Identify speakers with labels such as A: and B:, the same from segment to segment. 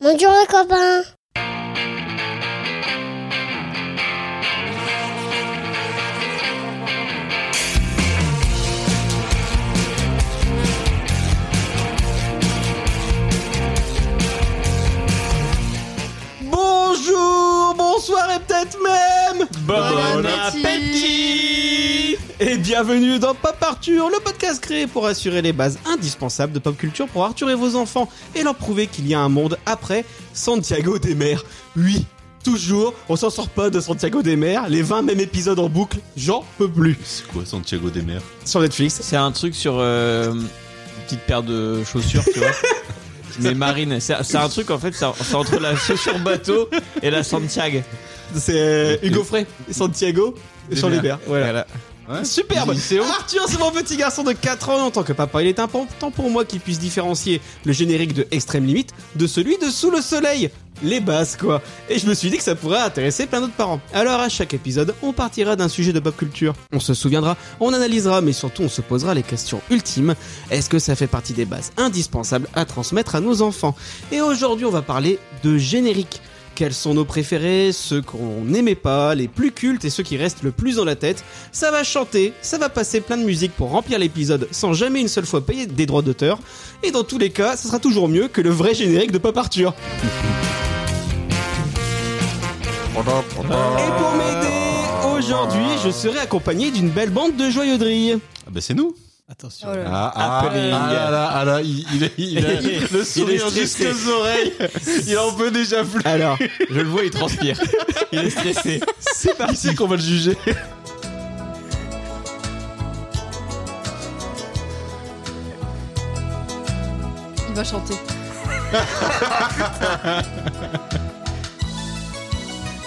A: Bonne journée, copain.
B: Bonjour, bonsoir et peut-être même
C: Bon
B: appétit Et bienvenue dans Pop Arthur, le podcast créé pour assurer les bases indispensables de pop culture pour Arthur et vos enfants et leur prouver qu'il y a un monde après Santiago des Mers. Oui, toujours, on s'en sort pas de Santiago des Mers, les 20 mêmes épisodes en boucle, j'en peux plus.
C: C'est quoi Santiago des Mers
B: Sur Netflix,
D: C'est un truc sur euh, une petite paire de chaussures, tu vois. Mais marine, c'est c'est un truc en fait, c'est c'est entre la chaussure bateau et la Santiago.
B: c'est euh, Hugo Frey, Santiago
D: Des
B: sur les
D: Mers.
B: mers. Voilà.
C: Ouais.
B: Superbe
D: Lycéo.
B: Arthur, c'est mon petit garçon de 4 ans. En tant que papa, il est important pour moi qu'il puisse différencier le générique de Extrême Limite de celui de Sous le Soleil. Les basses, quoi. Et je me suis dit que ça pourrait intéresser plein d'autres parents. Alors, à chaque épisode, on partira d'un sujet de pop culture. On se souviendra, on analysera, mais surtout, on se posera les questions ultimes. Est-ce que ça fait partie des bases indispensables à transmettre à nos enfants Et aujourd'hui, on va parler de générique. Quels sont nos préférés, ceux qu'on n'aimait pas, les plus cultes et ceux qui restent le plus dans la tête ça va chanter, ça va passer plein de musique pour remplir l'épisode sans jamais une seule fois payer des droits d'auteur. Et dans tous les cas, ça sera toujours mieux que le vrai générique de Pop Arthur. Et pour m'aider, aujourd'hui, je serai accompagné d'une belle bande de joyeux drilles.
C: Ah bah c'est nous
D: Attention.
E: Oh là là.
C: Ah, ah,
D: Appeling.
C: ah là là, ah là, il, il, il, il,
B: Le sourire
C: jusqu'aux oreilles Il en peut déjà plus
B: Alors,
D: Je le vois, il transpire. Il est stressé.
B: c'est
C: Qui
B: parti.
C: c'est qu'on va le juger
E: Il va chanter.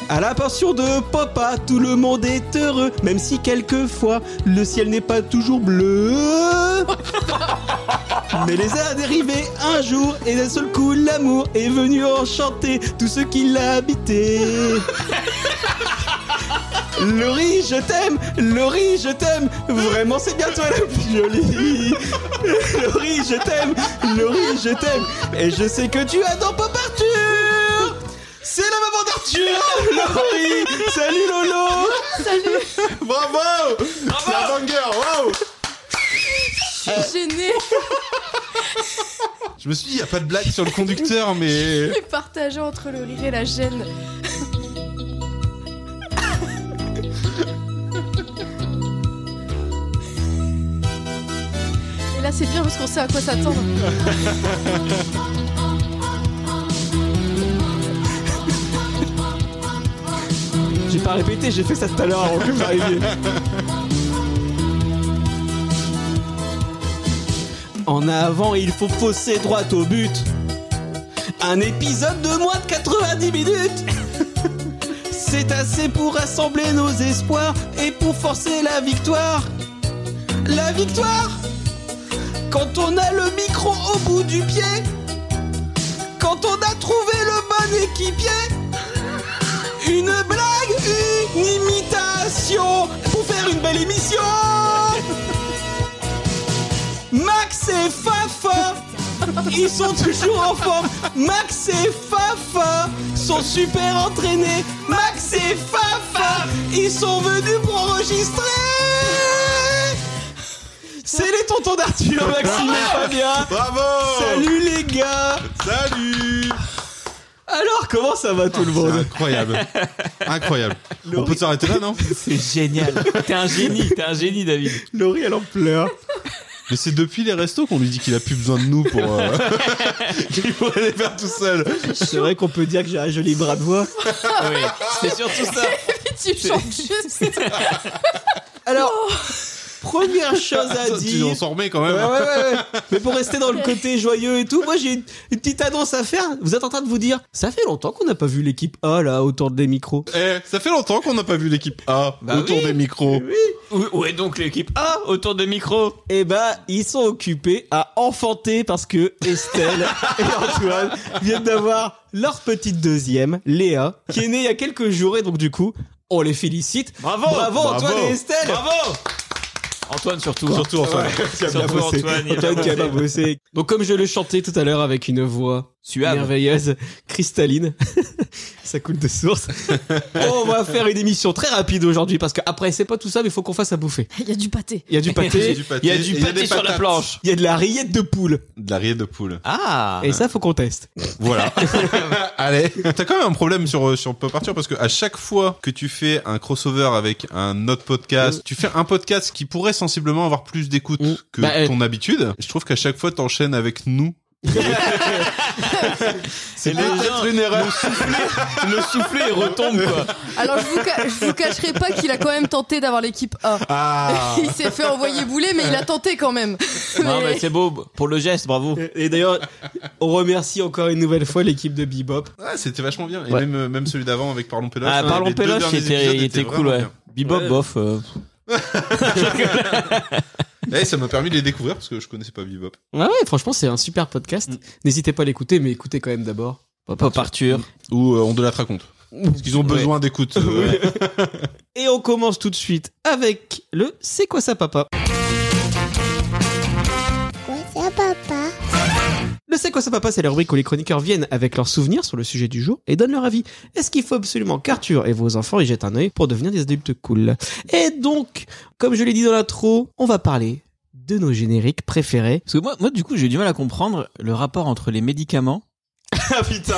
B: À la portion de Papa, tout le monde est heureux, même si quelquefois le ciel n'est pas toujours bleu. Mais les a dérivés un jour et d'un seul coup l'amour est venu enchanter tous ceux qui l'habitaient. Laurie, je t'aime, Laurie, je t'aime, vraiment c'est bien toi la plus jolie. Laurie, je t'aime, Laurie, je t'aime, et je sais que tu adores Pop Arthur. C'est la maman d'Arthur Laurie Salut Lolo
C: Bravo C'est un banger, waouh
E: Je suis gênée.
C: Je me suis dit, il a pas de blague sur le conducteur, mais...
E: Je suis partagée entre le rire et la gêne. Et là, c'est bien parce qu'on sait à quoi s'attendre.
B: J'ai pas répété, j'ai fait ça tout à l'heure avant que vous arriviez. En avant, il faut fausser droit au but. Un épisode de moins de 90 minutes C'est assez pour rassembler nos espoirs et pour forcer la victoire. La victoire Quand on a le micro au bout du pied Quand on a trouvé le bon équipier une blague, une imitation pour faire une belle émission. Max et Fafa, ils sont toujours en forme. Max et Fafa sont super entraînés. Max et Fafa, ils sont venus pour enregistrer. C'est les tontons d'Arthur, Maxime et Fabien.
C: Bravo
B: Salut les gars.
C: Salut
B: Alors comment ça va
D: Ah,
B: tout le
C: C'est
B: monde
C: incroyable Incroyable On peut
B: Laurie-
C: s'arrêter là, non
D: C'est génial. T'es un génie, t'es un génie, David.
B: Laurie, elle en pleure.
C: Mais c'est depuis les restos qu'on lui dit qu'il a plus besoin de nous pour... euh, qu'il pourrait les faire tout seul
B: C'est vrai qu'on peut dire que j'ai un joli bras de voix.
D: Ah oui. C'est surtout ça.
E: Et tu chantes juste.
B: Alors, première chose à
C: Attends, Tu
B: dire.
C: en s'en remets quand
B: Ouais,
C: même
B: ouais,
C: hein.
B: ouais, ouais. Mais pour rester dans le côté joyeux et tout, moi j'ai une, une petite annonce à faire. Vous êtes en train de vous dire, ça fait longtemps qu'on n'a pas vu l'équipe A là autour des micros.
C: Eh, ça fait longtemps qu'on n'a pas vu l'équipe A
D: Bah
C: autour
D: oui.
C: des micros.
D: Où, où est donc l'équipe A autour de micro
B: Eh bah, ils sont occupés à enfanter parce que Estelle et Antoine viennent d'avoir leur petite deuxième, Léa, qui est née il y a quelques jours et donc du coup, on les félicite.
D: Oh, Bravo
B: Bravo, Antoine
C: Bravo.
B: et Estelle
D: Bravo Antoine surtout. hein.
C: Surtout Antoine.
D: Surtout Antoine, il a
B: Antoine qui a
D: bossé.
B: pas bossé. Donc comme je le chantais tout à l'heure avec une voix
D: Suave.
B: merveilleuse, cristalline, ça coule de source. on va faire une émission très rapide aujourd'hui parce qu'après c'est pas tout ça mais il faut qu'on fasse à bouffer.
E: Il y a du pâté.
B: Il y a du
C: Il y a
B: pâté,
C: du pâté,
D: Il y a du
C: et
D: pâté
C: des
D: sur la
C: patates.
D: planche.
B: il y a de la rillette de poule
C: De la rillette de poule.
D: Ah.
B: et ça faut qu'on teste.
C: Voilà. Allez. T'as quand même un problème sur, euh, sur Pop Arthur parce que à chaque fois que tu fais un crossover avec un autre podcast, tu fais un podcast qui pourrait sensiblement avoir plus d'écoute
B: Mm.
C: que
B: Bah, euh,
C: ton habitude. Je trouve qu'à chaque fois t'enchaînes avec nous.
D: C'est peut-être une erreur. Le soufflet, le soufflet il retombe quoi.
E: Alors je vous, ca- je vous cacherai pas qu'il a quand même tenté d'avoir l'équipe A.
C: Ah.
E: Il s'est fait envoyer bouler, mais il a tenté quand même.
D: Non
E: Mais-
D: mais bah, c'est beau pour le geste, bravo.
B: Et d'ailleurs, on remercie encore une nouvelle fois l'équipe de Bebop.
C: Ouais, Ah, c'était vachement bien. Et
D: Ouais.
C: même, euh, même celui d'avant avec Parlons Péloche.
D: Ah,
C: hein,
D: parlons
C: les deux
D: péloche,
C: derniers
D: c'était-
C: épisodes
D: il
C: étaient
D: était cool,
C: vraiment
D: ouais.
C: bien.
D: Bebop
B: Ouais.
D: bof. euh.
C: Eh, ça m'a permis de les découvrir parce que je connaissais pas Bebop.
B: Ouais, Ah ouais, franchement, c'est un super podcast. N'hésitez pas à l'écouter, mais écoutez quand même d'abord.
D: Pop Arthur.
C: Ou euh, on de la raconte. Parce qu'ils ont
D: Ouais.
C: besoin d'écoute. euh, ouais.
B: Et on commence tout de suite avec le C'est quoi ça, papa
A: Quoi ça, papa
B: Le C'est quoi ça, papa C'est la rubrique où les chroniqueurs viennent avec leurs souvenirs sur le sujet du jour et donnent leur avis. Est-ce qu'il faut absolument qu'Arthur et vos enfants y jettent un œil pour devenir des adultes cool Et donc, comme je l'ai dit dans l'intro, on va parler de nos génériques préférés.
D: Parce que moi, moi du coup, j'ai du mal à comprendre le rapport entre les médicaments
B: Ah putain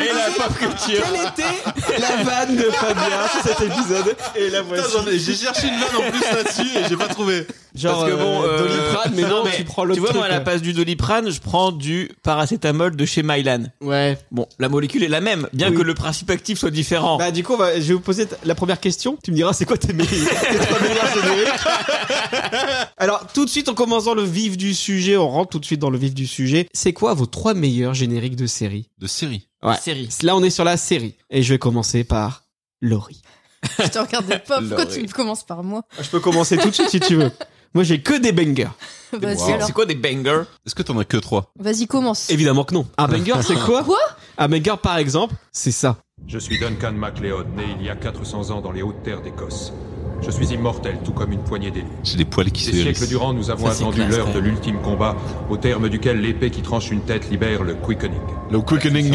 D: et la pop culture.
B: Quelle était la vanne de Fabien sur cet épisode Et la
C: Putain, j'en ai- j'ai cherché une vanne en plus là-dessus et j'ai pas trouvé.
B: Genre,
D: Parce que bon,
B: euh,
D: euh,
B: Doliprane, mais non,
D: mais
B: tu prends
D: Tu
B: l'autre
D: vois,
B: truc. euh.
D: moi, à la
B: là.
D: place du doliprane, je prends du paracétamol de chez Mylan.
B: Ouais.
D: Bon, la molécule est la même, bien
B: Oui.
D: que le principe actif soit différent.
B: Bah du coup, on va- je vais vous poser t- la première question. Tu me diras, c'est quoi tes meilleurs, tes trois meilleurs génériques Alors, tout de suite, en commençant le vif du sujet, on rentre tout de suite dans le vif du sujet. C'est quoi vos trois meilleurs génériques de série
C: De série.
B: ouais.
D: Série.
B: Là, on est sur la série. Et je vais commencer par Laurie.
E: Je te regardais pas. Pourquoi
D: Laurie.
E: tu me commences par moi
B: Ah, Je peux commencer tout de suite si tu veux. Moi, j'ai que des bangers.
E: Vas-y
C: Wow.
E: alors.
D: C'est quoi des bangers
C: Est-ce que t'en as que trois
E: Vas-y commence.
B: Évidemment que non. Un banger, c'est quoi
E: Quoi
B: Un banger, par exemple, c'est ça.
F: Je suis Duncan MacLeod, né il y a 400 ans dans les hautes terres d'Écosse. Je suis immortel, tout comme une poignée d'élus.
C: J'ai des poils qui
F: Des siècles durant, nous avons
D: Ça, c'est
F: attendu
D: classe,
F: l'heure
D: quand
F: de
D: même.
F: l'ultime combat, au terme duquel l'épée qui tranche une tête libère le quickening.
C: Le quickening.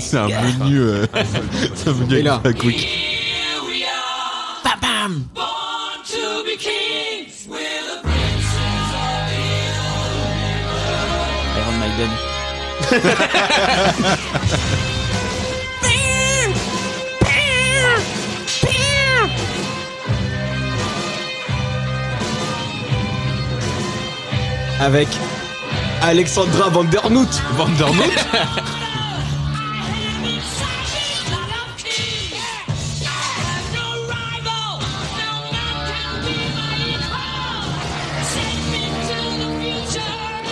C: C'est un menu. euh,
F: Un seul d'entre
C: C'est un menu
B: Et là.
C: avec la quick.
D: Iron Maiden.
B: Avec Alexandra Vandernoot.
C: Vandernoot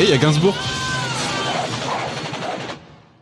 C: Eh, il y a Gainsbourg.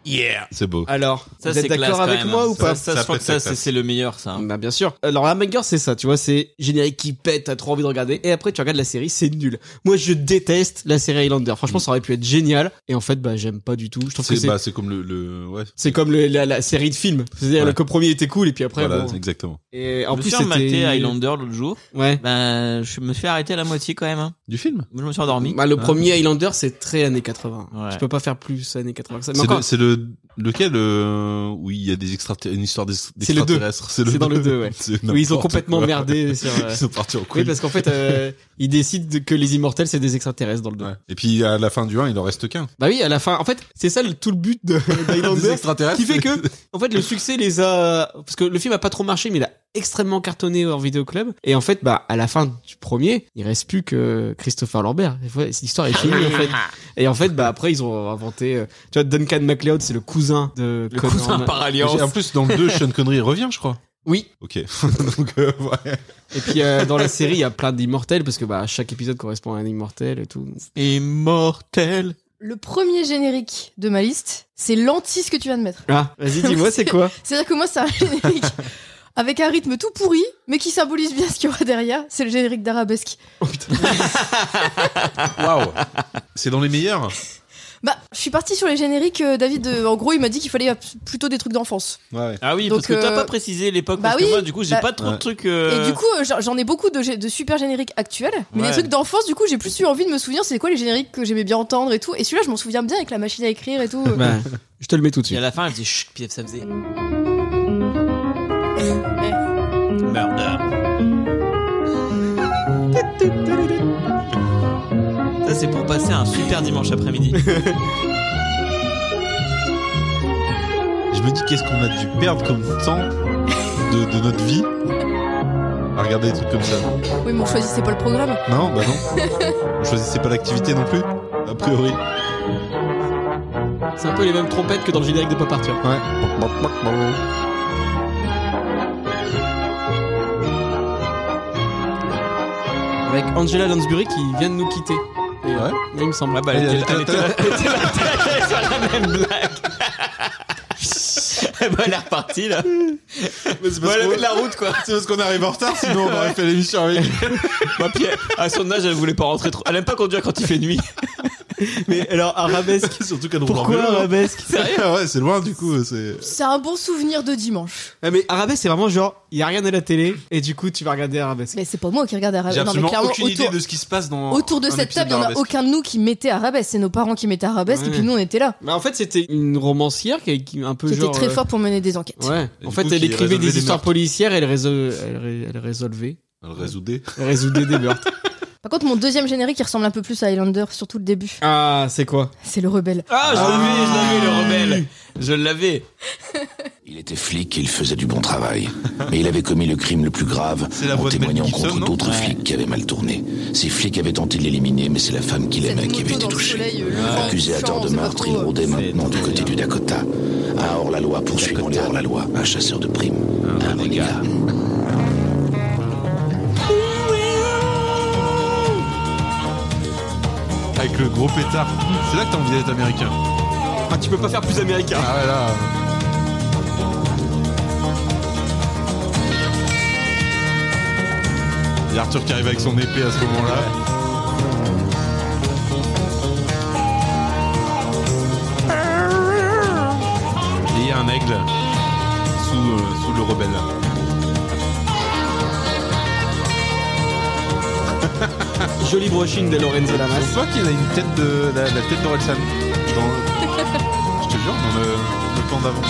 C: Yeah. C'est beau.
B: Alors,
D: Ça,
B: vous êtes
D: c'est classe
B: d'accord
D: quand
B: avec
D: même. hein.
B: moi ou
D: Ça,
B: pas
D: Ça,
C: Ça
D: je
C: peut
D: crois que
C: être
D: ça, c'est
C: classe.
D: c'est le meilleur, ça.
B: Bah bien sûr. Alors la banger c'est ça, tu vois, c'est générique qui pète, t'as trop envie de regarder, et après tu regardes la série, c'est nul. Moi je déteste la série Highlander. Franchement ça aurait pu être génial, et en fait bah j'aime pas du tout. Je trouve que
C: C'est
B: c'est
C: bah, c'est comme le, le- ouais.
B: c'est comme le- la, la série de films. C'est-à-dire
C: Ouais.
B: que le premier était cool et puis après
C: voilà,
B: bon.
C: exactement.
B: Et en
D: En je
B: plus
D: plus, suis rematé
B: c'était
D: Highlander l'autre jour.
B: Ouais.
D: Ben, je me suis arrêté à la moitié quand même. hein.
C: Du film.
D: Je me suis endormi.
B: Bah, le
D: Hein.
B: premier Highlander c'est très années 80.
D: Ouais.
B: Je peux pas faire plus années 80 que ça. Mais
C: C'est
B: encore,
C: le, c'est le lequel euh, où il y a des extra une histoire des
B: C'est le deux.
C: extraterrestres. C'est
B: C'est dans le
C: deux.
B: deux, ouais.
C: C'est
B: oui, ils ont
C: n'importe
B: complètement
C: quoi.
B: merdé sur. euh,
C: Ils sont partis en couille.
B: Oui, parce qu'en fait, euh, ils décident que les immortels, c'est des extraterrestres dans le dos.
C: Ouais. Et puis à la fin du 1, il en reste qu'un.
B: Bah oui, à la fin, en fait, c'est ça le- tout le but de-
C: Des
B: d'Highlander.
C: extraterrestres.
B: qui fait que en fait le succès les a parce que le film a pas trop marché mais il a extrêmement cartonné hors vidéoclub et en fait bah à la fin du premier il reste plus que Christopher Lambert Et voilà, cette histoire est finie en fait et en fait bah après ils ont inventé euh, tu vois Duncan MacLeod c'est le cousin de
D: Le
B: Conan.
D: cousin par alliance.
C: En plus, dans le 2, Sean Connery revient, je crois.
B: oui
C: Ok. Donc, euh, ouais.
B: et puis euh, dans la série il y a plein d'immortels parce que bah chaque épisode correspond à un immortel et tout
D: Immortel.
E: Le premier générique de ma liste, c'est l'anti ce que tu viens de mettre.
B: ah vas-y dis-moi c'est quoi
E: C'est-à-dire que moi, c'est un générique avec un rythme tout pourri, mais qui symbolise bien ce qu'il y aura derrière. C'est le générique d'Arabesque.
B: oh putain
C: Waouh. C'est dans les meilleurs.
E: Bah, je suis partie sur les génériques. euh, David, euh, en gros, il m'a dit qu'il fallait abs- plutôt des trucs d'enfance.
C: Ouais.
D: Ah oui,
E: Donc,
D: parce que t'as
E: euh,
D: pas précisé l'époque.
E: bah
D: parce que
E: oui,
D: moi, du coup, j'ai
E: bah-
D: pas trop de
C: Ouais.
D: trucs. euh,
E: Et du coup, euh, j'en j'en ai beaucoup de, gé- de super génériques actuels, mais
D: Ouais.
E: les trucs d'enfance, du coup, j'ai plus eu envie de me souvenir c'est quoi les génériques que j'aimais bien entendre et tout. Et celui-là, je m'en souviens bien avec la machine à écrire et tout.
B: Bah, je te le mets tout de
D: Et à
B: suite.
D: la fin, elle faisait chut, puis ça faisait. Murder. Ça, c'est pour passer un super dimanche après-midi.
C: Je me dis qu'est-ce qu'on a dû perdre comme temps de, de notre vie à regarder des trucs comme ça.
E: Oui, mais on choisissait pas le programme.
C: Non, bah non. On choisissait pas l'activité non plus, a priori.
B: C'est un peu les mêmes trompettes que dans le générique de Pop Arthur.
C: Ouais.
B: Avec Angela Lansbury qui vient de nous quitter. Et,
C: Ouais.
B: Il me semble. Ah bah,
C: Elle
B: elle,
C: était là
B: elle
C: tout
B: était
C: à
B: là.
C: l'heure.
B: Elle était là.
D: la même blague. Eh ben, elle est repartie là.
C: c'est
D: Bon,
C: parce
D: elle avait
C: qu'on-
D: de la route quoi.
C: c'est parce qu'on arrive en retard, sinon on aurait fait l'émission avec.
D: Bah, puis, à son âge, elle voulait pas rentrer trop. Elle aime pas conduire quand il fait nuit.
B: Mais alors, arabesque.
C: Surtout qu'elle
B: Pourquoi arabesque
C: Ah ouais, c'est loin du coup. C'est.
E: C'est un bon souvenir de dimanche.
B: Ah, Mais arabesque, c'est vraiment genre, il y a rien à la télé et du coup, tu vas regarder arabesque.
E: Mais c'est pas moi qui regarde Arabes.
C: J'ai
E: Non, mais
C: absolument
E: clairement,
C: aucune
E: autour,
C: idée de ce qui se passe dans.
E: autour de
C: un
E: cette
C: épisode
E: table, il y en a
C: d'Arabesque.
E: aucun de nous qui mettait Arabes. C'est nos parents qui mettaient Arabes,
B: Ouais.
E: et puis nous, on était là.
B: Bah, en fait, c'était une romancière qui, qui un peu
E: Qui
B: genre.
E: était très
B: euh,
E: fort pour mener des enquêtes.
B: Ouais.
C: Et
B: En
C: du
B: fait,
C: coup,
B: elle
C: qui
B: écrivait
C: résolvait
B: des
C: des
B: histoires
C: meurtres.
B: policières et elle, résol- elle, ré- elle résolvait.
C: Elle résoudait.
B: Elle résoudait des meurtres.
E: Par contre, mon deuxième générique, il ressemble un peu plus à Highlander, surtout le début.
B: Ah, c'est quoi
E: C'est le rebelle.
D: Ah, je l'avais, je l'avais
B: Ah.
D: le rebelle. Je l'avais.
G: Il était flic et il faisait du bon travail. Mais il avait commis le crime le plus grave
C: C'est la
G: en
C: voix de Mel
G: témoignant
C: Gibson,
G: contre
C: non
G: d'autres flics qui avaient mal tourné. Ces flics avaient tenté de l'éliminer, mais c'est la femme qu'il
E: Cette
G: aimait qui
E: moto
G: avait été
E: dans le
G: touchée.
E: soleil, le vent,
G: Accusé à
E: le
G: tort de
E: champ,
G: meurtre,
E: c'est
G: il
E: pas trop, euh,
G: rôdait
D: C'est
G: maintenant du
D: trop
G: côté
D: bien.
G: du Dakota. Un hors-la-loi poursuivant les hors-la-loi, un chasseur de primes, un renégat.
C: Avec le gros pétard. C'est là que t'as envie d'être américain.
B: Ah, tu peux pas faire plus américain.
C: Ah ouais, là. Il y a Arthur qui arrive avec son épée à ce moment-là. Et il y a un aigle sous, euh, sous le rebelle.
B: Jolie brochine de Lorenzo Lamas.
C: Je vois qu'il a une tête de. la, la tête d'Orelsan. Dans le- Je te jure, dans le, le plan d'avant.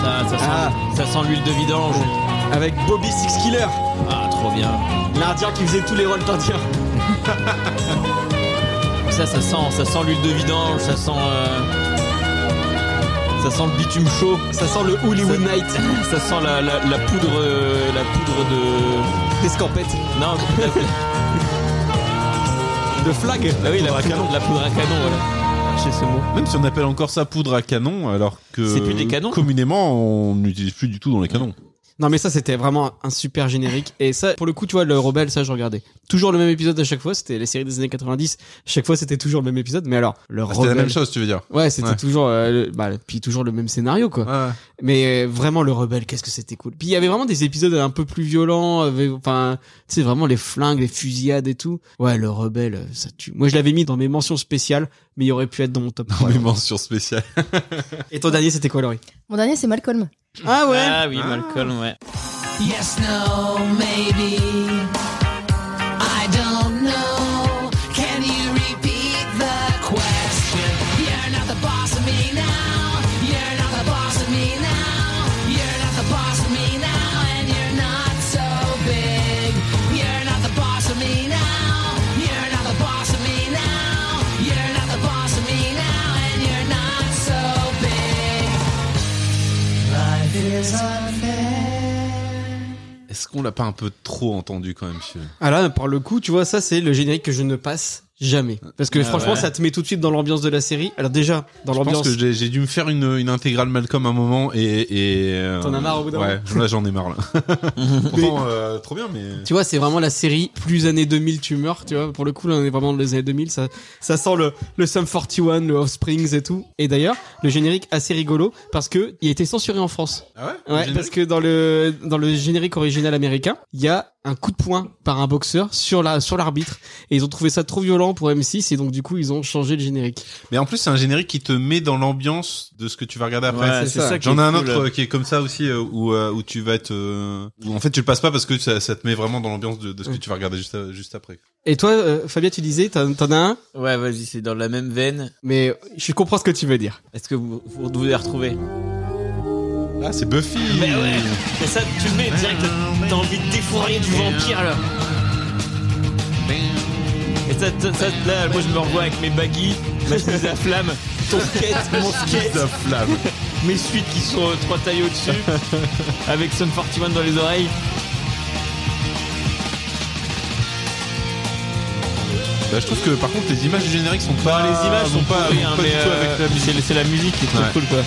D: Ça, ça, sent,
B: Ah.
D: ça sent l'huile de vidange.
B: Avec Bobby Six Killer,
D: Ah, trop bien.
B: l'Indien qui faisait tous les rôles d'Indien.
D: Ça, ça sent, ça sent l'huile de vidange, ça sent. euh, Ça sent le bitume chaud.
B: Ça sent le Hollywood
D: Ça-
B: Night.
D: Ça sent la, la- la poudre. euh, La poudre de.
B: D'escampette,
D: Non,
B: de flag.
D: bah oui, la poudre, la poudre à canon, voilà. Chez ce mot.
C: Même si on appelle encore ça poudre à canon, alors que
D: C'est plus des canons.
C: communément on n'utilise plus du tout dans les canons.
B: Non mais ça c'était vraiment un super générique et ça pour le coup tu vois le Rebelle ça je regardais toujours le même épisode à chaque fois c'était les séries des années 90 chaque fois c'était toujours le même épisode mais alors le
C: Ah, C'était
B: Rebelle
C: la même chose, tu veux dire
B: ouais c'était
C: Ouais.
B: toujours euh, le- bah, puis toujours le même scénario quoi mais euh, vraiment le Rebelle qu'est-ce que c'était cool puis il y avait vraiment des épisodes un peu plus violents avec- enfin tu sais vraiment les flingues les fusillades et tout ouais le Rebelle euh, ça tue moi je l'avais mis dans mes mentions spéciales mais il aurait pu être dans mon top
C: Dans
B: 3
C: mes mentions spéciales.
B: et ton dernier c'était quoi Laurie
E: Mon dernier, c'est Malcolm.
B: ah ouais
D: Ah oui, Malcolm, ouais.
H: Yes, no, maybe. I don't know. Can you repeat the question? You're not the boss of me now. You're not the boss of me now. You're not the boss of me now. And you're not so big. You're not the boss of me now. You're not the boss of me now. You're not the boss of me now. And you're not so big. Life is unfair.
C: Est-ce qu'on l'a pas un peu trop entendu quand même, monsieur
B: Ah là, par le coup, tu vois, ça, c'est le générique que je ne passe jamais. Parce que
D: Ah
B: franchement,
D: ouais.
B: ça te met tout de suite dans l'ambiance de la série. Alors déjà, dans
C: Je pense
B: l'ambiance...
C: que j'ai- j'ai dû me faire une, une intégrale Malcolm un moment et. et euh,
B: T'en as marre au bout d'un
C: Ouais, là j'en ai marre là. Pourtant, euh, trop bien, mais.
B: Tu vois, c'est vraiment la série plus années 2000, tu meurs, tu vois. Pour le coup, là, on est vraiment dans les années 2000. Ça, ça sent le, le Sum 41, le Offsprings et tout. Et d'ailleurs, le générique assez rigolo parce que il a été censuré en France.
C: Ah ouais
B: Ouais, parce que dans le dans le générique original américain, il y a un coup de poing par un boxeur sur la sur l'arbitre et ils ont trouvé ça trop violent plan pour M6 et donc du coup ils ont changé le générique.
C: Mais en plus, c'est un générique qui te met dans l'ambiance de ce que tu vas regarder après.
D: Ouais, c'est ça. qui
C: J'en ai
D: est
C: un
D: cool.
C: autre euh, qui est comme ça aussi, euh, où, euh, où tu vas être... euh, Où en fait, tu le passes pas parce que ça, ça te met vraiment dans l'ambiance de, de ce que
B: Ouais.
C: tu vas regarder juste, à- juste après.
B: Et toi, euh, Fabien, tu disais, t'en t'en as un,
D: Ouais, vas-y, c'est dans la même veine.
B: mais je comprends ce que tu veux dire.
D: Est-ce que vous vous, vous les retrouvez
C: Ah, c'est Buffy
D: Mais ouais Mais ça, tu le mets direct, t'as envie de défourailler du vampire là Et ça, ça, ça, là, moi je me revois avec mes baggy, ma chemise à flamme, ton skate, mon skate,
C: La flamme.
D: mes suites qui sont euh, trois tailles au-dessus, avec Sum 41 dans les oreilles.
C: Bah, je trouve que par contre, les images du générique sont
D: Bah,
C: pas...
D: les images sont pas,
C: pourries,
D: hein,
C: pas
D: mais
C: du tout
D: euh,
C: avec la musique.
D: c'est- C'est la musique qui est trop
C: Ouais.
D: cool quoi.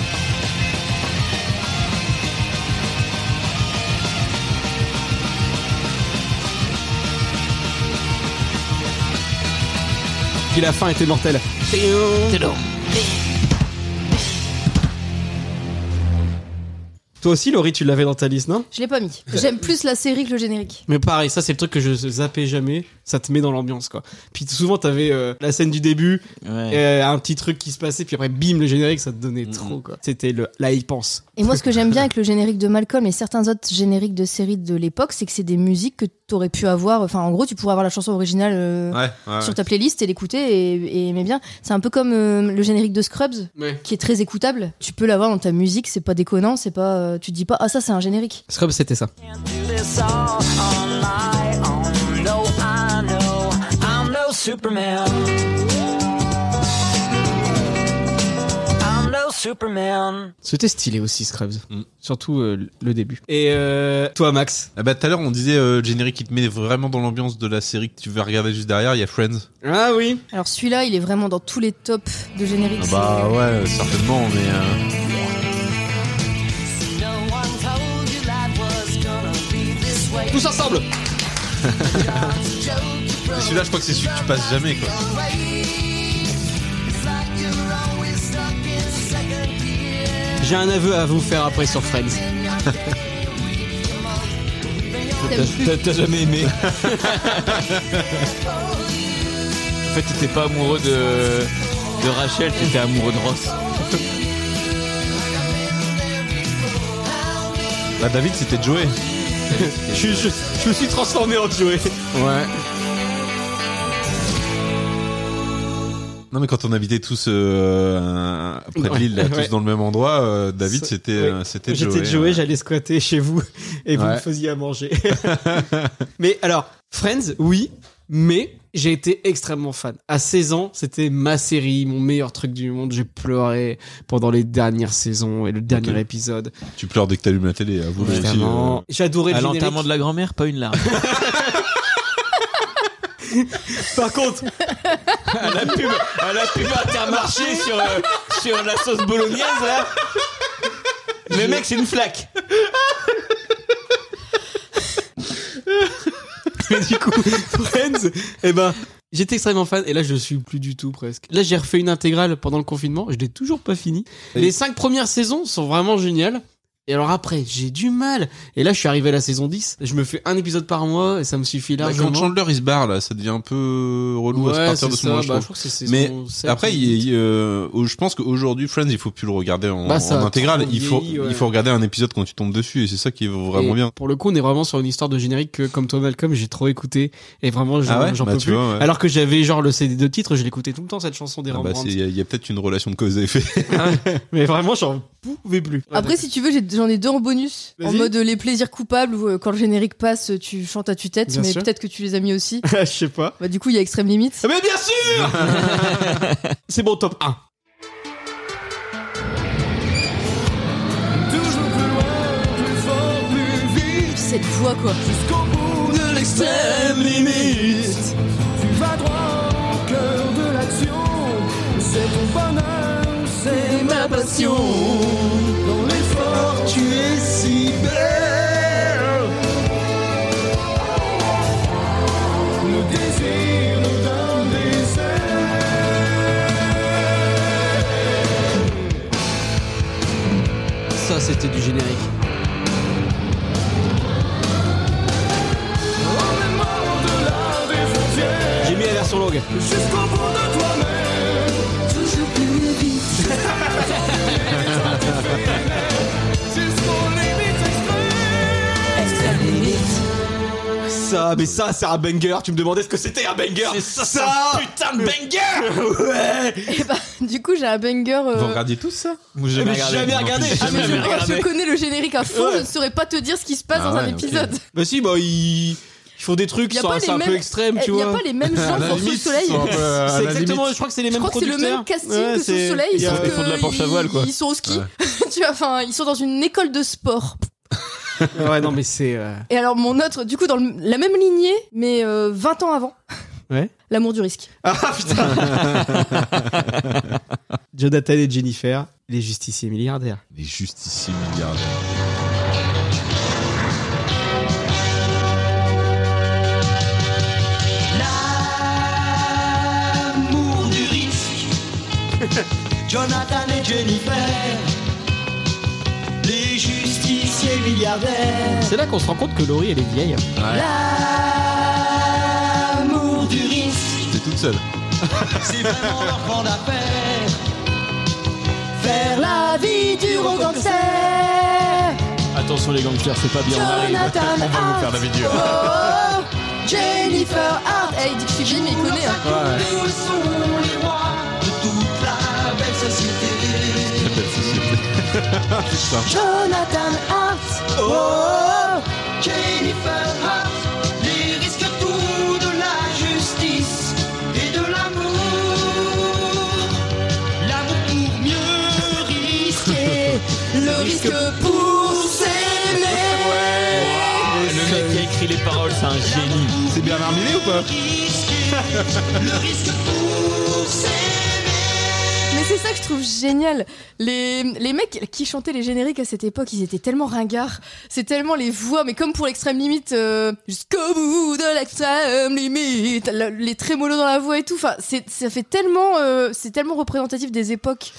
B: Puis la fin était mortelle. Toi aussi, Laurie, tu l'avais dans ta liste, non
E: Je l'ai pas mis. J'aime plus la série que le générique.
B: Mais pareil, ça c'est le truc que je zappais jamais. Ça te met dans l'ambiance, quoi. Puis souvent, t'avais euh, la scène du début,
D: Ouais.
B: euh, un petit truc qui se passait, puis après, bim, le générique, ça te donnait trop, quoi. C'était le, là, il pense.
E: Et moi, ce que j'aime bien avec le générique de Malcolm et certains autres génériques de séries de l'époque, c'est que c'est des musiques que t'aurais pu avoir. Enfin, en gros, tu pourrais avoir la chanson originale euh,
C: Ouais, ouais.
E: sur ta playlist et l'écouter et, et aimer bien. C'est un peu comme euh, le générique de Scrubs,
B: Ouais.
E: qui est très écoutable. Tu peux l'avoir dans ta musique, c'est pas déconnant, c'est pas. euh, tu te dis pas, ah ça c'est un générique.
B: Scrub, c'était ça. C'était stylé aussi, Scrubs.
C: Mm.
B: Surtout euh, le début. Et euh, toi, Max
C: Ah bah tout à l'heure on disait euh, le générique qui te met vraiment dans l'ambiance de la série que tu vas regarder juste derrière, il y a Friends.
B: Ah oui
E: Alors celui-là, il est vraiment dans tous les tops de génériques.
C: Ah
B: Ah bah,
C: bah, ouais, certainement, mais... euh,
B: Tous ensemble
C: Et celui-là, je crois que c'est celui que tu passes jamais, quoi.
B: J'ai un aveu à vous faire après sur Friends.
E: T'aimes
D: T'as- T'as t'as jamais aimé En fait, t'étais pas amoureux de, de Rachel, t'étais amoureux de Ross.
C: Bah David, c'était Joey.
B: Je, je- je me suis transformé en Joey.
D: Ouais.
C: Non mais quand on habitait tous euh, un- près de l'île, là, tous
B: Ouais.
C: dans le même endroit, euh, David,
B: Ça-
C: c'était
B: oui.
C: euh, c'était Joey.
B: J'étais Joey,
C: ouais.
B: j'allais squatter chez vous et vous
C: Ouais.
B: me faisiez à manger. mais alors, Friends, oui, mais j'ai été extrêmement fan. À 16 ans, c'était ma série, mon meilleur truc du monde. J'ai pleuré pendant les dernières saisons et le dernier
C: Ok.
B: épisode.
C: hein. Tu pleures dès que t'allumes la télé, à vous aussi. euh.
B: Vraiment. J'adorais le
D: À l'enterrement
B: générique.
D: de la grand-mère, pas une larme.
B: Par contre,
D: à la pub, à la pub Intermarché sur, euh, sur la sauce bolognaise, là. Mais mec, c'est une flaque.
B: mais du coup, Friends, eh ben, j'étais extrêmement fan et là, je suis plus du tout presque. Là, j'ai refait une intégrale pendant le confinement. Je l'ai toujours pas fini.
C: Et-
B: Les cinq premières saisons sont vraiment géniales. Et alors après, j'ai du mal. Et là, je suis arrivé à la saison 10. Je me fais un épisode par mois et ça me suffit
C: Là, quand
B: largement.
C: Chandler il se barre là, ça devient un peu relou à
B: Ouais,
C: partir de
B: c'est
C: ce
B: ça.
C: moment, je
B: Bah,
C: trouve.
B: crois que c'est
C: Mais
B: saison 7,
C: Après, il- il, euh, au- je pense qu'aujourd'hui, Friends, il faut plus le regarder en,
B: Bah, ça
C: en
B: a
C: intégrale.
B: trop
C: Il faut,
B: vieilli, ouais.
C: il faut regarder un épisode quand tu tombes dessus, et c'est ça qui est vraiment
B: Et
C: bien.
B: Pour le coup, on est vraiment sur une histoire de générique que, comme toi, Malcolm, j'ai trop écouté. Et vraiment, j'en
C: Ah ouais
B: j'en
C: Bah,
B: peux
C: tu
B: plus.
C: vois, ouais.
B: Alors que j'avais genre le CD de titre, je l'écoutais tout le temps, cette chanson des
C: Ah bah,
B: Rembrandts.
C: c'est- il y a, il y a peut-être une relation de cause à effet.
B: Mais vraiment, j'en pouvais plus.
E: Après, si tu veux, j'ai- j'en ai deux en bonus. En
B: Vas-y.
E: mode euh, les plaisirs coupables où euh, quand le générique passe, euh, tu chantes à tue-tête,
B: Bien
E: mais
B: sûr. Ah
E: peut-être que tu les as mis aussi.
B: je sais pas.
E: Bah, du coup, il y a Extrême Limite.
B: Mais bien sûr C'est bon, top 1.
E: Cette voix, quoi.
B: Ça, c'était du générique. J'ai mis la version version longue.
H: Jusqu'au bout de toi-même, toujours plus vite. Jusqu'aux limites extrêmes. Extrêmes limites.
B: Ça, mais ça, c'est un banger. Tu me demandais ce que c'était un banger. C'est ça, putain de banger Ouais
E: Et bah, du coup, j'ai un banger. euh,
C: Vous regardiez tous ça
D: Moi, j'ai
B: Mais
D: regardé.
B: jamais regardé.
D: Non plus, j'ai
E: Ah, mais je,
D: jamais
E: pense que
D: regardé.
E: je connais le générique à fond,
B: Ouais.
E: je ne saurais pas te dire ce qui se passe
C: Ah
E: dans un
C: ouais,
E: épisode.
B: Bah si, bah ils, ils font des trucs,
E: Y a
B: c'est un
E: pas
B: c'est
E: les
B: un peu
E: mêmes-
B: extrême, tu
E: Il n'y Eh, a
B: vois.
E: pas les mêmes gens sur le soleil.
B: C'est exactement, je crois que c'est les
E: Je
B: mêmes
E: crois que c'est
B: producteurs.
E: le même casting
B: Ouais,
E: que sous
B: c'est-
E: le soleil,
B: il y a-
E: sauf
D: ils font de la
E: que
D: planche à voile, quoi.
E: Ils sont au ski. tu vois, enfin, ils sont dans une école de sport.
B: Ouais, non, mais c'est. euh,
E: Et alors, mon autre, du coup, dans le- la même lignée, mais euh, 20 ans avant.
B: Ouais.
E: L'amour du risque.
B: Ah putain Jonathan et Jennifer, les justiciers milliardaires.
C: Les justiciers milliardaires.
H: L'amour du risque. Jonathan et Jennifer. Les justiciers milliardaires.
B: C'est là qu'on se rend compte que Laurie, elle est vieille.
H: L'amour du risque.
C: T'es toute seule.
H: C'est vraiment leur grande affaire.
E: Vers la vie du gros gangster,
D: Attention les gangsters, c'est pas bien, on arrive.
E: Jonathan Hart.
C: la vidéo.
E: Oh, Jennifer Hart. Eh, il dit que je suis vieille, mais il connaît. hein.
H: Nous sont les rois de toute la belle société.
E: Jonathan Hart. Oh,
H: Jennifer Hart, les risques tout de la justice et de l'amour. L'amour pour mieux risquer,
E: le risque pour s'aimer.
D: Le mec qui a écrit les paroles, c'est un génie.
C: C'est Bernard Millet ou pas
H: risquer, le risque pour s'aimer.
E: Mais c'est ça que je trouve génial. Les, les mecs qui chantaient les génériques à cette époque, ils étaient tellement ringards. C'est tellement les voix, mais comme pour l'extrême limite, euh, jusqu'au bout de l'extrême limite, le- les trémolos dans la voix et tout. Enfin, c'est- ça fait tellement, euh, c'est tellement représentatif des époques.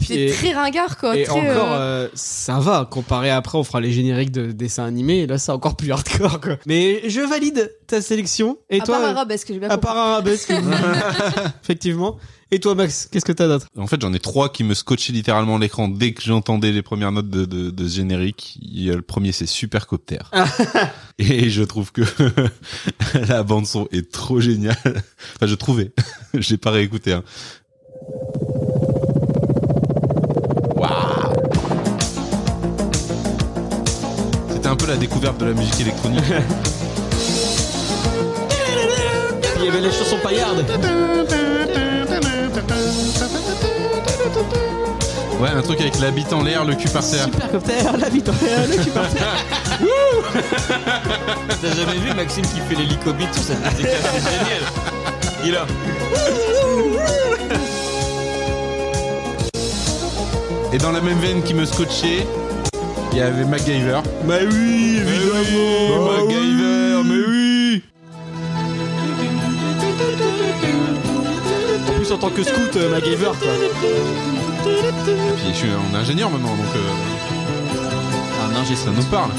E: C'était très ringard, quoi.
B: Et
E: très,
B: encore,
E: euh,
B: euh, ça va, comparé à après, on fera les génériques de dessins animés, et là, c'est encore plus hardcore, quoi. Mais je valide ta sélection, et
E: à
B: toi...
E: part arabesque, j'ai bien
B: à
E: compris.
B: part arabesque, effectivement. Et toi, Max, qu'est-ce que t'as d'autre
C: En fait, j'en ai trois qui me scotchaient littéralement l'écran dès que j'entendais les premières notes de, de, de ce générique. Il y a le premier, c'est Supercopter. Et je trouve que la bande son est trop géniale. Enfin, je trouvais. J'ai pas réécouté. Hein. Waouh. C'était un peu la découverte de la musique électronique.
B: Il y avait la chanson paillarde.
C: Ouais, un truc avec l'habit en l'air, le cul par terre.
B: Supercopter, la vie dans l'air, le cul par terre.
D: T'as jamais vu Maxime qui fait l'hélicobite sur cette musique C'est génial. Il a.
C: Et dans la même veine qui me scotchait, il y avait MacGyver.
B: Bah oui,
C: Bah oui, MacGyver, mais oui
B: En plus, en tant que scout, euh, MacGyver, quoi.
C: Et puis je suis un ingénieur maintenant, donc euh,
D: Un ingé
C: ça nous parle.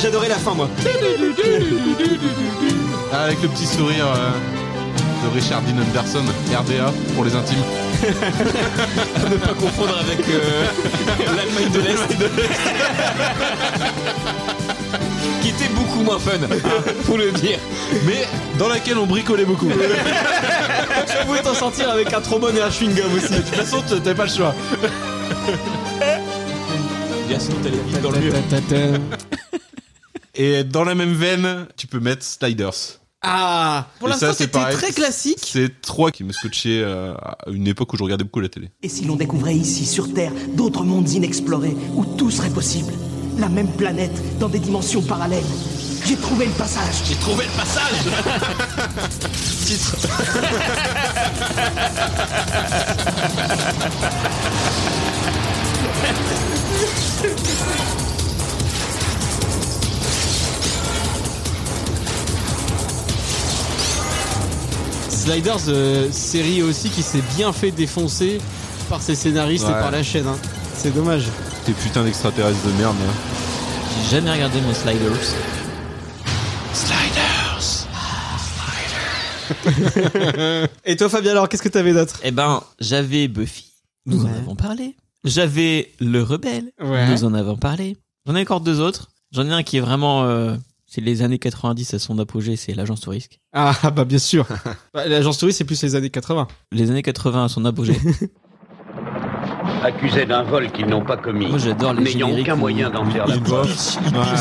B: J'adorais la fin, moi.
C: Ah, avec le petit sourire euh, de Richard Dean Anderson, RDA pour les intimes.
D: pas confondre avec euh, l'Allemagne de l'Est. qui était beaucoup moins fun, hein, faut le dire.
C: Mais dans laquelle on bricolait beaucoup. De
B: Tu pouvais t'en sortir avec un trombone et un chewing-gum aussi.
C: toute façon, t'avais pas le choix.
D: Bien sinon t'allais vite dans le mur.
C: Et dans la même veine, tu peux mettre Sliders.
B: Ah Pour
C: Et
B: l'instant,
C: ça, c'est
B: c'était
C: pareil.
B: très classique.
C: C'est trois qui me scotchaient euh, à une époque où je regardais beaucoup la télé.
I: Et si l'on découvrait ici, sur Terre, d'autres mondes inexplorés, où tout serait possible La même planète, dans des dimensions parallèles J'ai trouvé le passage
G: J'ai trouvé le passage Titre.
B: Sliders, euh, série aussi qui s'est bien fait défoncer par ses scénaristes
C: Ouais.
B: et par la chaîne. hein. C'est dommage.
C: Tes putains d'extraterrestres de merde. hein.
D: J'ai jamais regardé mes sliders.
B: Et toi, Fabien, alors, qu'est-ce que t'avais d'autre
D: Eh ben, j'avais Buffy. Nous en
B: Ouais.
D: avons parlé. J'avais Le Rebelle.
B: Ouais.
D: Nous en avons parlé. J'en ai encore deux autres. J'en ai un qui est vraiment. euh, c'est les années 90 à son apogée, c'est l'agence au risque.
B: Ah, ah, bah bien sûr. Bah, L'agence touriste, c'est plus les années 80.
D: Les années 80 à son apogée.
J: accusés d'un vol qu'ils n'ont pas commis,
D: Moi j'adore les
J: n'ayant
D: génériques.
J: aucun
D: où-
J: moyen d'en faire la
C: Il
J: preuve,
C: bof.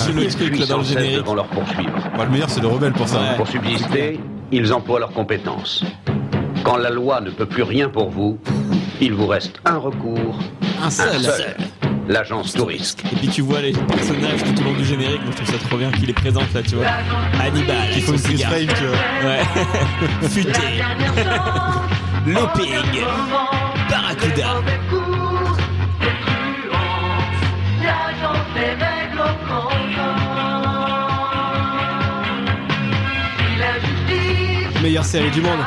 C: Ouais.
D: le truc là dans le
J: sans cesse
D: générique.
J: devant leur poursuivre.
C: Bah, le meilleur, c'est le rebelle pour ça. hein.
D: Ouais.
J: Pour subsister, ils emploient leurs compétences. Quand la loi ne peut plus rien pour vous, il vous reste un recours,
D: Un
J: un
D: seul.
J: seul, l'agence tout risque.
D: Et puis tu vois les personnages tout au long du générique, moi je trouve ça trop bien qu'il les présente là, tu vois. Hannibal, il faut
C: Chris Pine, tu vois.
D: Ouais. Futé. Looping. Barracuda.
B: Meilleure série du monde.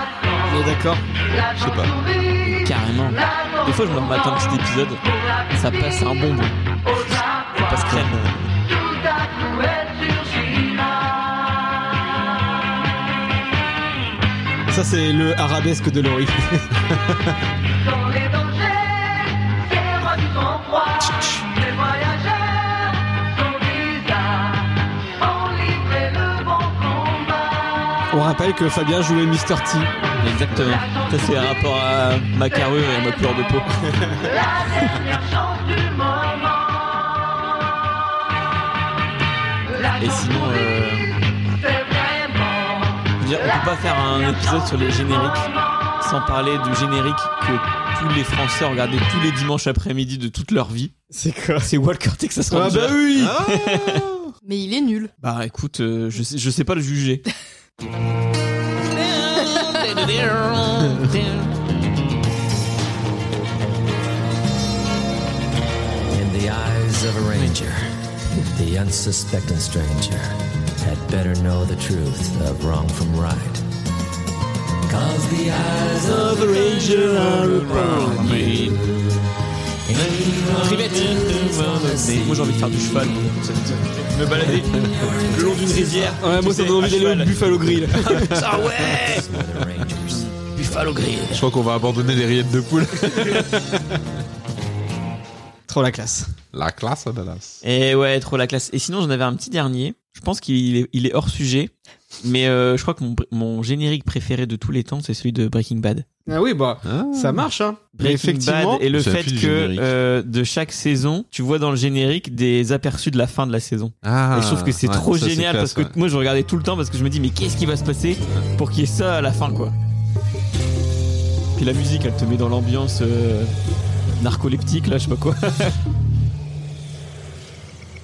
B: On est d'accord
C: Je sais pas.
D: Carrément. Des fois je me remets un petit épisode, ça passe un bonbon. Ça passe crème.
B: Ça, c'est le arabesque de Laurie. On rappelle que Fabien jouait Mr. T.
D: Exactement. Ça c'est un rapport à ma carrure et à ma couleur de peau. Et sinon, euh, je veux dire, on peut pas faire un épisode sur les génériques sans parler du générique que tous les Français regardaient tous les dimanches après-midi de toute leur vie.
B: C'est quoi
D: C'est Walker Texas
B: Ah
D: Ranger.
B: bah oui
E: Mais il est nul.
D: Bah écoute, euh, je, sais, je sais pas le juger.
H: In the eyes of a ranger, the unsuspecting stranger had better know the truth of wrong from right. Cause the eyes of a ranger are upon me.
D: Moi j'ai envie de faire du cheval. Me balader le long d'une rivière.
B: Ouais, moi, ça me donne envie d'aller au Buffalo Grill.
D: Ah ouais
G: Buffalo Grill.
C: Je crois qu'on va abandonner les rillettes de poule.
B: Trop la classe.
C: La classe à Dallas.
D: Et ouais, trop la classe. Et sinon, j'en avais un petit dernier. Je pense qu'il est, il est hors sujet. Mais euh, je crois que mon, mon générique préféré de tous les temps, c'est celui de Breaking Bad.
B: Ah oui, bah, ça marche, hein. Mais
D: Breaking
B: effectivement,
D: Bad et le
C: Ça
D: fait
C: pue le
D: que
C: générique.
D: euh, de chaque saison, tu vois dans le générique des aperçus de la fin de la saison.
C: Ah,
D: et je trouve que c'est
C: ouais,
D: trop
C: ça, c'est
D: génial
C: classe,
D: parce que
C: ouais.
D: moi je regardais tout le temps parce que je me dis mais qu'est-ce qui va se passer pour qu'il y ait ça à la fin quoi. Puis la musique elle te met dans l'ambiance euh, narcoleptique là je sais pas quoi.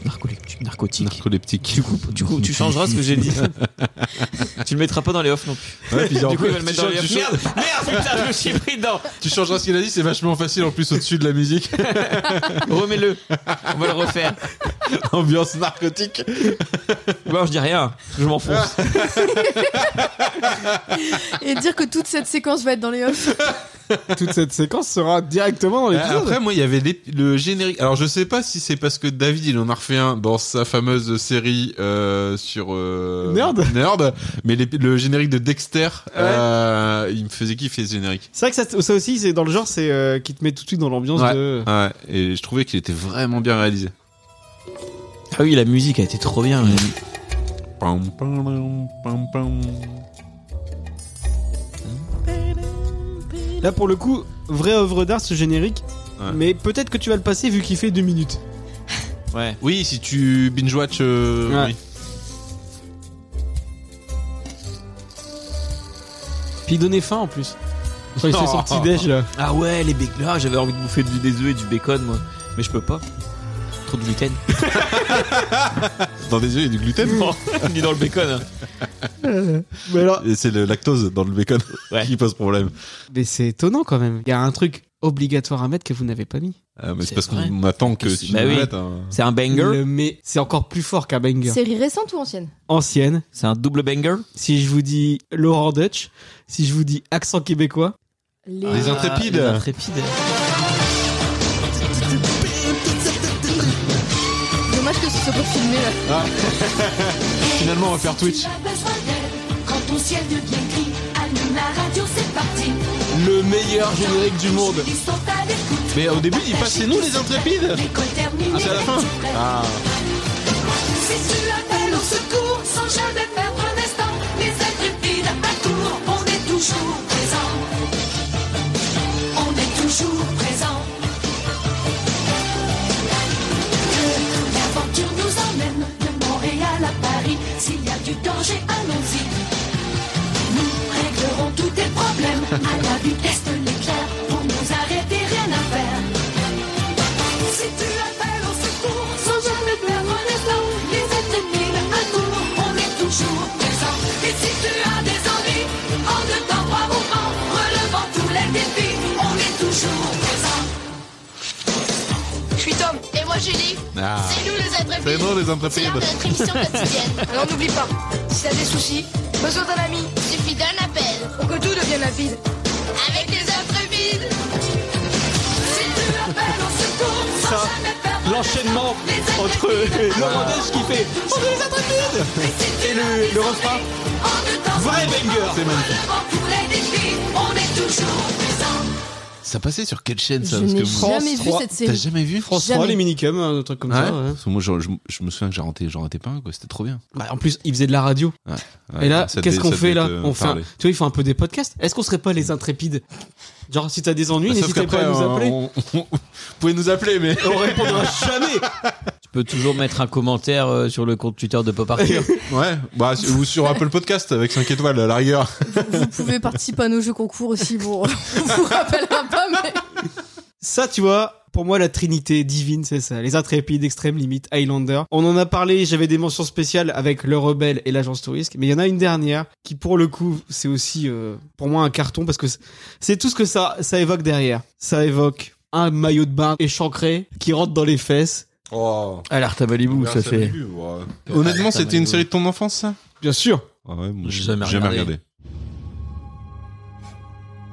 D: narcoleptique, narcotique.
C: Narcoleptique.
D: du coup, du coup, tu changeras ce que j'ai dit. tu le mettras pas dans les off non plus.
C: Ouais, puis en
D: du coup,
C: plus,
D: il va le
C: tu
D: mettre dans les
C: changes-
D: off.
C: tu
D: Merde, merde, putain, je me suis pris dedans.
C: Tu changeras ce qu'il a dit, c'est vachement facile en plus au-dessus de la musique.
D: Remets-le. On va le refaire.
C: Ambiance narcotique.
D: Bon, je dis rien. Je m'enfonce.
E: Et dire que toute cette séquence va être dans les offres.
B: Toute cette séquence sera directement dans
C: Euh,
B: l'épisode.
C: Après, moi, il y avait l'ép- le générique. Alors, je sais pas si c'est parce que David, il en a refait un dans sa fameuse série euh, sur euh,
B: Nerd.
C: Nerd. Mais l'ép- le générique de Dexter, euh, il me faisait kiffer ce générique.
B: C'est vrai que ça, ça aussi, c'est dans le genre, c'est euh, qui te met tout de suite dans l'ambiance de.
C: Ouais, et je trouvais qu'il était vraiment bien réalisé.
D: Ah oui, la musique a été trop bien.
C: Pam, pam, pam, pam.
B: Là, pour le coup, vraie œuvre d'art ce générique.
C: Ouais.
B: Mais peut-être que tu vas le passer vu qu'il fait deux minutes.
D: Ouais.
C: Oui, si tu binge-watch, euh,
B: Ouais.
C: oui.
B: Puis donner faim en plus. Quand il fait son petit déj là.
D: Ah ouais, les bacon. Ah, j'avais envie de bouffer du, des œufs et du bacon, moi. Mais je peux pas. trop de gluten.
C: Dans les yeux, il y a du gluten.
D: Non, ni dans le bacon. hein.
B: Mais alors,
C: Et c'est le lactose dans le bacon
D: Ouais.
C: qui pose problème.
B: mais c'est étonnant quand même. Il y a un truc obligatoire à mettre que vous n'avez pas mis.
C: Ah, mais c'est
D: C'est
C: parce
D: vrai.
C: qu'on attend que
D: Qu'est-ce-
C: tu
D: Bah
C: nous
D: oui.
C: mettes hein. un-
D: C'est un banger.
B: Le mais c'est encore plus fort qu'un banger.
E: Série récente ou ancienne
B: Ancienne.
D: C'est un double banger.
B: Si je vous dis Laurent Dutch, si je vous dis accent québécois,
C: Les
D: Ah,
C: intrépides.
D: Les intrépides.
E: Dommage que ce soit pas filmé là.
C: Finalement, on va faire Twitch.
H: Quand ton ciel devient gris, allume la radio, c'est parti.
C: Le meilleur générique du monde.
H: Ils sont à l'écoute.
C: Mais au début, il passe c'est nous les intrépides.
H: L'école terminée.
C: Ah, c'est à la fin.
H: tu rêves.
C: Ah.
H: Si tu appelles au secours, sans jamais perdre un instant, les intrépides à court, on est toujours présents. On est toujours présents. Que l'aventure nous emmène de Montréal à Paris. S'il y a du danger, allons-y. Nous réglerons tous tes problèmes à la vitesse de l'éclair. Pour nous arrêter, rien à faire. Si tu appelles au secours, sans jamais perdre un instant, les êtres mille à tour, on est toujours présent. Et si tu as des envies, en de temps, trois mouvements, relevant tous les défis, on est toujours présent.
K: Je suis Tom et moi Julie.
C: Ah.
K: C'est nous les
C: C'est
K: intrépides.
C: nous les intrépides.
K: C'est l'heure de notre émission quotidienne. Alors n'oublie pas, si t'as des soucis, besoin d'un ami, suffit d'un appel pour que tout devienne rapide. Avec les intrépides.
H: Si tu appelles au secours, sans jamais perdre un
B: l'enchaînement
H: instant, les
B: entre Laurent Dutch qui fait on est les intrépides et le, le refrain
H: êtres en de temps,
B: vrai banger.
C: C'est magnifique.
H: relevant tous les défis, on est toujours présent.
C: Ça passait sur quelle chaîne ça
E: Je
C: Parce que
E: n'ai
C: vous-
E: jamais vu
B: trois,
E: cette
C: T'as
E: série.
C: jamais vu
B: France
E: Jamais.
B: 3, les minicums, un truc comme
C: Ouais.
B: ça. ouais.
C: Parce que Moi, je, je- je me souviens que j'en ratais, j'en ratais pas un, quoi. C'était trop bien.
B: Bah, en plus, ils faisaient de la radio.
C: Ouais,
B: et là,
C: ça
B: qu'est-ce
C: devait-
B: qu'on
C: ça
B: fait là
C: devait te
B: On fait, un-
C: parler.
B: tu vois, il faut un peu des podcasts. Est-ce qu'on serait pas les intrépides Genre, si t'as des ennuis,
C: Bah, sauf
B: n'hésitez pas à
C: qu'après,
B: nous appeler.
C: on- on- Vous pouvez nous appeler, mais.
B: On répondra jamais.
D: Tu peux toujours mettre un commentaire euh, sur le compte Twitter de Pop Arthur.
C: Ouais, bah, su- ou sur Apple Podcast avec 5 étoiles à la rigueur.
E: Vous pouvez participer à nos jeux concours aussi, bon, on vous rappellera pas, mais.
B: Ça, tu vois, pour moi, la trinité divine, c'est ça. Les intrépides, Extrême Limite, Highlander. On en a parlé, j'avais des mentions spéciales avec Le Rebelle et l'Agence Touriste. Mais il y en a une dernière qui, pour le coup, c'est aussi, euh, pour moi, un carton parce que c'est- c'est tout ce que ça, ça évoque derrière. Ça évoque un maillot de bain échancré qui rentre dans les fesses.
C: Oh.
D: À l'art à Malibu, ça fait.
C: Honnêtement,
D: Ah,
C: c'était
D: ça
C: une
D: m'a-
C: série de ton enfance, ça
B: Bien sûr.
C: Ouais, moi,
D: J'ai
C: j'ai
D: jamais
C: jamais regardé.
D: regardé.
C: Ah,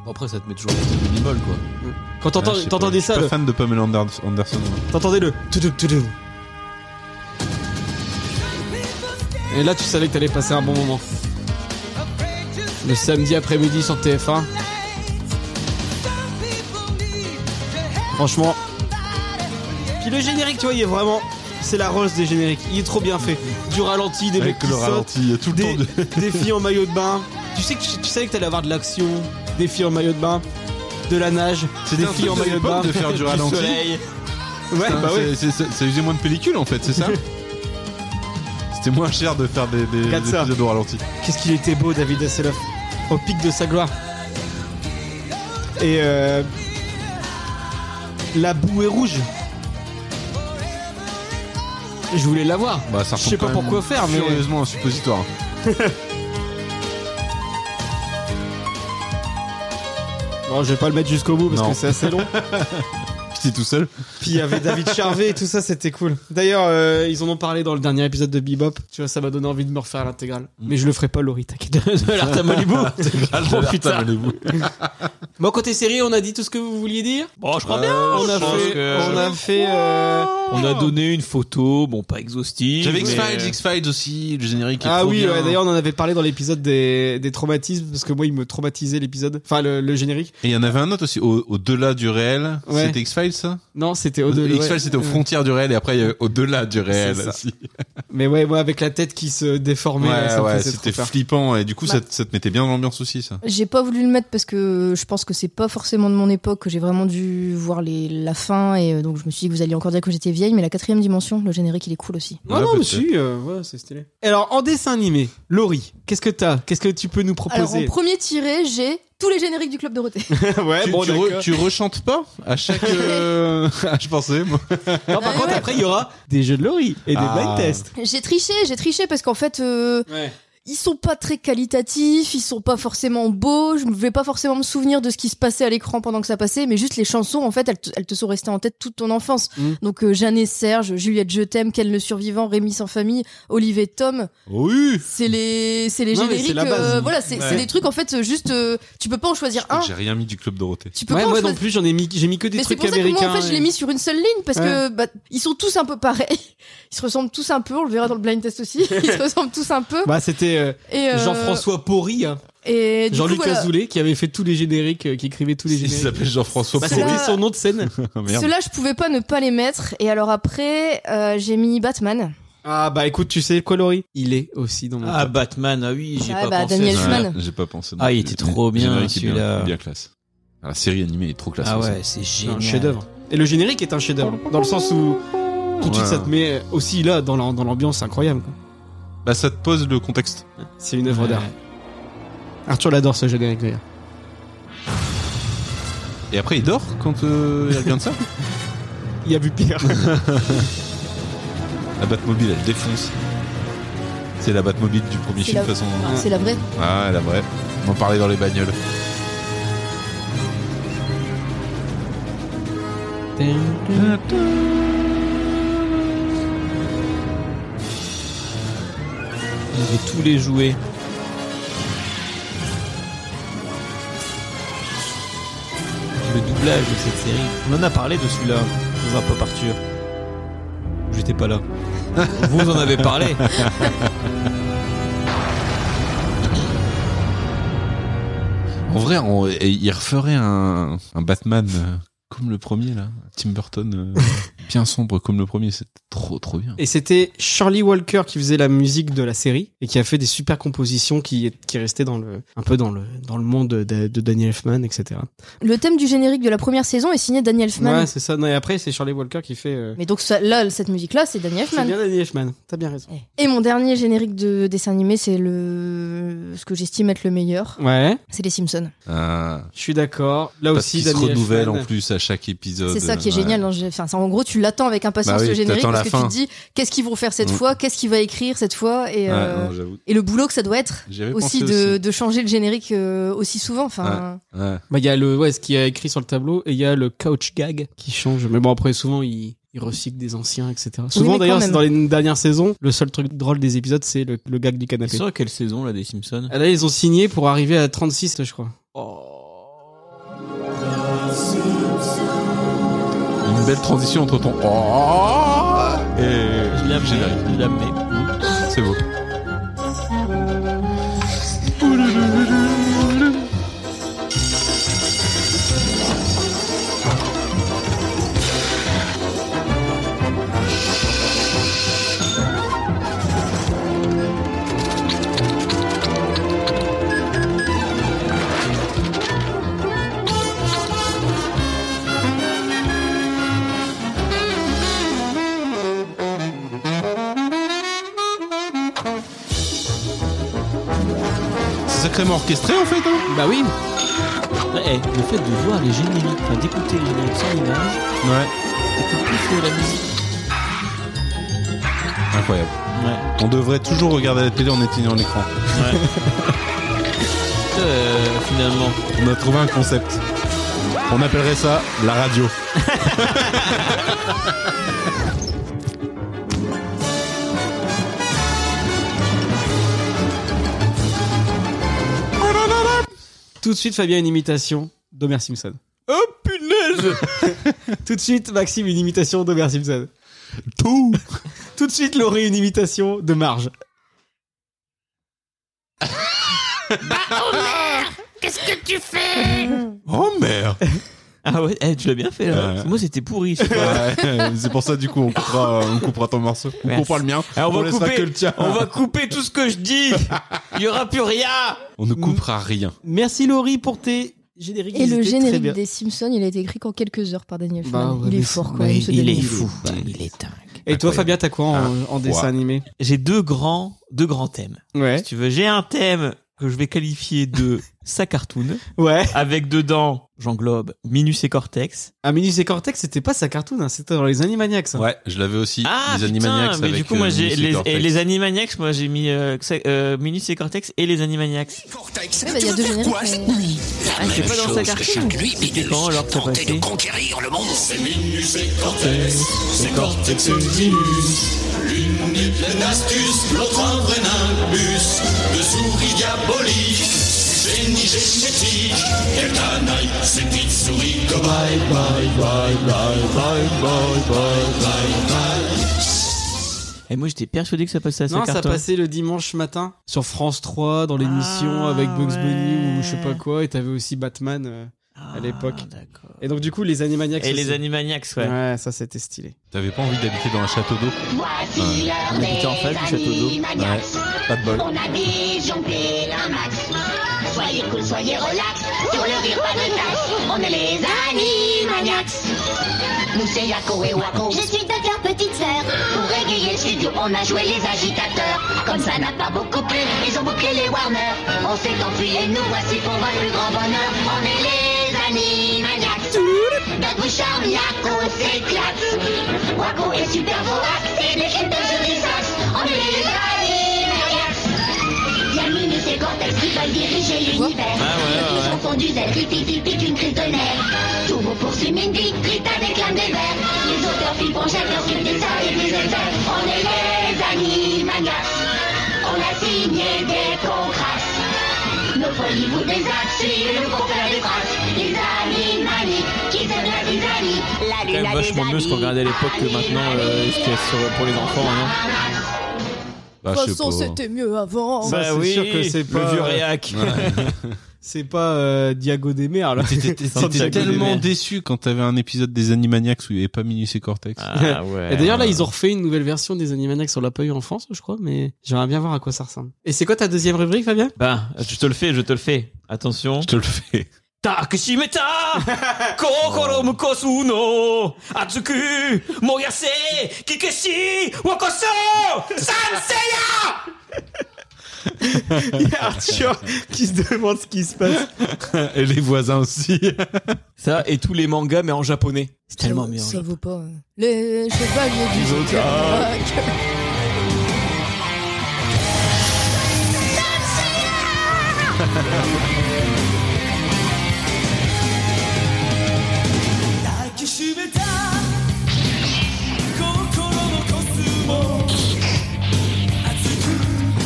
D: Après, ça te met toujours dans une bimol, quoi.
B: Quand t'entends-
C: Ouais, Ah, je sais pas.
B: t'entendais ça, euh,
C: Je suis
B: le-
C: pas fan de Pamela Ander- Anderson. moi.
B: t'entendais le toutou toutou. Et là, tu savais que t'allais passer un bon moment. Le samedi après-midi sur TF1. Franchement. Puis le générique, tu vois, il est vraiment. C'est la rose des génériques. Il est trop bien fait. Du ralenti, des mecs
C: Avec
B: qui
C: le
B: sautent,
C: ralenti, il y a tout le
B: des,
C: temps de.
B: des filles en maillot de bain. Tu sais que tu, tu savais que t'allais avoir de l'action, des filles en maillot de bain, de la nage,
C: C'est
B: des
C: un
B: filles
C: truc
B: en
C: de
B: maillot de
C: l'époque
B: bain,
C: de faire du ralenti.
B: soleil. Ouais,
C: Putain,
B: bah ouais.
C: c'est- c'est- c'est- Ça usait moins de pellicule en fait, c'est ça C'était moins cher de faire des, des, des
B: Regarde ça.
C: épisodes au ralenti.
B: Qu'est-ce qu'il était beau, David Hasselhoff, au pic de sa gloire. Et euh, la boue est rouge. Je voulais la voir.
C: Bah, ça
B: Je sais pas
C: ressemble quand même
B: pourquoi faire, mais-
C: Furieusement, un suppositoire.
B: Bon, je vais pas le mettre jusqu'au bout parce
C: Non.
B: que c'est assez long.
C: J'étais tout seul.
B: Puis il y avait David Charvet et tout ça, c'était cool. D'ailleurs, euh, ils en ont parlé dans le dernier épisode de Bebop. Tu vois, ça m'a donné envie de me refaire l'intégrale.
C: Mm.
B: Mais je le ferai pas, Laurie, t'inquiète.
D: De l'art à Malibu.
B: Ah
C: Oh
D: putain.
B: Bon, côté série, on a dit tout ce que vous vouliez dire.
D: Bon, je crois bien.
B: On a
D: Euh, je pense
B: fait.
D: que-
B: On a fait. euh,
D: On
E: Oh.
D: a donné une photo, bon, pas exhaustive.
C: J'avais
D: mais-
C: X-Files, X-Files aussi, le générique est
B: euh, Ah
C: trop
B: oui,
C: bien.
B: ouais, d'ailleurs, on en avait parlé dans l'épisode des, des traumatismes, parce que moi, il me traumatisait l'épisode, enfin le, le générique.
C: Et il y en avait un autre aussi, au- au-delà du réel.
B: Ouais.
C: C'était X-Files ça Euh,
B: Non, c'était au-delà.
C: X-Files
B: ouais.
C: c'était aux frontières du réel et après il y avait au-delà du réel.
B: C'est ça.
C: aussi.
B: Mais ouais, moi, avec la tête qui se déformait,
C: ouais,
B: ça me
C: ouais,
B: faisait
C: c'était
B: trop peur.
C: flippant et du coup
E: Bah.
C: ça, te- ça te mettait bien dans l'ambiance aussi ça.
E: J'ai pas voulu le mettre parce que je pense que c'est pas forcément de mon époque que j'ai vraiment dû voir les, la fin et euh, donc je me suis dit que vous alliez encore dire que j'étais vieille, mais la quatrième dimension, le générique, il est cool aussi.
B: Non,
C: Ouais,
B: non, mais
C: peut-être.
B: si, euh, ouais, c'est stylé. Alors, en dessin animé, Laurie, qu'est-ce que t'as Qu'est-ce que tu peux nous
E: Alors en
B: proposer
E: premier tiré, j'ai tous les génériques du Club Dorothée.
B: ouais,
C: tu,
B: bon,
C: tu, re-
B: d'accord.
C: tu rechantes pas à chaque. euh, ah, je pensais. moi.
B: Non, par contre, après, il y aura des jeux de lorry et des
C: Ah.
B: blind tests.
E: Ah, J'ai triché, j'ai triché parce qu'en fait, euh, ils sont pas très qualitatifs, ils sont pas forcément beaux. Je ne vais pas forcément me souvenir de ce qui se passait à l'écran pendant que ça passait, mais juste les chansons, en fait, elles te, elles te sont restées en tête toute ton enfance.
C: Mm.
E: Donc euh, Jeanne et Serge, Juliette Je t'aime, Ken le survivant, Rémi sans famille, Olivier Tom,
C: Oui.
E: c'est les, c'est les
C: Non, mais
E: génériques.
C: c'est la base.
E: euh, voilà, c'est
C: Ouais.
E: c'est des trucs en fait euh, juste, euh, tu peux pas en choisir un.
C: J'ai rien mis du club Dorothée.
E: Tu peux Ouais, pas en moi non choisir-
B: plus, j'en ai mis, j'ai mis que
E: Mais c'est pour ça que moi, en fait, je l'ai mis sur une seule ligne parce que
B: Ouais.
E: bah, ils sont tous un peu pareils. Ils se ressemblent tous un peu. On le verra dans le blind test aussi. Ils se ressemblent tous un peu.
B: Bah, c'était euh,
E: Et, euh,
B: Jean-François Porry, hein.
E: Et du
B: Jean-Luc
E: coup, voilà.
B: Azoulay, qui avait fait tous les génériques, euh, qui écrivait tous les
C: Il
B: génériques.
C: s'appelle Jean-François
B: Bah,
C: Porry.
B: C'était son nom de scène.
C: oh,
E: Ceux-là, je pouvais pas ne pas les mettre. Et alors après, euh, j'ai mis Batman.
B: Ah bah écoute, tu sais quoi, Laurie Il est aussi dans mon.
D: Ah, Batman, ah oui, j'ai
E: Ah,
D: pas
E: bah,
D: pensé.
E: Daniel
D: à ça.
E: Elfman.
C: J'ai pas pensé. non
D: Ah, il
C: plus.
D: était trop bien,
C: Générique est
D: celui-là.
C: Bien, classe. Ah, La série animée est trop classe.
D: Ah
C: aussi.
D: ouais, c'est
B: C'est
D: génial.
B: un chef-d'œuvre. Et le générique est un chef-d'œuvre, dans le sens où tout de suite
C: Ouais.
B: ça te met aussi là dans la- dans l'ambiance incroyable. quoi.
C: Bah, ça te pose le contexte.
B: C'est une œuvre
C: Ouais.
B: d'art. Arthur l'adore ce générique d'ailleurs.
C: Et après, il dort quand euh, il regarde ça
B: Il y a vu pire.
C: La Batmobile, elle défonce. C'est la Batmobile du premier
E: C'est
C: film,
E: la-
C: de toute façon.
E: Ah, c'est la vraie.
C: Ah, la vraie. On en parlait dans les bagnoles.
D: J'avais tous les jouets. Le doublage de cette série. On en a parlé de celui-là dans un pop Arthur. J'étais pas là. Vous en avez parlé.
C: En vrai, on- et il referait un, un Batman euh, comme le premier, là. Tim Burton, euh, bien sombre comme le premier. C'était trop, trop bien.
B: Et c'était Charlie Walker qui faisait la musique de la série et qui a fait des super compositions qui, qui restaient dans le, un peu dans le, dans le monde de, de Daniel Elfman, etc.
E: Le thème du générique de la première saison est signé Daniel Elfman.
B: Ouais, c'est ça. Non, et après, c'est Charlie Walker qui fait. euh,
E: Mais donc ça- là, cette musique-là, c'est Daniel
B: C'est
E: Elfman.
B: bien Daniel Elfman, t'as bien raison.
E: Eh. Et mon dernier générique de dessin animé, c'est le ce que j'estime être le meilleur.
B: Ouais,
E: C'est les Simpsons.
C: Ah.
B: je suis d'accord. Là
C: Parce
B: aussi,
C: qu'il se
B: Daniel
C: renouvelle
B: Elfman.
C: en plus à chaque épisode.
E: C'est ça qui est
C: Euh, ben Ouais.
E: génial. dans le- enfin, c'est- en gros, tu l'attends avec impatience
C: Bah oui,
E: le générique
C: t'attends
E: parce
C: la
E: que
C: fin.
E: tu te dis qu'est-ce qu'ils vont faire cette
C: Mm.
E: fois, qu'est-ce qu'il va écrire cette fois, et,
C: Ouais,
E: euh,
C: non, j'avoue.
E: et le boulot que ça doit être
C: J'y avais
E: aussi de,
C: pensé aussi.
E: de changer le générique euh, aussi souvent. Enfin,
C: Ouais.
B: Bah, il y a le, ouais, ce qu'il y a écrit sur le tableau et il y a le couch gag qui change. Mais bon, après, souvent, il, il recycle des anciens, etc. Souvent,
E: mais
B: d'ailleurs,
E: quand
B: c'est
E: même.
B: dans les dernières saisons, le seul truc drôle des épisodes, c'est le, le gag du
D: C'est
B: canapé.
D: sur quelle saison là des Simpsons
B: Ah, Là, ils ont signé pour arriver à 36, là, je crois.
C: Une belle transition entre ton oh et le générique.
D: Il l'a mené.
C: C'est beau. C'est sacrément orchestré en fait. Hein
B: Bah oui.
D: Eh, le fait de voir les génériques, enfin, d'écouter les génériques sans image,
C: ouais.
D: t'écoutes plus que la musique.
C: Incroyable.
D: Ouais.
C: On devrait toujours regarder la télé en éteignant l'écran.
D: Euh, finalement.
C: On a trouvé un concept. On appellerait ça la radio.
B: Tout de suite, Fabien, une imitation d'Homer Simpson. Oh punaise Tout de suite, Maxime, une imitation d'Homer Simpson.
C: Tout.
B: Tout de suite, Laurie, une imitation de Marge.
K: Qu'est-ce que tu fais
C: Oh merde.
D: Ah ouais, eh, tu l'as bien fait là.
C: Ouais.
D: Parce que Moi c'était pourri. c'est pas-
C: Ouais, c'est pour ça du coup on coupera, on coupera ton morceau. On
D: Merci.
C: coupera le mien.
D: Eh, on, va
C: laissera
D: couper,
C: que le tien.
D: on va couper tout ce que je dis. Il y aura plus rien.
C: On ne coupera rien.
B: Merci, Laurie, pour tes génériques.
E: et
B: Ils
E: le
B: étaient très
E: générique
B: bien.
E: des Simpsons, il a été écrit qu'en quelques heures par Daniel
B: Bah
E: Elfman.
B: ouais,
E: il est
B: mais
E: fort
B: c'est-
E: quand même. ce
D: Il
E: Daniel
D: est
E: Elfman.
D: fou. Il est dingue.
B: Et toi,
C: Incroyable.
B: Fabien, t'as quoi en, en dessin
C: Ouais.
B: animé
D: J'ai deux grands, deux grands thèmes.
B: Ouais.
D: Si tu veux, j'ai un thème que je vais qualifier de sa cartoon.
B: Ouais.
D: Avec dedans, j'englobe Minus et Cortex.
B: Ah, Minus et Cortex, c'était pas sa cartoon, hein, c'était dans les Animaniacs. hein. ça.
C: Ouais, je l'avais aussi.
D: Ah,
C: les
D: putain,
C: Animaniacs
D: mais
C: avec,
D: du coup,
C: euh,
D: moi, j'ai
C: Minus et
D: les,
C: Cortex.
D: et les Animaniacs, moi, j'ai mis euh, euh, Minus et Cortex et les Animaniacs.
E: Ouais, bah, Il y a deux génériques. mais-
D: Ah, c'est pas dans sa cartoon. C'était quand alors que t'as passé
G: Conquérir le monde. C'est Minus et
D: Cortex,
G: c'est Cortex et Minus. L'une est pleine d'astuces, l'autre un vrai nimbus de souris diabolique. Génie génétique, quel canaille, ces petites souris cobayes. Bye, bye, bye, bye, bye, bye, bye, bye.
D: Et moi, j'étais persuadé que ça passait à sa
B: Non, ça
D: cartoon.
B: passait le dimanche matin sur France 3 dans l'émission avec Bugs Bunny ou je sais pas quoi. Et t'avais aussi Batman euh, à l'époque. Et donc, du coup, les Animaniacs.
D: Et
B: aussi.
D: les Animaniacs, ouais.
B: Ouais, ça c'était stylé.
C: T'avais pas envie d'habiter dans un château d'eau
D: Ouais. On habitait en face du château d'eau.
C: Ouais, pas de bol.
K: On a disjoncté un max. Soyez cool, soyez relax. Sur le rire, pas de taxe. On est les animaniacs. Nous, c'est Yako et Wako.
A: Je suis donc leur petite sœur.
K: Pour égayer le studio, on a joué les agitateurs. Comme ça n'a pas beaucoup plu, ils ont bouclé les Warner. On s'est enfui et nous voici pour votre plus grand bonheur. On est les animaniacs. Doc Bouchard, Yako s'éclate. Waco est super vorace, c'est l'équipe de jeu des As. On est les animaniacs. Y'a Minus et Cortex qui veulent diriger l'univers. Ils ont fondu zèle, pipi, pipi, une crise de nerfs. Tout vous poursuit Mindy, Rita déclame des vers. Les auteurs filent pour chaque leur film des arts et des effets. On est les animaniacs. On a signé des contrats. Nos folies vous désactivent pour faire des traces. Les animaniacs qui aiment la zizanie. La
D: C'est quand
K: lune
D: même
K: a des
D: vachement mieux ce qu'on
K: amis.
D: regardait à l'époque que maintenant, euh, ce qu'il y a sur- pour les enfants, hein.
C: Bah,
E: De toute façon, c'était mieux avant.
B: Ça, c'est sûr que c'est
D: Bah le
B: pas.
D: vieux
B: euh,
D: réac.
B: c'est pas euh, Diago des Mers, là.
C: T'étais tellement
B: des
C: déçu quand t'avais un épisode des Animaniacs où il n'y avait pas Minus et Cortex.
D: Ah ouais.
B: Et d'ailleurs, là, ils ont refait une nouvelle version des Animaniacs. On l'a pas eu en France, je crois, mais j'aimerais bien voir à quoi ça ressemble. Et c'est quoi ta deuxième rubrique, Fabien
D: Bah, je te le fais, je te le fais. Attention. Je
C: te le fais.
D: Takashimeta Kokoro mukosu no Atsuku Moyase Kikeshi Wakoso Sanseya
B: Il y a Arthur qui se demande ce qui se passe.
C: Et les voisins aussi.
D: Ça, et tous les mangas, mais en japonais. C'est tellement
E: ça,
D: bien.
E: ça vaut pas. hein. Les chevaliers du
D: Du Zodiac.
E: Zodiac.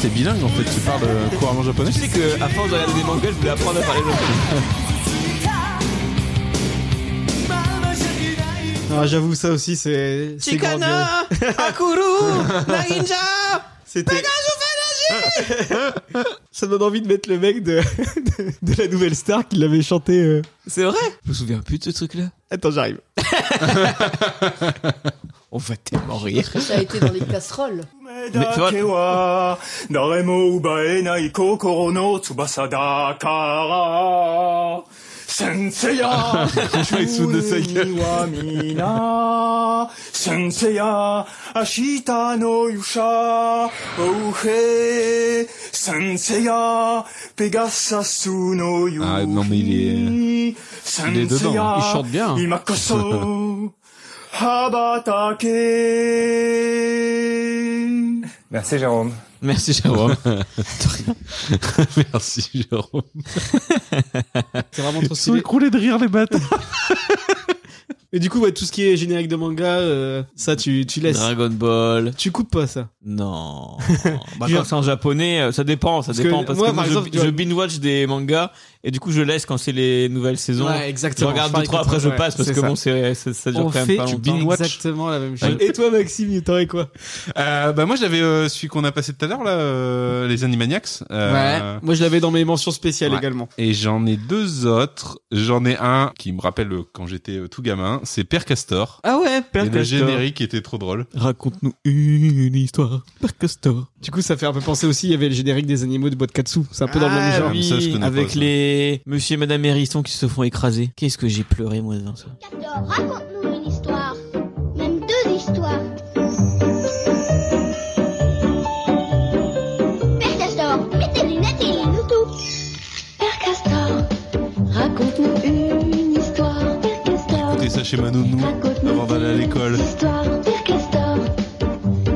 C: T'es bilingue en fait, tu parles euh, couramment japonais.
D: Tu sais que à force de regarder des mangas, je voulais apprendre à parler japonais.
B: Ah, j'avoue, ça aussi, c'est. c'est grandiose.
D: Akuru Naginja
B: C'était. Ça donne envie de mettre le mec de, de, de la nouvelle star qui l'avait chanté. euh.
D: C'est vrai Je me souviens plus de ce truc-là.
B: Attends, j'arrive.
D: On va tellement rire.
E: Ça a été dans les casseroles.
D: Mais tu vois-
L: は誰も奪えない心の翼だから先生や
C: Je vais sous de sa gueule.
L: 君は皆先生や明日の勇者欧平先生やペガサスの勇
C: Ah non mais il est. euh,
L: 者
C: Il est dedans, hein.
B: Ah.
C: Il chante bien, hein.
L: 今こ そ羽ばたけ
F: Merci Jérôme.
D: Merci Jérôme.
C: Merci Jérôme.
B: C'est vraiment trop
C: Ils sont
B: stylé.
C: écroulés de rire les bêtes.
B: Et du coup, ouais, tout ce qui est générique de manga, euh, ça, tu, tu laisses.
D: Dragon Ball.
B: Tu coupes pas ça.
D: Non. bah,
B: Genre-
D: quand c'est en japonais, euh, ça dépend, ça
B: Parce que
D: dépend. parce
B: moi,
D: que moi,
B: par
D: je-
B: exemple, tu
D: je,
B: vois-
D: binge-watch des mangas et du coup, je laisse quand c'est les nouvelles saisons.
B: Ouais, exactement.
D: Je regarde
B: Je
D: deux, trois,
B: parie
D: après
B: que-
D: je
B: ouais,
D: passe parce
B: c'est
D: que
B: ça.
D: bon, c'est, ça, ça dure
B: On
D: quand même
B: fait
D: pas
B: tu
D: longtemps.
C: binge-watch.
B: exactement la même chose.
C: Ouais.
B: Et toi, Maxime, t'aurais quoi
C: Euh, bah moi j'avais euh, celui qu'on a passé tout à l'heure là, euh, les Animaniacs. Euh,
B: Ouais. Moi, je l'avais dans mes mentions spéciales
C: Ouais.
B: également.
C: Et j'en ai deux autres. J'en ai un qui me rappelle euh, quand j'étais euh, tout gamin, c'est Père Castor.
B: Ah ouais,
C: et le Eh ben, générique était trop drôle.
D: Raconte-nous une histoire. Père Castor.
B: Du coup, ça fait un peu penser aussi, il y avait le générique des animaux de Botkatsu. C'est un peu dans le
D: Ah,
B: même genre.
C: oui. Ça, je connais pas,
D: avec
C: ça.
D: les monsieur et madame Hérisson qui se font écraser. Qu'est-ce que j'ai pleuré, moi, devant ça.
A: Alors, raconte-nous une histoire. Même deux histoires. Père Castor, mets tes lunettes et lis-nous tout.
C: chez ma nounou avant d'aller à l'école.
K: Père Castor,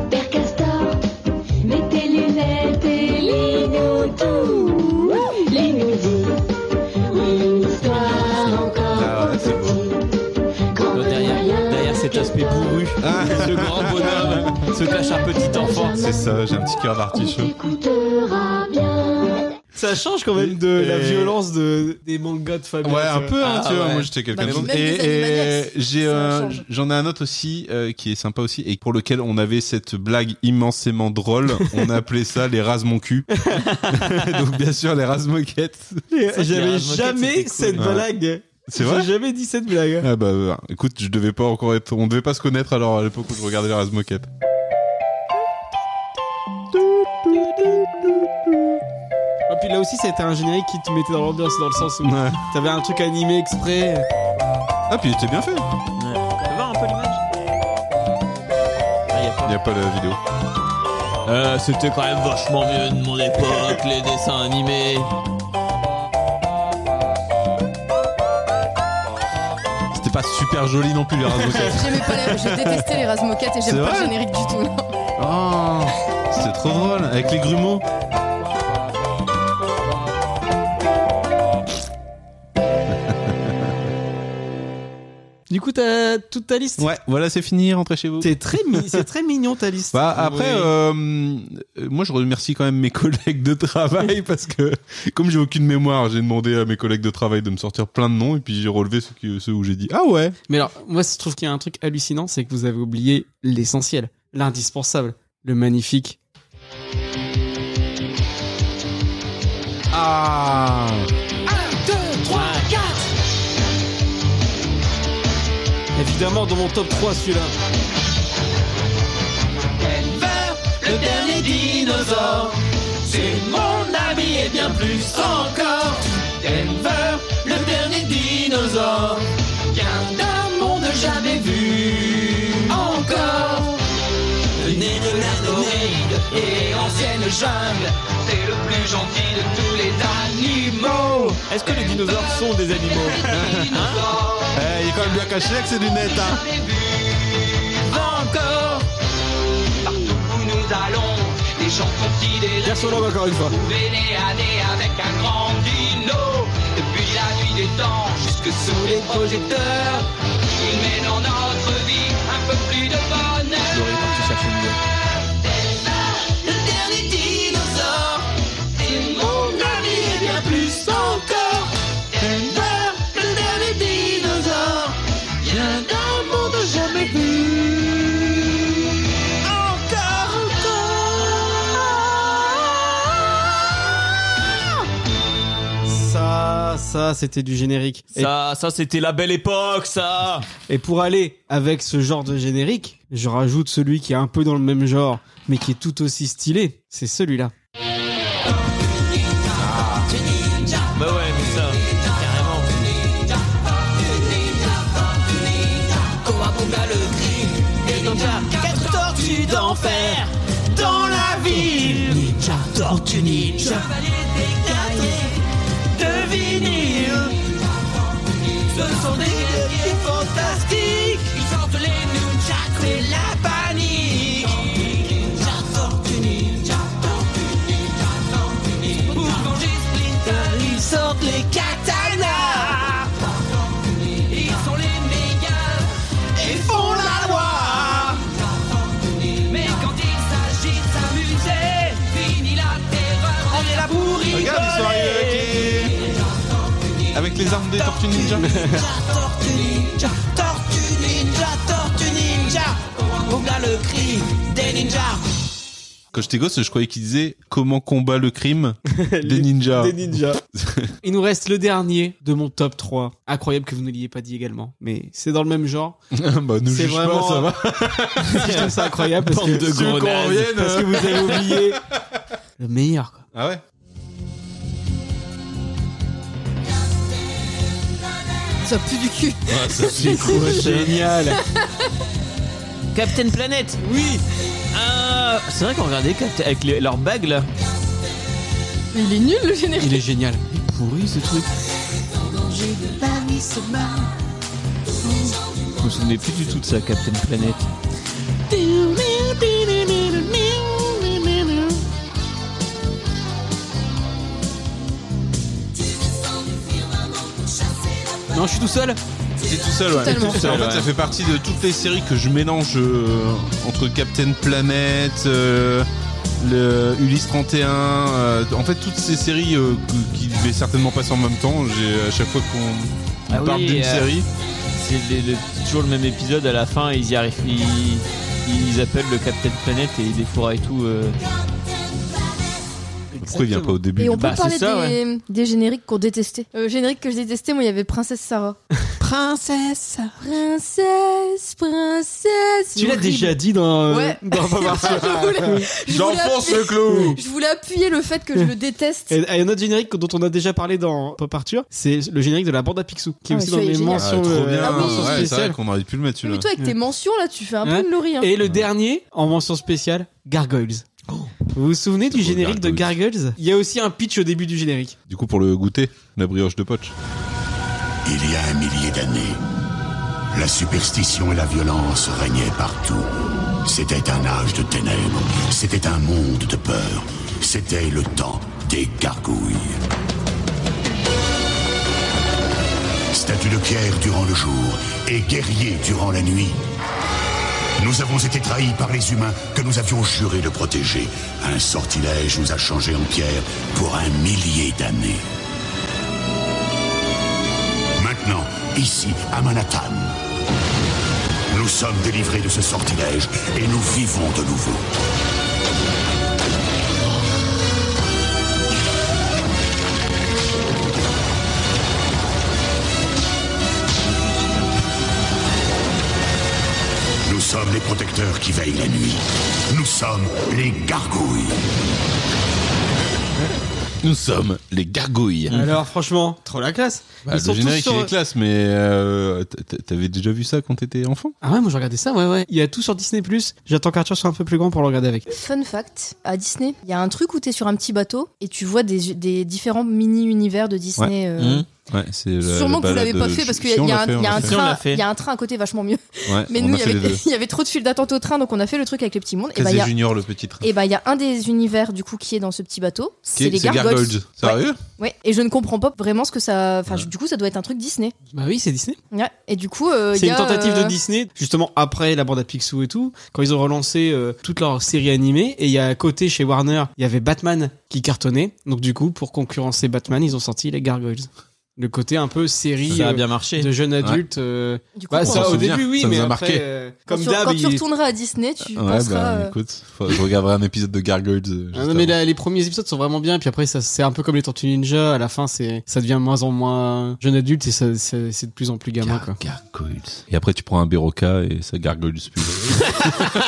K: Père Castor, mets tes lunettes et lis-nous tout. Lis-nous-y, une histoire
C: Ah,
K: encore.
D: derrière, derrière cet aspect bourru,
C: Ah.
D: ce grand bonhomme se cache un petit enfant.
C: C'est ça, j'ai un petit cœur d'artichaut.
K: T'écouteras bien.
B: Ça change quand même de la
C: Et-
B: violence de, des mangas de famille.
C: Ouais, un peu, hein,
B: Ah,
C: tu vois.
B: ouais.
C: Moi, j'étais quelqu'un
B: Bah,
C: de.
B: même
C: Et,
B: les Animaniacs,
C: et j'ai,
B: ça
C: euh,
B: change.
C: j'en ai un autre aussi euh, qui est sympa aussi et pour lequel on avait cette blague immensément drôle. on appelait ça les rases mon cul. Donc bien sûr les rases moquettes.
B: Et J'avais jamais cette
C: Ouais.
B: blague.
C: C'est vrai
B: J'ai jamais dit cette blague.
C: Ah bah, bah, écoute, je devais pas encore être, on devait pas se connaître alors à l'époque où je regardais les rases moquettes.
B: Ah, puis là aussi, c'était un générique qui te mettait dans l'ambiance, dans le sens où t'avais un truc animé exprès.
C: Ah, puis il était bien fait.
D: On peut voir un peu l'image
C: Il y a pas la vidéo.
D: Euh, C'était quand même vachement mieux de mon époque, les dessins animés.
C: C'était pas super joli non plus les rases moquettes.
E: J'aimais pas les... Je détestais les Razmoquettes et
C: C'est
E: j'aime pas
C: vrai
E: le générique du tout. non.
C: Oh, c'était trop drôle avec les grumeaux.
B: Du coup, t'as toute ta liste
C: Ouais, voilà, c'est fini, rentrez chez vous.
B: C'est très, mi- c'est très mignon ta liste.
C: Bah, après,
B: Oui.
C: euh, euh, moi je remercie quand même mes collègues de travail parce que comme j'ai aucune mémoire, j'ai demandé à mes collègues de travail de me sortir plein de noms et puis j'ai relevé ceux, qui- ceux où j'ai dit ah ouais.
B: Mais alors, moi, je trouve qu'il y a un truc hallucinant, c'est que vous avez oublié l'essentiel, l'indispensable, le magnifique.
C: Ah.
K: 2, 3, 4.
B: Évidemment, dans mon top 3, celui-là.
H: Le dernier dinosaure, c'est mon ami et bien plus encore. Denver, le dernier dinosaure, vient d'un monde jamais vu encore. Né de l'Adonide et ancienne jungle, c'est le plus gentil de tous les animaux.
D: Est-ce que les dinosaures sont des animaux Hein
C: Eh, il est quand même bien caché avec ses lunettes. hein.
H: Encore, partout où nous allons, les gens considèrent
B: encore une fois.
H: Trouver les années avec un grand dino Depuis la nuit des temps jusque sous les projecteurs Il met dans notre vie un peu plus de bonheur Le dernier dinosaure C'est mon ami et bien plus encore Denver, le dernier dinosaure Vient d'un monde jamais vu Encore,
B: Ça, ça, c'était du générique. Et-
D: Ça, ça c'était la belle époque, ça
B: Et pour aller avec ce genre de générique, je rajoute celui qui est un peu dans le même genre, mais qui est tout aussi stylé. C'est celui-là.
D: Bah ouais, mais ça, carrément.
H: Kowakunga le cri et Ninja, quatre tortues d'enfer dans la ville. Ninja, tortue ninja, chevalier des cahiers de vinyle. Ce sont des guerriers fantastiques, ils sortent les ninjas, c'est la panique. Ninja, tortue ninja, tortue ninja, tortue ninja. Pour venger Splinter, ils sortent les katanas. Ils sont les méga et font la loi. Mais quand il s'agit de s'amuser, fini la terreur, on est là pour rigoler.
C: Regarde, ils sont arrivés avec Avec les armes des tortues ninja.
H: Tortue ninja, tortue ninja, tortue ninja. On a le cri des ninjas.
C: Quand j'étais gosse, je croyais qu'il disait comment combat le crime des ninjas.
B: Des ninjas. Il nous reste le dernier de mon top 3. Incroyable que vous ne l'ayez pas dit également, mais c'est dans le même genre.
C: bah nous
B: C'est
C: juge
B: vraiment-
C: pas, ça va.
B: je trouve ça incroyable parce
C: Bande
B: que,
C: de
B: Ceux
C: gros
B: qu'on
C: nazes.
B: revienne, parce que vous avez oublié le meilleur. Quoi.
C: Ah ouais.
E: Ça pue du cul.
C: Ah, ça
B: pue du cul. Génial.
D: Captain Planet Oui Ah, C'est vrai qu'on regardait Captain- avec les- leurs bagues là.
E: Mais il est nul le générique.
B: Il est génial.
D: Il est pourri ce truc.
H: danger de Paris se bat.
D: me souvenais plus du tout de ça, Captain Planet. Non, je suis tout seul
C: C'est tout seul, ouais.
D: Totalement.
C: T'es tout seul, en
D: Ouais.
C: fait, ça fait partie de toutes les séries que je mélange euh, entre Captain Planet, euh, le Ulysse 31. euh, en fait, toutes ces séries euh, que- qui devaient certainement passer en même temps. J'ai à chaque fois qu'on
D: Ah
C: parle
D: oui,
C: d'une
D: euh,
C: série.
D: C'est le- le- toujours le même épisode à la fin, ils y arrivent. Ils, ils appellent le Captain Planet et ils défouraillent tout. euh.
C: Pourquoi il vient pas au début
E: Et on peut
D: Bah, c'est
E: parler
D: ça, ouais.
E: des, des génériques qu'on détestait. Euh, générique que je détestais, moi, il y avait Princesse Sarah. princesse Princesse, princesse.
B: Tu l'as
E: horrible.
B: déjà dit dans. euh,
E: Ouais.
B: dans
E: Je voulais- je voulais
B: J'enfonce
E: appuyer-
B: le clou.
E: Je voulais appuyer le fait que je le déteste.
B: Et, et un autre générique dont on a déjà parlé dans Pop Arthur, c'est le générique de la bande à Picsou, qui est
E: Ah,
B: aussi dans
E: celui-là, il est
B: les
E: génial.
B: mentions,
C: Ah, trop
B: euh,
C: bien.
B: mentions
C: Ouais, c'est vrai
B: spéciales.
C: qu'on aurait pu le mettre celui-là.
E: Mais toi, avec tes mentions, là, tu fais un
B: Hein
E: peu de lorry. hein.
B: Et le dernier, en mention spéciale, Gargoyles.
C: Oh.
B: Vous vous souvenez du générique de Gargoyles Il y a aussi un pitch au début du générique.
C: Du coup, pour le goûter, la brioche de poche.
M: Il y a un millier d'années, la superstition et la violence régnaient partout. C'était un âge de ténèbres, c'était un monde de peur, c'était le temps des gargouilles. Statue de pierre durant le jour et guerrier durant la nuit. Nous avons été trahis par les humains que nous avions juré de protéger. Un sortilège nous a changés en pierre pour un millier d'années. Maintenant, ici, à Manhattan, nous sommes délivrés de ce sortilège et nous vivons de nouveau. Nous sommes les protecteurs qui veillent la nuit. Nous sommes les gargouilles.
C: Nous sommes les gargouilles.
B: Alors franchement, trop la classe.
C: Mmh.
B: Ils
C: Bah, Mm. le
B: sont tous
C: générique,
B: sur-
C: il est classe, mais euh, t- t- t'avais déjà vu ça quand t'étais enfant
B: Ah ouais, moi je regardais ça, ouais, ouais. Il y a tout sur Disney+. J'attends qu'Arthur soit un peu plus grand pour le regarder avec.
E: Fun fact, à Disney, il y a un truc où t'es sur un petit bateau et tu vois des, des différents mini-univers de Disney.
C: Ouais.
E: euh,
C: Mmh. Ouais, c'est la-
E: Sûrement
C: la
E: que vous l'avez
C: balade
E: pas
C: de-
E: fait parce qu'il y,
C: Si,
E: a-
C: on
E: il y a
C: l'a
E: un-
C: fait, on
E: il y a
C: l'a
E: un
C: fait.
E: train- il y a un train à côté vachement mieux.
C: Ouais,
E: Mais
C: on
E: nous,
C: a
E: il y,
C: fait les
E: avait,
C: deux.
E: il y avait trop de files d'attente au train, donc on a fait le truc avec les petits mondes. Et bah, il y
C: Casey
E: a,
C: Junior, le petit train.
E: et bah, il y a un des univers du coup qui est dans ce petit bateau, c'est
C: Qui-
E: les
C: c'est
E: gargoyles.
C: Gargoyles. Sérieux
E: ouais. Et je ne comprends pas vraiment ce que ça. Enfin, du coup, ça doit être un truc Disney.
B: Bah oui, c'est Disney.
E: Ouais. Et du coup, euh, il
B: C'est
E: y
B: une
E: a,
B: tentative
E: euh,
B: de Disney, justement après la bande à Picsou et tout, quand ils ont relancé euh, toute leur série animée. Et il y a à côté chez Warner, il y avait Batman qui cartonnait. Donc du coup, pour concurrencer Batman, ils ont sorti les Gargoyles. Le côté un peu série
D: Ça a
B: euh,
D: bien marché.
B: de jeunes
D: Ouais.
B: adultes. euh,
E: coup,
B: bah,
E: on
B: ça
E: s'en
B: au
C: souvient,
B: début, oui,
C: ça nous
B: mais
C: a
B: après,
C: marqué.
B: euh,
E: Quand
B: comme
E: tu,
B: d'hab,
E: quand tu
B: ils-
E: retourneras à Disney,
C: Ouais,
E: tu penseras.
C: bah
E: euh,
C: écoute, faut- je regarderai un épisode de Gargoyles. euh,
B: Ah
C: juste
B: non, mais
C: avant.
B: là, les premiers épisodes sont vraiment bien, puis après, ça, c'est un peu comme les Tortues Ninja, à la fin, c'est, ça devient de moins en moins jeune adulte et ça, c'est, c'est de plus en plus gamin, quoi.
C: Et après, tu prends un Béroca et ça gargouille plus.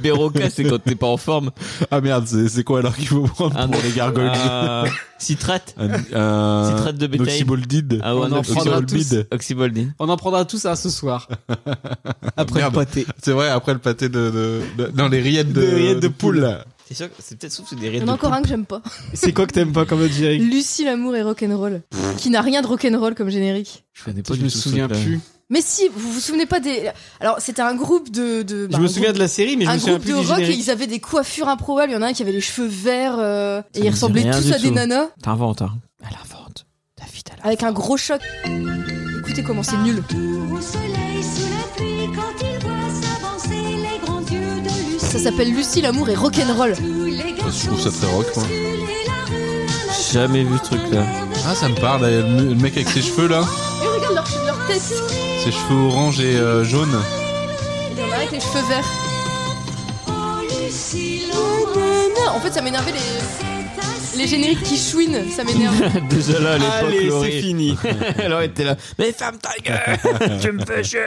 D: Béroca, c'est quand t'es pas en forme.
C: Ah merde, c'est c'est quoi alors qu'il faut prendre pour les gargoyles
D: Euh, citrate.
C: Un- un-
D: Citrate de bétail.
C: oxyboldide.
D: Ah ouais,
C: On
D: un
C: en prendra
D: oxyboldide.
C: tous.
D: Oxyboldine.
B: On en prendra tous un ce soir. Après
C: Merde.
B: le pâté.
C: C'est vrai, après le pâté de. de- de- dans les rillettes de,
B: Des rillettes de poule.
C: là.
D: C'est sûr, que- c'est peut-être sauf que c'est des rires
E: Il y en
D: de
E: a encore
D: poule.
E: un que j'aime pas.
B: C'est quoi que t'aimes pas comme autre générique
E: Lucie l'amour et rock'n'roll, qui n'a rien de rock'n'roll comme générique.
D: Je connais
B: Je me souviens plus.
E: Mais si, vous vous souvenez pas des. Alors, c'était un groupe de. de- bah,
B: je me
E: un
B: souviens
E: groupe-
B: de la série, mais je
E: un
B: me souviens
E: groupe
B: plus
E: de
B: du
E: rock et
B: générique.
E: ils avaient des coiffures improbables. Il y en a un qui avait les cheveux verts euh, et
D: me
E: ils
D: dit
E: ressemblaient
D: rien
E: tous
D: du
E: à des
D: tout.
E: nanas
D: T'inventes, hein.
E: avec un gros choc. Écoutez comment c'est nul. Ça s'appelle Lucie l'amour et rock'n'roll.
C: Je trouve ça très rock, moi.
D: Jamais vu ce truc là.
C: Ah, ça me parle, là, le le mec avec ses cheveux là.
E: Et regarde leur, leur tête.
C: Ses cheveux orange et euh, jaune.
E: Il y en a avec les cheveux verts. Nanana. En fait, ça m'énervait les. Les génériques qui chouinent, ça m'énerve.
D: Déjà là, à
B: Allez, c'est
D: l'époque,
B: fini.
D: Elle aurait été là. Mais ferme ta gueule Tu me fais chier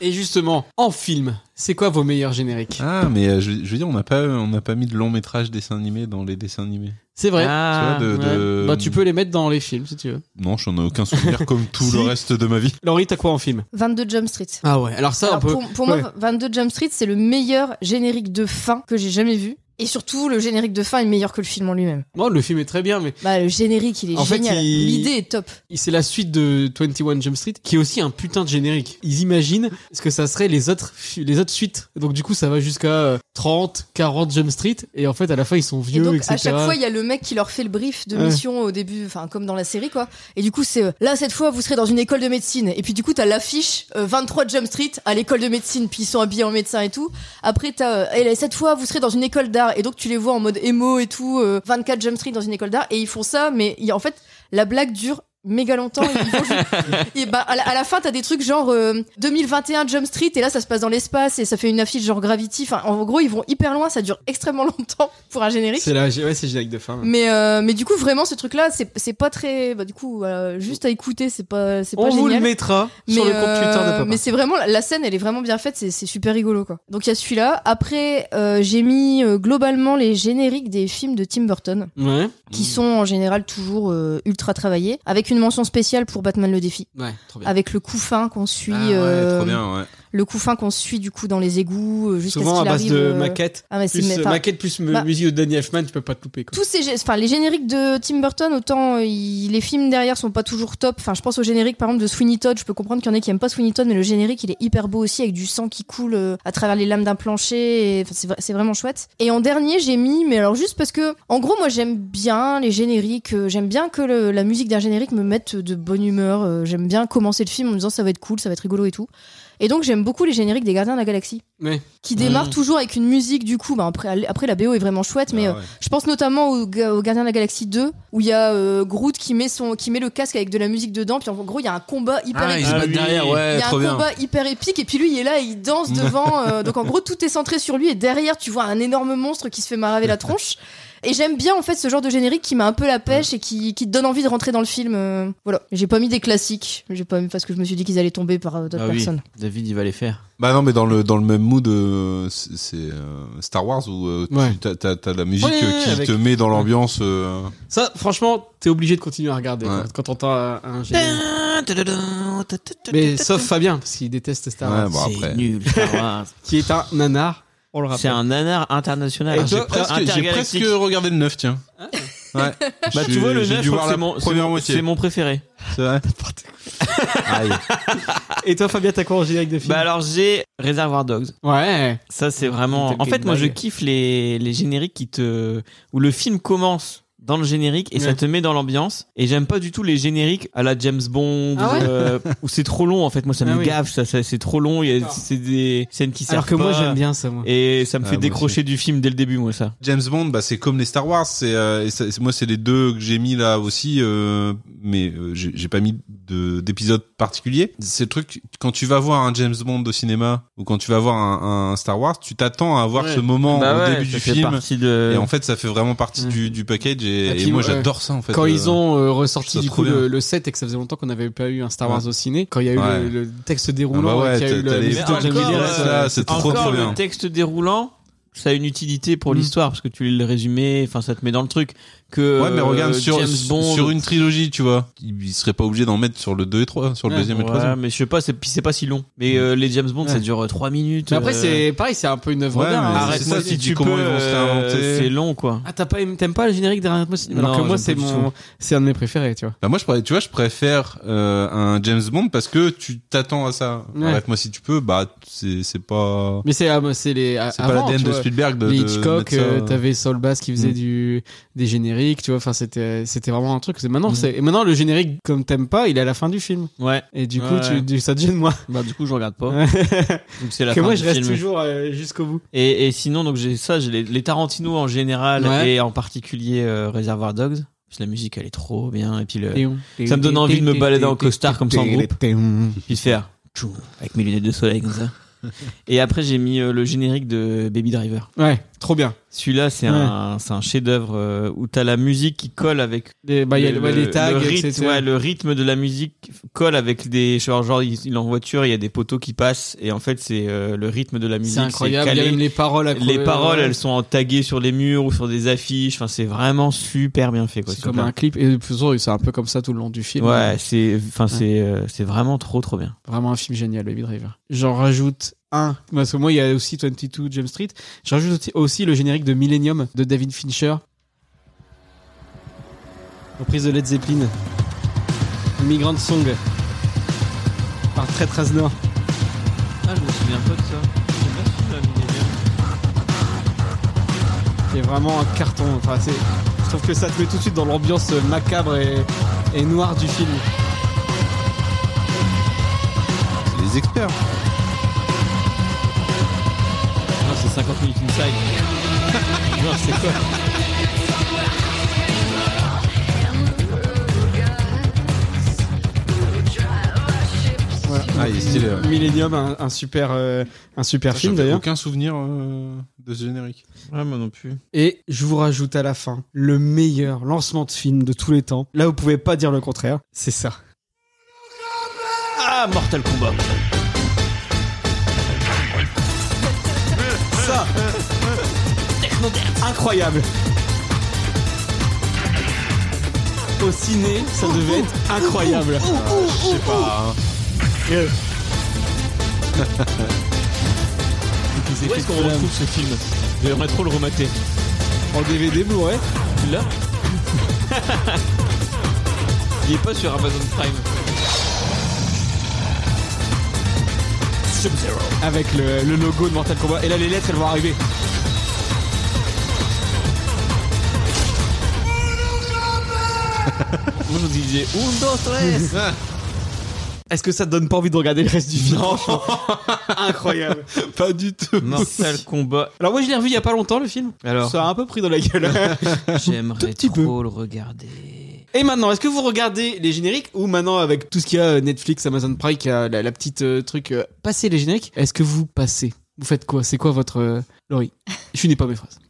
B: Et justement, en film, c'est quoi vos meilleurs génériques
C: Ah, mais euh, je, je veux dire, on n'a pas, on n'a pas mis de long métrage dessin animé dans les dessins animés.
B: C'est vrai.
C: Ah, Tu vois, de- de-
B: Bah, tu peux les mettre dans les films si tu veux.
C: Non, j'en ai aucun souvenir comme tout le reste de ma vie.
B: Laurie, t'as quoi en film
E: 22 Jump Street.
B: Ah ouais, alors ça,
E: Alors,
B: on peut.
E: pour, pour moi,
B: ouais.
E: 22 Jump Street, c'est le meilleur générique de fin que j'ai jamais vu. Et surtout, le générique de fin est meilleur que le film en lui-même.
B: Non, le film est très bien, mais
E: Bah, le générique, il est
B: En fait,
E: génial.
B: il-
E: L'idée est top.
B: c'est la suite de 21 Jump Street qui est aussi un putain de générique. Ils imaginent ce que ça serait les autres, fi- les autres suites. Donc du coup, ça va jusqu'à euh, 30, 40 Jump Street et en fait, à la fin, ils sont vieux,
E: et donc,
B: etc.
E: à chaque fois, il y a le mec qui leur fait le brief de
B: Ouais.
E: mission au début, enfin, comme dans la série, quoi. Et du coup, c'est euh, là, cette fois, vous serez dans une école de médecine. Et puis, du coup, t'as l'affiche euh, 23 Jump Street à l'école de médecine, puis ils sont habillés en médecin et tout. Après, t'as euh, et là, cette fois, vous serez dans une école d'art. Et donc, tu les vois en mode émo et tout, euh, 24 Jump Street dans une école d'art. Et ils font ça, mais il- en fait, la blague dure méga longtemps et ils vont et bah à la, à la fin t'as des trucs genre euh, 2021 Jump Street et là ça se passe dans l'espace et ça fait une affiche genre Gravity enfin en gros ils vont hyper loin ça dure extrêmement longtemps pour un générique
B: C'est la, ouais, c'est le générique de fin.
E: mais euh, mais du coup vraiment ce truc là c'est c'est pas très bah du coup euh, juste à écouter c'est pas c'est pas
B: On
E: génial
B: vous le mettra sur le compte
E: euh,
B: Twitter de Papa.
E: mais c'est vraiment la scène elle est vraiment bien faite c'est c'est super rigolo quoi donc il y a celui-là après euh, j'ai mis euh, globalement les génériques des films de Tim Burton
B: Ouais.
E: qui sont en général toujours euh, ultra travaillés avec une mention spéciale pour Batman le défi
B: Ouais, trop bien.
E: avec le coup fin qu'on suit
B: Ah ouais,
E: Ah, euh,
B: trop bien, ouais.
E: le coup fin qu'on suit du coup dans les égouts euh, jusqu'à ce
B: Souvent à
E: qu'il
B: base
E: arrive
B: de
E: euh,
B: maquettes.
E: ah, mais c'est-
B: plus,
E: mais,
B: euh,
E: enfin,
B: maquettes plus mu-
E: bah,
B: musique de Danny Elfman, tu peux pas te louper. Quoi.
E: tous ces gé- enfin les génériques de Tim Burton autant euh, il- les films derrière sont pas toujours top enfin je pense au générique par exemple de Sweeney Todd je peux comprendre qu'il y en a qui aiment pas Sweeney Todd mais le générique il est hyper beau aussi avec du sang qui coule euh, à travers les lames d'un plancher et, enfin, c'est vra- c'est vraiment chouette et en dernier j'ai mis mais alors juste parce que en gros moi j'aime bien les génériques euh, j'aime bien que le- la musique d'un générique me mette de bonne humeur euh, j'aime bien commencer le film en me disant ça va être cool ça va être rigolo et tout et donc j'aime beaucoup les génériques des Gardiens de la Galaxie
B: Ouais.
E: qui démarre
D: Mm.
B: Mmh.
E: toujours avec une musique du coup bah, après, après la BO est vraiment chouette
D: Ah
E: mais euh, je pense notamment au, Ga- au Gardien de la Galaxie 2 où il y a euh, Groot qui met, son, qui met le casque avec de la musique dedans puis en gros il y a un combat hyper
D: Ah, ils
E: épique
D: se battent derrière, ouais,
E: il y a un
D: trop bien.
E: combat hyper épique et puis lui il est là et il danse devant euh, donc en gros tout est centré sur lui et derrière tu vois un énorme monstre qui se fait maraver la tronche et j'aime bien en fait ce genre de générique qui m'a un peu la pêche et qui, qui te donne envie de rentrer dans le film euh, voilà j'ai pas mis des classiques j'ai pas mis parce que je me suis dit qu'ils allaient tomber par euh, d'autres
D: Ah oui,
E: personnes
D: David, il va les faire.
C: Bah non, mais dans le dans le même mood, euh, c'est c'est, euh, Star Wars où euh, tu-
B: Ouais.
C: t'as- t'as t'as la musique
B: Ouais,
C: euh, qui
B: avec-
C: te met dans l'ambiance. euh,
B: Ça, franchement, t'es obligé de continuer à regarder
C: Ouais.
B: quand- quand t'entends un un générique. Mais sauf Fabien, parce qu'il déteste
D: Ah,
B: Star Wars.
C: Ouais, bon, C'est après.
D: nul, Star Wars.
B: qui est un nanar, on le rappelle.
D: C'est un nanar international.
C: Ah, J'ai presque, j'ai presque regardé le 9, tiens. Ouais.
D: Ah. Bah,
C: Je-
D: tu vois, le
C: j'ai
D: 9,
C: dû
D: je crois
C: voir
D: que
C: la
D: c'est mon- c'est
C: première
D: mon-
C: moitié.
D: c'est mon préféré.
C: C'est vrai.
B: Et toi, Fabien, t'as quoi en générique de film
D: Bah alors j'ai Reservoir Dogs.
B: Ouais.
D: Ça c'est vraiment.
B: Little
D: En fait
B: Big
D: moi je
B: Bang.
D: kiffe les, les génériques qui te où le film commence dans le générique et ça
B: Ouais.
D: te met dans l'ambiance. Et j'aime pas du tout les génériques à la James Bond
B: Ah ouais
D: euh, où c'est trop long en fait. Moi ça
B: Ah
D: me
B: oui.
D: gave. Ça, ça- c'est trop long. il y a- C'est des scènes qui servent
B: Alors que moi,
D: pas.
B: j'aime bien ça, moi.
D: Et ça me
C: Ah,
D: fait
C: moi
D: décrocher du film dès le début moi ça.
C: James Bond, bah, c'est comme les Star Wars. C'est euh, et ça- c'est- moi, c'est les deux que j'ai mis là aussi, euh, mais euh, j'ai j'ai pas mis de- d'épisode particulier. C'est le truc quand tu vas voir un James Bond au cinéma ou quand tu vas voir un, un Star Wars, tu t'attends à voir
D: Ouais.
C: ce moment
D: Bah
C: au
D: ouais,
C: début
D: ça
C: du
D: fait
C: film.
D: partie de- Mm. Ah,
C: Et en fait, ça fait vraiment partie du, du package. Et, et moi, j'adore ça en fait.
B: Quand
C: Euh,
B: ils ont euh,
C: je trouve
B: ressorti
C: ça
B: du
C: trop
B: coup
C: bien.
B: le, le set et que ça faisait longtemps qu'on n'avait pas eu un Star Wars
C: Ouais.
B: au ciné, quand il y a eu
C: Ouais.
B: le, le texte
C: Ah
B: déroulant,
C: bah ouais,
B: et qu'il y a
C: t'as-
B: eu le-
C: t'as les
B: le
C: victoires
B: John
C: de
B: Williams,
C: Miller,
B: euh,
C: ça, c'est trop,
D: Encore
C: trop bien.
D: le texte déroulant, ça a une utilité pour
B: Mm.
D: l'histoire parce que tu lis le résumé, enfin ça te met dans le truc que
C: Ouais, mais regarde,
D: euh,
C: sur,
D: James Bond
C: sur une trilogie, tu vois, ils seraient pas obligés d'en mettre sur le 2 et 3, sur le
D: Ouais.
C: deuxième et le
D: Ouais,
C: troisième.
D: mais je sais pas, c'est puis c'est pas si long. Mais euh, les James Bond,
B: Ouais.
D: ça dure 3 minutes.
B: Mais après,
D: euh,
B: c'est pareil, c'est un peu une œuvre
D: Ouais,
B: d'art.
D: mais
B: hein.
D: c'est Arrête-moi ça, si si tu tu comment peux, ils vont se euh, réinventer. c'est long, quoi.
B: Ah, t'as pas aimé- t'aimes pas le générique derrière moi
D: Non,
B: Alors que moi,
D: j'aime
B: c'est
D: pas du
B: mon,
D: tout.
B: c'est un de mes préférés, tu vois.
C: Bah moi je pr- tu vois je préfère euh, un James Bond parce que tu t'attends à ça.
B: Ouais.
C: Arrête-moi si tu peux bah c'est c'est pas
B: Mais c'est ah, moi, c'est les
C: C'est pas l'ADN de Spielberg de-
B: les
C: de
B: Hitchcock,
C: mettre ça-
B: euh, t'avais Saul Bass qui faisait
C: Mm.
B: du des génériques, tu vois. Enfin, c'était c'était vraiment un truc. C'est maintenant c'est et maintenant le générique comme t'aimes pas, il est à la fin du film.
D: Ouais.
B: Et du coup,
D: Ouais.
B: tu, du- ça te gêne moi.
D: Bah, du coup, je regarde pas. Donc, c'est la
B: que
D: fin
B: moi,
D: du
B: je reste
D: film.
B: toujours euh, jusqu'au bout.
D: Et, et sinon, donc j'ai ça, j'ai les, les Tarantino en général
B: Ouais.
D: et en particulier euh, Reservoir Dogs. Parce que La musique, elle est trop bien. Et puis le,
B: Téon,
D: ça me donne envie de me
B: téon,
D: balader en
B: téon,
D: costard comme ça en
B: téon,
D: groupe.
B: téon.
D: Puis de faire tchou, avec mes lunettes de soleil comme ça. Et après, j'ai mis euh, le générique de Baby Driver.
B: Ouais, trop bien.
D: Celui-là, c'est
B: Ouais.
D: un, c'est un chef-d'œuvre euh, où t'as la musique qui colle avec
B: Les- bah, il y a le- ouais, les tags,
D: le rythme,
B: etc.
D: ouais, le rythme de la musique colle avec des genre, genre il, il est en voiture, il y a des poteaux qui passent et en fait c'est euh, le rythme de la musique.
B: C'est incroyable.
D: calé.
B: Il y a même les paroles. à-
D: Les paroles,
B: Ouais.
D: elles sont taguées sur les murs ou sur des affiches. Enfin, c'est vraiment super bien fait. quoi.
B: C'est comme
D: Super.
B: un clip et de plus en plus, c'est un peu comme ça tout le long du film.
D: Ouais, c'est, enfin,
B: Ouais.
D: c'est, euh, c'est vraiment trop, trop bien.
B: vraiment un film génial, Baby Driver. J'en rajoute 1. Parce que moi, il y a aussi 22 Jump Street. Je rajoute aussi- aussi le générique de Millennium de David Fincher. Reprise de Led Zeppelin. Migrant Song. Par Trent Reznor.
D: Ah, je me souviens pas de ça. J'aime bien celui-là, Millennium.
B: C'est vraiment un carton. Enfin, c'est... Je trouve que ça te met tout de suite dans l'ambiance euh, macabre et, et noire du film.
C: C'est les experts.
D: Non, c'est 50 minutes inside. non, c'est quoi
B: Voilà.
C: Ah, il est stylé, ouais.
B: Millennium, un, un super, euh, un super
C: Ça,
B: film
C: j'en ai
B: d'ailleurs.
C: Aucun souvenir euh, de ce générique.
D: Ouais, moi non plus.
B: Et je vous rajoute à la fin le meilleur lancement de film de tous les temps. Là, vous pouvez pas dire le contraire. C'est ça.
D: Ah, Mortal Kombat.
B: Ça Incroyable Au ciné, ça devait être incroyable.
C: Je sais
B: oh.
C: pas. hein.
B: Euh,
D: Où est-ce qu'on retrouve ce film J'aimerais trop le remater.
B: En DVD Blu-ray
D: Tu l'as Il est pas sur Amazon Prime. Sub-Zero.
B: Avec le, le logo de Mortal Kombat. Et là, les lettres, elles vont arriver.
D: Moi, je vous disais 1, 2, 3
B: Est-ce que ça te donne pas envie de regarder le reste du film franchement Incroyable
C: Pas du tout.
D: Mortal Kombat.
B: Alors moi je l'ai revu il y a pas longtemps le film.
D: Alors
B: Ça a un peu pris dans la gueule.
D: J'aimerais
B: petit peu.
D: trop le regarder.
B: Et maintenant, est-ce que vous regardez les génériques ou maintenant avec tout ce qu'il y a euh, Netflix, Amazon Prime, qui a la, la petite euh, truc euh, passer les génériques, est-ce que vous passez Vous faites quoi C'est quoi votre euh, Laurie Je finis pas mes phrases.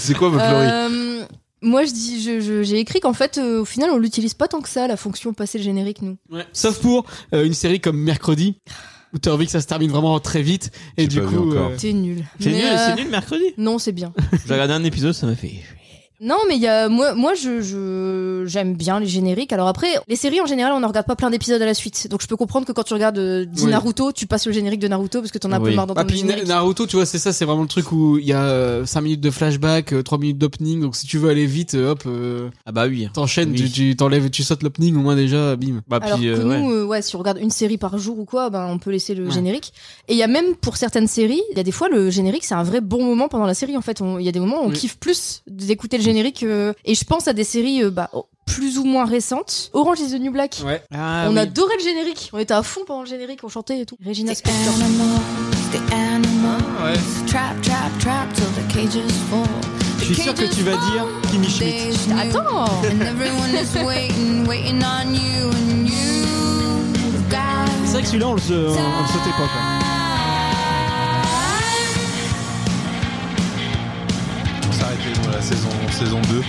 C: c'est quoi votre Laurie
E: Euh, moi, je dis, je- je- j'ai écrit qu'en fait, euh, au final, on l'utilise pas tant que ça, la fonction passer le générique, nous.
B: Sauf pour euh, une série comme Mercredi où t'as envie que ça se termine vraiment très vite et du
D: pas vu
B: coup.
D: encore.
B: euh,
E: T'es nul.
D: C'est
E: Mais,
D: nul,
E: euh,
D: c'est nul mercredi.
E: Non, c'est bien.
D: J'ai regardé un épisode, ça m'a fait.
E: Non, mais il y a, moi, moi, je, je- j'aime bien les génériques. Alors après, les séries en général, on ne regarde pas plein d'épisodes à la suite, donc je peux comprendre que quand tu regardes euh, dit
B: Oui.
E: Naruto, tu passes le générique de Naruto parce que t'en as un peu
B: Oui.
E: marre
B: Ah,
E: d'entendre le
B: puis Na-
E: générique.
B: Naruto, tu vois, c'est ça, c'est vraiment le truc où il y a 5 minutes de flashback, 3 minutes d'opening, donc si tu veux aller vite, euh, hop, euh,
D: Ah bah oui.
B: t'enchaînes,
D: Oui.
B: tu- tu t'enlèves, tu sautes l'opening, au moins déjà, bim.
D: Bah
E: Alors que nous, euh, ouais, si on regarde une série par jour ou quoi, ben on peut laisser le générique. Et il y a même pour certaines séries, il y a des fois le générique, c'est un vrai bon moment pendant la série. En fait, On- il y a des moments où on
B: Oui.
E: kiffe plus d'écouter le générique. euh, et je pense à des séries euh, bah, plus ou moins récentes. Orange is the New Black.
B: Ouais. Ah
E: on adorait le générique. On était à fond pendant le générique, on chantait et tout. Regina Spektor.
H: The animals trap, trap, trap till the cages fall.
B: Je suis sûr que tu vas dire Kimi Schmidt.
E: Attends.
H: and everyone is waiting, waiting on you and you got
B: C'est vrai que celui-là, on le, on- on le sautait pas, quoi.
C: On s'est arrêté dans la saison, saison 2.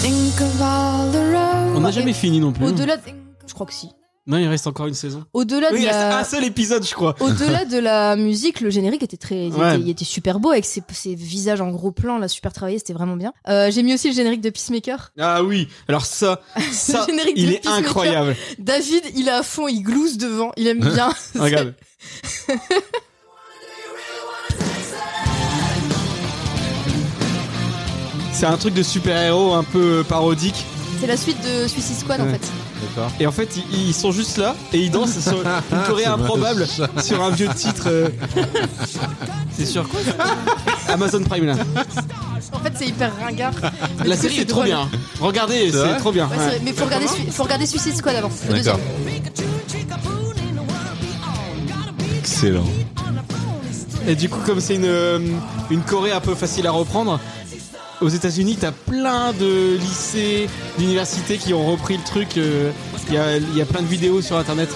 H: think of all the roads.
B: On n'a jamais fini non plus.
E: Au-delà, de- je crois que si.
B: Non, il reste encore une saison. Euh,
E: Au-delà
B: Oui, ah,
E: de
B: il reste
E: la...
B: un seul épisode, je crois.
E: Au-delà de la musique, le générique était très, il,
B: Ouais.
E: était, il était super beau avec ses, ses visages en gros plan, là super travaillé, c'était vraiment bien. Euh, J'ai mis aussi le générique de Peacemaker.
B: Ah oui, alors ça, ça,
E: Le générique
B: il
E: de
B: est
E: Peacemaker.
B: incroyable.
E: David, il est à fond, il glousse devant, il aime bien.
B: Regarde. C'est un truc de super-héros un peu euh, parodique.
E: C'est la suite de Suicide Squad en
B: Ouais.
E: fait.
C: D'accord.
B: Et en fait, ils, ils sont juste là et ils dansent sur une choré
C: C'est
B: improbable
C: moche.
B: sur un vieux titre. euh,
D: C'est sur quoi
B: Amazon Prime là.
E: En fait, c'est hyper ringard.
B: La
E: Mais du coup,
B: série
E: c'est
B: est trop
E: drôle.
B: bien. Regardez,
C: C'est
B: c'est
C: vrai
B: trop bien.
E: Ouais, c'est vrai, mais faut regarder, Sui- faut regarder Suicide Squad avant. le
C: D'accord.
E: deuxième.
C: Excellent.
B: Et du coup, comme c'est une, euh, une Corée un peu facile à reprendre, aux États-Unis, t'as plein de lycées, d'universités qui ont repris le truc. euh, Il y, a, il y a plein de vidéos sur internet.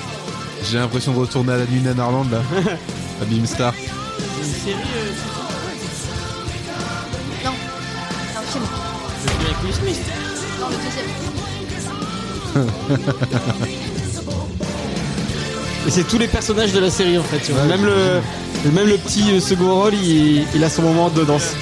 C: J'ai l'impression de retourner à la nuit Nanarland là. à Beamstar.
D: euh,
E: Non, c'est un film. Non, le deuxième.
B: Et c'est tous les personnages de la série en fait. tu vois. Même, le, même le petit euh, second rôle, il, il a son moment de danse.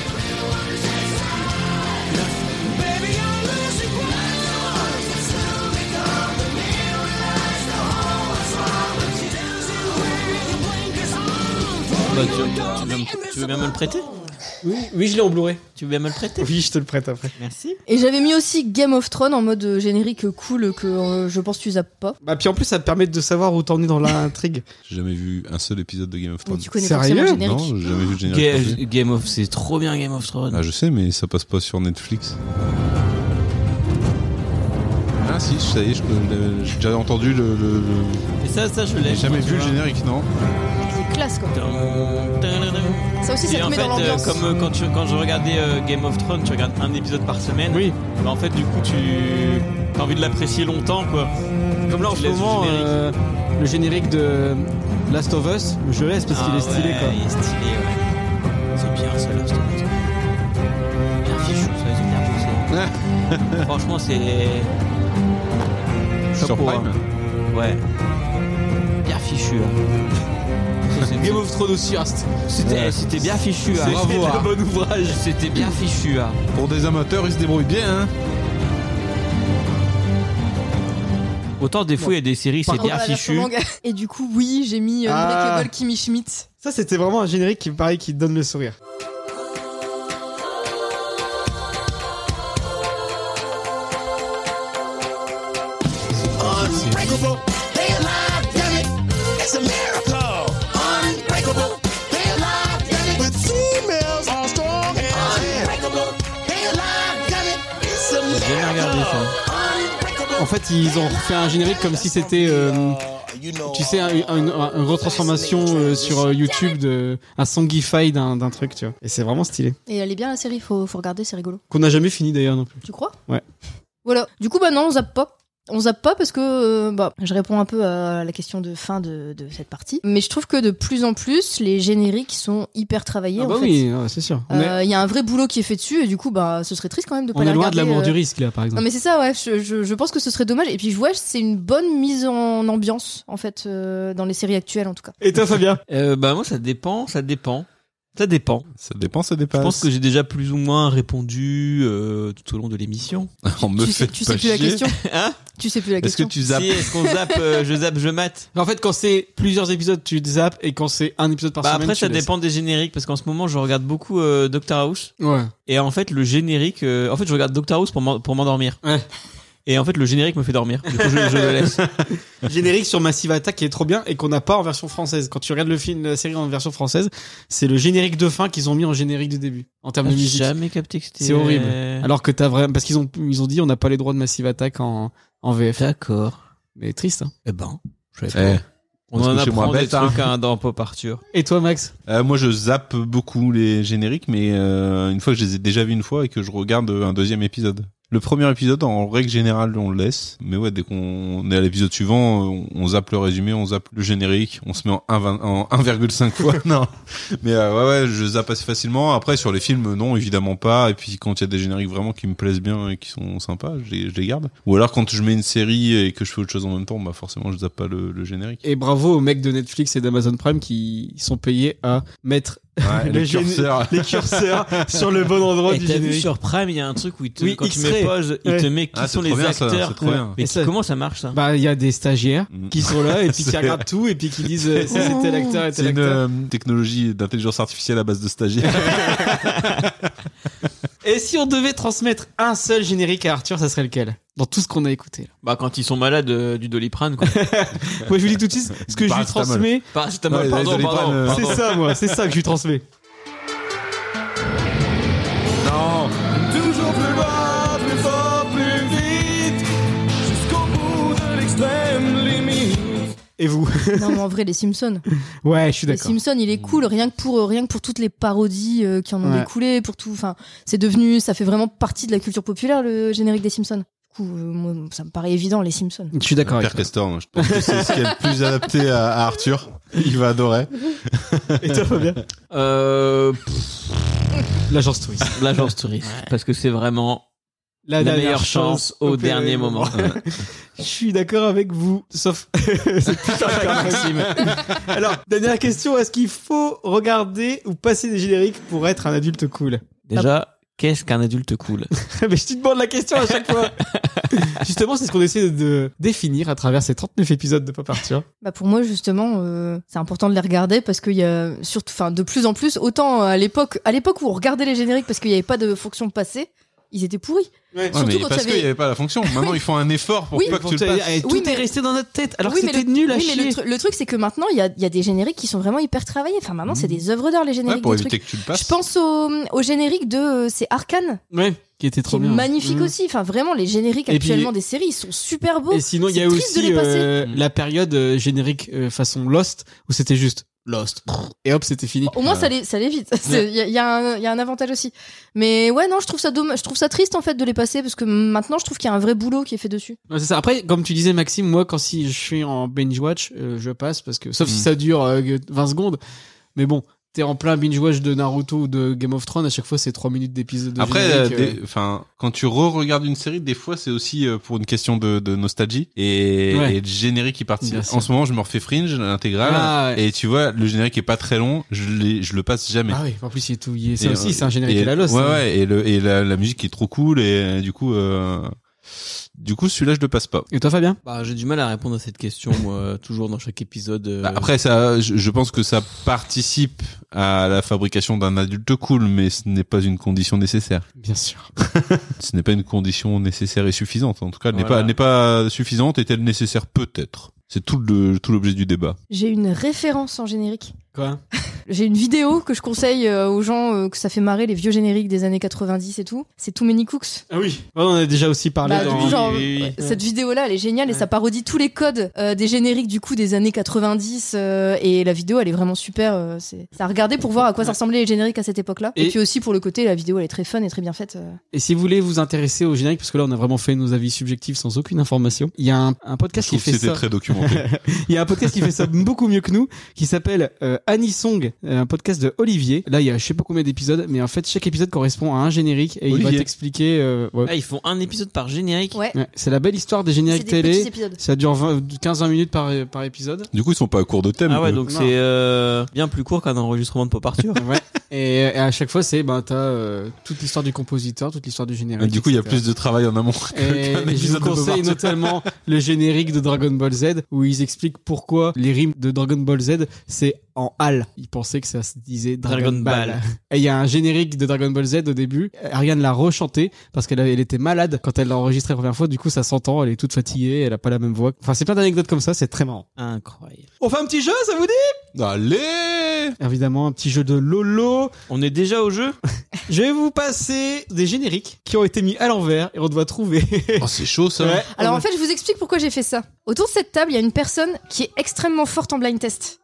D: bah, tu, tu veux me- tu veux bien me le prêter
B: Oui, oui je l'ai en Blu-ray.
D: Tu veux bien me le prêter
B: Oui, je te le prête après.
D: Merci.
E: Et j'avais mis aussi Game of Thrones en mode euh, générique cool que euh, je pense tu zappes pas.
B: Bah, puis en plus, ça permet de savoir où t'en es dans l'intrigue.
C: J'ai jamais vu un seul épisode de Game of Thrones.
E: tu connais forcément le Sérieux générique.
C: Non, j'ai jamais vu le générique.
D: Ga- Game of, c'est trop bien Game of Thrones.
C: Ah, je sais, mais ça passe pas sur Netflix. Ah si, ça y est, je- le- j'ai déjà entendu le. le- le-
D: Et ça, ça, je l'ai.
C: J'ai jamais vu le générique, non
E: C'est classe quoi. Ça aussi, ça
D: Et
E: te
D: en
E: met
D: fait,
E: dans
D: euh,
E: l'ambiance.
D: comme euh, quand, tu- quand je regardais euh, Game of Thrones, tu regardes un épisode par semaine. Oui. Bah, en fait, du coup, tu as envie de l'apprécier longtemps, quoi.
B: Comme là, en ce
D: Tu laisses le
B: moment,
D: générique.
B: euh, le générique de Last of Us, je laisse parce qu'il
D: Ah
B: est stylé,
D: ouais,
B: quoi.
D: Il est stylé, ouais. C'est bien, ça, Lost Us. Bien fichu, ça, ils ont bien poussé. Franchement, c'est.
C: Sur
D: Chapeau,
C: Prime
D: hein. Ouais. Bien fichu, hein. Ça, c'est-
B: Game of Thrones aussi, hein, c'était-
D: C'était
C: Ouais.
D: c'était bien fichu, hein.
C: C'est- Bravo,
D: C'était
C: hein.
D: un bon ouvrage. C'était bien fichu, hein.
C: Pour des amateurs, ils se débrouillent bien, hein
D: Autant des fois, il y a des séries, c'est
E: Par
D: bien
E: contre, la version
D: fichu.
E: longue. Et du coup, oui, j'ai mis euh,
B: Ah.
E: Unbreakable Kimmy Schmidt.
B: Ça, c'était vraiment un générique qui, pareil, qui donne le sourire.
G: Unbreakable, they alive, damn it. It's a miracle. Unbreakable, they alive, damn it. With females all strong and unbreakable, they alive, damn it. It's a
D: J'ai jamais regardé ça.
B: En fait, ils ont refait un générique comme si c'était, euh, tu sais, un- un- un- une retransformation euh, sur euh, YouTube de un songify d'un d'un truc, tu vois. Et c'est vraiment stylé.
E: Et elle est bien la série, faut, faut regarder, c'est rigolo.
B: Qu'on n'a jamais fini d'ailleurs non plus.
E: Tu crois
B: Ouais.
E: Voilà. Du coup, bah non, on zappe pas. On zappe pas parce que euh, bah, je réponds un peu à la question de fin de, de cette partie. Mais je trouve que de plus en plus, les génériques sont hyper travaillés.
B: Ah bah
E: en fait.
B: oui, ouais, c'est sûr.
E: Euh,
B: On est,
E: Il y a un vrai boulot qui est fait dessus et du coup, bah, ce serait triste quand même de pas
B: on
E: les
B: est loin de
E: regarder,
B: l'amour
E: euh.
B: du risque là, par
E: Non
B: exemple.
E: mais c'est ça, ouais. Je, je- je pense que ce serait dommage. Et puis, je vois, c'est une bonne mise en ambiance en fait euh, dans les séries actuelles en tout cas.
B: Et toi, Fabien
D: Euh, Bah, moi, ça dépend, ça dépend. Ça dépend.
C: Ça dépend, ça
D: Je
C: dépasse.
D: pense que j'ai déjà plus ou moins répondu euh, tout au long de l'émission.
C: On me
E: tu sais,
C: fait
E: tu
C: pas
E: sais plus la
C: chier.
E: question.
D: Hein
E: Tu sais plus la
C: Est-ce que
E: question.
C: tu zappes
D: Si, est-ce qu'on zappe euh, Je zappe, je mate.
B: En fait, quand c'est plusieurs épisodes, tu zappes, et quand c'est un épisode par
D: Bah,
B: semaine,
D: après,
B: tu
D: ça
B: laisses.
D: dépend des génériques parce qu'en ce moment, je regarde beaucoup euh, Doctor House.
B: Ouais.
D: Et en fait, le générique. euh, en fait, je regarde Doctor House pour m'en- pour m'endormir.
B: Ouais.
D: Et en fait, le générique me fait dormir. Du coup, je, je le laisse.
B: Générique sur Massive Attack qui est trop bien et qu'on n'a pas en version française. Quand tu regardes le film, la série en version française, c'est le générique de fin qu'ils ont mis en générique de début en termes de
D: J'ai
B: musique.
D: Ah, jamais capté que c'était. euh,
B: C'est horrible. Alors que t'as vraiment, parce qu'ils ont, ils ont dit on n'a pas les droits de Massive Attack en, en VF.
D: D'accord.
B: Mais triste. Hein.
D: Eh ben, je vais
C: Eh,
D: pas. On
C: parce
D: en
C: que chez moi,
D: apprend des
C: bête, hein.
D: trucs hein, dans Pop Arthur.
B: Et toi, Max
C: Euh, moi, je zappe beaucoup les génériques, mais euh, une fois que je les ai déjà vus une fois et que je regarde euh, un deuxième épisode. Le premier épisode, en règle générale, on le laisse. Mais ouais, dès qu'on est à l'épisode suivant, euh, on on zappe le résumé, on zappe le générique, on se met en 1,20 en 1,5 fois. non. Mais euh, ouais, ouais, je zappe assez facilement. Après, sur les films, non, évidemment pas. Et puis, quand il y a des génériques vraiment qui me plaisent bien et qui sont sympas, je les, je les garde. Ou alors, quand je mets une série et que je fais autre chose en même temps, bah forcément, je zappe pas le, le générique.
B: Et bravo aux mecs de Netflix et d'Amazon Prime qui sont payés à mettre
C: Ouais,
B: le
C: les
B: gén-
C: curseurs.
B: les curseurs sur le bon endroit
D: Et
B: du
D: t'as vu
B: générique.
D: sur Prime, il y a un truc où il te,
B: Oui,
D: quand tu
B: X-ray.
D: mets pause, il
B: Ouais.
D: te met qui
C: Ah, c'est
D: sont les
C: trop bien, ça,
D: acteurs.
C: c'est trop bien.
D: Mais
B: Et
D: qui-
B: ça-
D: comment ça marche ça
B: Bah, il y a des stagiaires
C: Mm.
B: qui sont là et puis qui
C: C'est-
B: regardent tout et puis qui disent euh, ça, c'est
D: Oh.
B: tel acteur et
C: C'est
B: tel
C: une
B: acteur.
C: euh, technologie d'intelligence artificielle à base de stagiaires.
B: Et si on devait transmettre un seul générique à Arthur, ça serait lequel Dans tout ce qu'on a écouté. là.
D: Bah quand ils sont malades euh, du Doliprane quoi.
B: Moi, je vous dis tout de suite ce que je lui
C: Parastamol.
B: transmets.
D: Paracétamol,
C: Ouais,
D: pardon,
C: Doliprane,
D: pardon,
C: euh,
D: pardon.
B: C'est ça, moi, c'est ça que je lui transmets.
C: non,
G: Toujours plus loin, plus fort, plus vite, jusqu'au bout de l'extrême limite.
B: Et vous
E: Non, mais en vrai, les Simpsons.
B: Ouais, je suis
E: Les
B: d'accord.
E: Simpsons, il est
C: Mm.
E: cool, rien que pour, euh, rien que pour toutes les parodies euh, qui en ont
B: Ouais.
E: découlé, pour tout. Enfin, c'est devenu, ça fait vraiment partie de la culture populaire, le générique des Simpsons. Du coup, euh, moi, ça me paraît évident, les Simpsons.
B: Je suis d'accord avec
C: Pierre
B: toi.
C: Castor, je pense que c'est ce qui est le plus adapté à, à Arthur. Il va adorer.
B: Et toi, Fabien
D: Euh, pff,
B: L'agence touriste.
D: L'agence touriste. Parce que c'est vraiment
B: La,
D: la
B: dernière
D: meilleure chance au
B: péril
D: dernier
B: du
D: moment.
B: Je suis d'accord avec vous, sauf cette putain de carte Maxime. Alors, dernière question, est-ce qu'il faut regarder ou passer des génériques pour être un adulte cool
D: Déjà, Qu'est-ce qu'un adulte cool
B: Mais je te demande la question à chaque fois. Justement, c'est ce qu'on essaie de définir à travers ces 39 épisodes de Pas Partir.
E: Bah pour moi justement, euh, c'est important de les regarder parce qu'il y a surtout, enfin de plus en plus, autant à l'époque, à l'époque où on regardait les génériques parce qu'il n'y avait pas de fonction passée, ils étaient pourris.
C: Ouais, mais
E: quand
C: parce
E: il y
C: qu'il n'y avait pas la fonction. Maintenant, ils font un effort pour
E: Oui.
C: pas que
E: Pour
C: tu le
E: te-
C: passes.
E: eh, tout Oui, mais- est
B: resté dans notre tête
E: Oui, mais le- oui, mais le, tru- le truc c'est que maintenant il y a, il y a des génériques qui sont vraiment hyper travaillés. Enfin maintenant
B: Mmh.
E: c'est des œuvres d'art les génériques.
C: Ouais, pour
E: des
C: éviter
E: trucs.
C: que tu le passes.
E: Je pense au, au générique de euh, c'est Arkane.
B: Ouais, qui était trop
E: qui est
B: bien.
E: magnifique
B: Mmh.
E: aussi. Enfin vraiment les génériques
B: Et puis-
E: actuellement des séries ils sont super beaux.
B: Et sinon, il y
E: C'est
B: a
E: triste de
B: aussi
E: les passer.
B: euh, la période euh, générique euh, façon Lost où c'était juste Lost prrr, et hop, c'était fini.
E: Au moins, ça les, ça les vite. Il
B: Ah. Ouais.
E: y, a- y a un- y a un avantage aussi. Mais ouais, non, je trouve ça dommage. Je trouve ça triste en fait de les passer parce que maintenant, je trouve qu'il y a un vrai boulot qui est fait dessus.
B: Ouais, c'est ça. Après, comme tu disais, Maxime, moi, quand si je suis en binge watch, euh, je passe parce que sauf si
C: Hmm.
D: Mm.
B: ça dure euh, 20 secondes. Mais bon, t'es en plein binge watch de Naruto ou de Game of Thrones. À chaque fois, c'est 3 minutes d'épisode. de
C: Après,
B: générique,
C: euh,
B: euh.
C: des- enfin, quand tu re-regardes une série, des fois, c'est aussi euh, pour une question de, de nostalgie et,
B: Ouais.
C: et le générique qui participe.
B: Bien sûr.
C: En ce moment, je me refais Fringe, l'intégrale,
B: Ah, ouais.
C: et tu vois, le générique est pas très long. Je, l'ai- je le passe jamais.
B: Ah oui, en plus, il est tout. il est-
C: Et,
B: Ça
C: euh,
B: aussi, c'est un générique
C: et-
B: à la Lost.
C: Ouais,
B: hein.
C: ouais, et, le, et la, la musique est trop cool, et euh, du coup, euh, du coup, celui-là, je le passe pas.
B: Et toi, Fabien
D: bah, J'ai du mal à répondre à cette question, moi, toujours dans chaque épisode. euh,
C: Bah, Après, ça, je, je pense que ça participe à la fabrication d'un adulte cool, mais ce n'est pas une condition nécessaire.
B: Bien sûr.
C: ce n'est pas une condition nécessaire et suffisante. En tout cas, elle n'est
D: Voilà.
C: pas, elle n'est pas suffisante. Est-elle nécessaire Peut-être. C'est tout le, tout l'objet du débat.
E: J'ai une référence en générique.
B: Quoi
E: J'ai une vidéo que je conseille euh, aux gens euh, que ça fait marrer les vieux génériques des années 90 et tout. C'est Too Many Cooks.
B: Ah oui. On en a déjà aussi parlé.
E: Bah, du
B: dans...
E: coup, genre, ouais, Cette vidéo-là, elle est géniale et ça parodie tous les codes euh, des génériques du coup des années 90. euh, et la vidéo, elle est vraiment super. euh, c'est c'est à regarder pour voir à quoi ça ressemblaient les génériques à cette époque-là. Et...
B: Et-
E: puis aussi pour le côté, la vidéo, elle est très fun et très bien faite. euh.
B: Et si vous voulez vous intéresser au générique, parce que là on a vraiment fait nos avis subjectifs sans aucune information, il y a un, un podcast
C: Je trouve
B: qui fait
C: que c'était
B: ça.
C: très documenté.
B: il y a un podcast qui fait ça beaucoup mieux que nous, qui s'appelle euh, Annie Song, euh, un podcast de Olivier. Là il y a je sais pas combien d'épisodes, mais en fait chaque épisode correspond à un générique et il va
D: Olivier.
B: t'expliquer. euh, ouais.
D: Ah, ils font un épisode par générique.
E: Ouais.
B: Ouais, c'est la belle histoire des génériques
D: C'est des petits
B: télé.
D: épisodes.
B: Ça dure 20 15-20 minutes par, par épisode.
C: Du coup, ils sont pas à court de thème.
D: Ah ouais,
C: eux.
D: donc
B: Non.
D: c'est euh, bien plus court qu'un enregistrement de Pop Arthur.
B: Ouais. Et, et à chaque fois, c'est ben t'as euh, toute l'histoire du compositeur, toute l'histoire du générique.
C: Et du coup, il y a
B: etc.
C: plus de travail en amont que- qu'un
B: Et je vous
C: épisode de Bob
B: conseille
C: Arthur.
B: notamment le générique de Dragon Ball Z où ils expliquent pourquoi les rimes de Dragon Ball Z c'est en hal. Ils pensaient que ça se disait Dragon,
D: Dragon
B: Ball.
D: Ball.
B: Et il y a un générique de Dragon Ball Z au début. Ariane l'a rechanté parce qu'elle avait- elle était malade quand elle l'a enregistré la première fois. Du coup, ça s'entend. Elle est toute fatiguée. Elle a pas la même voix. Enfin, c'est plein d'anecdotes comme ça. C'est très marrant.
D: Incroyable.
B: On fait un petit jeu, ça vous dit
C: Allez
B: Évidemment, un petit jeu de Lolo.
D: On est déjà au jeu
B: Je vais vous passer des génériques qui ont été mis à l'envers et on doit trouver.
C: Oh, c'est chaud ça.
E: Alors en fait, je vous explique pourquoi j'ai fait ça. Autour de cette table, il y a une personne qui est extrêmement forte en blind test.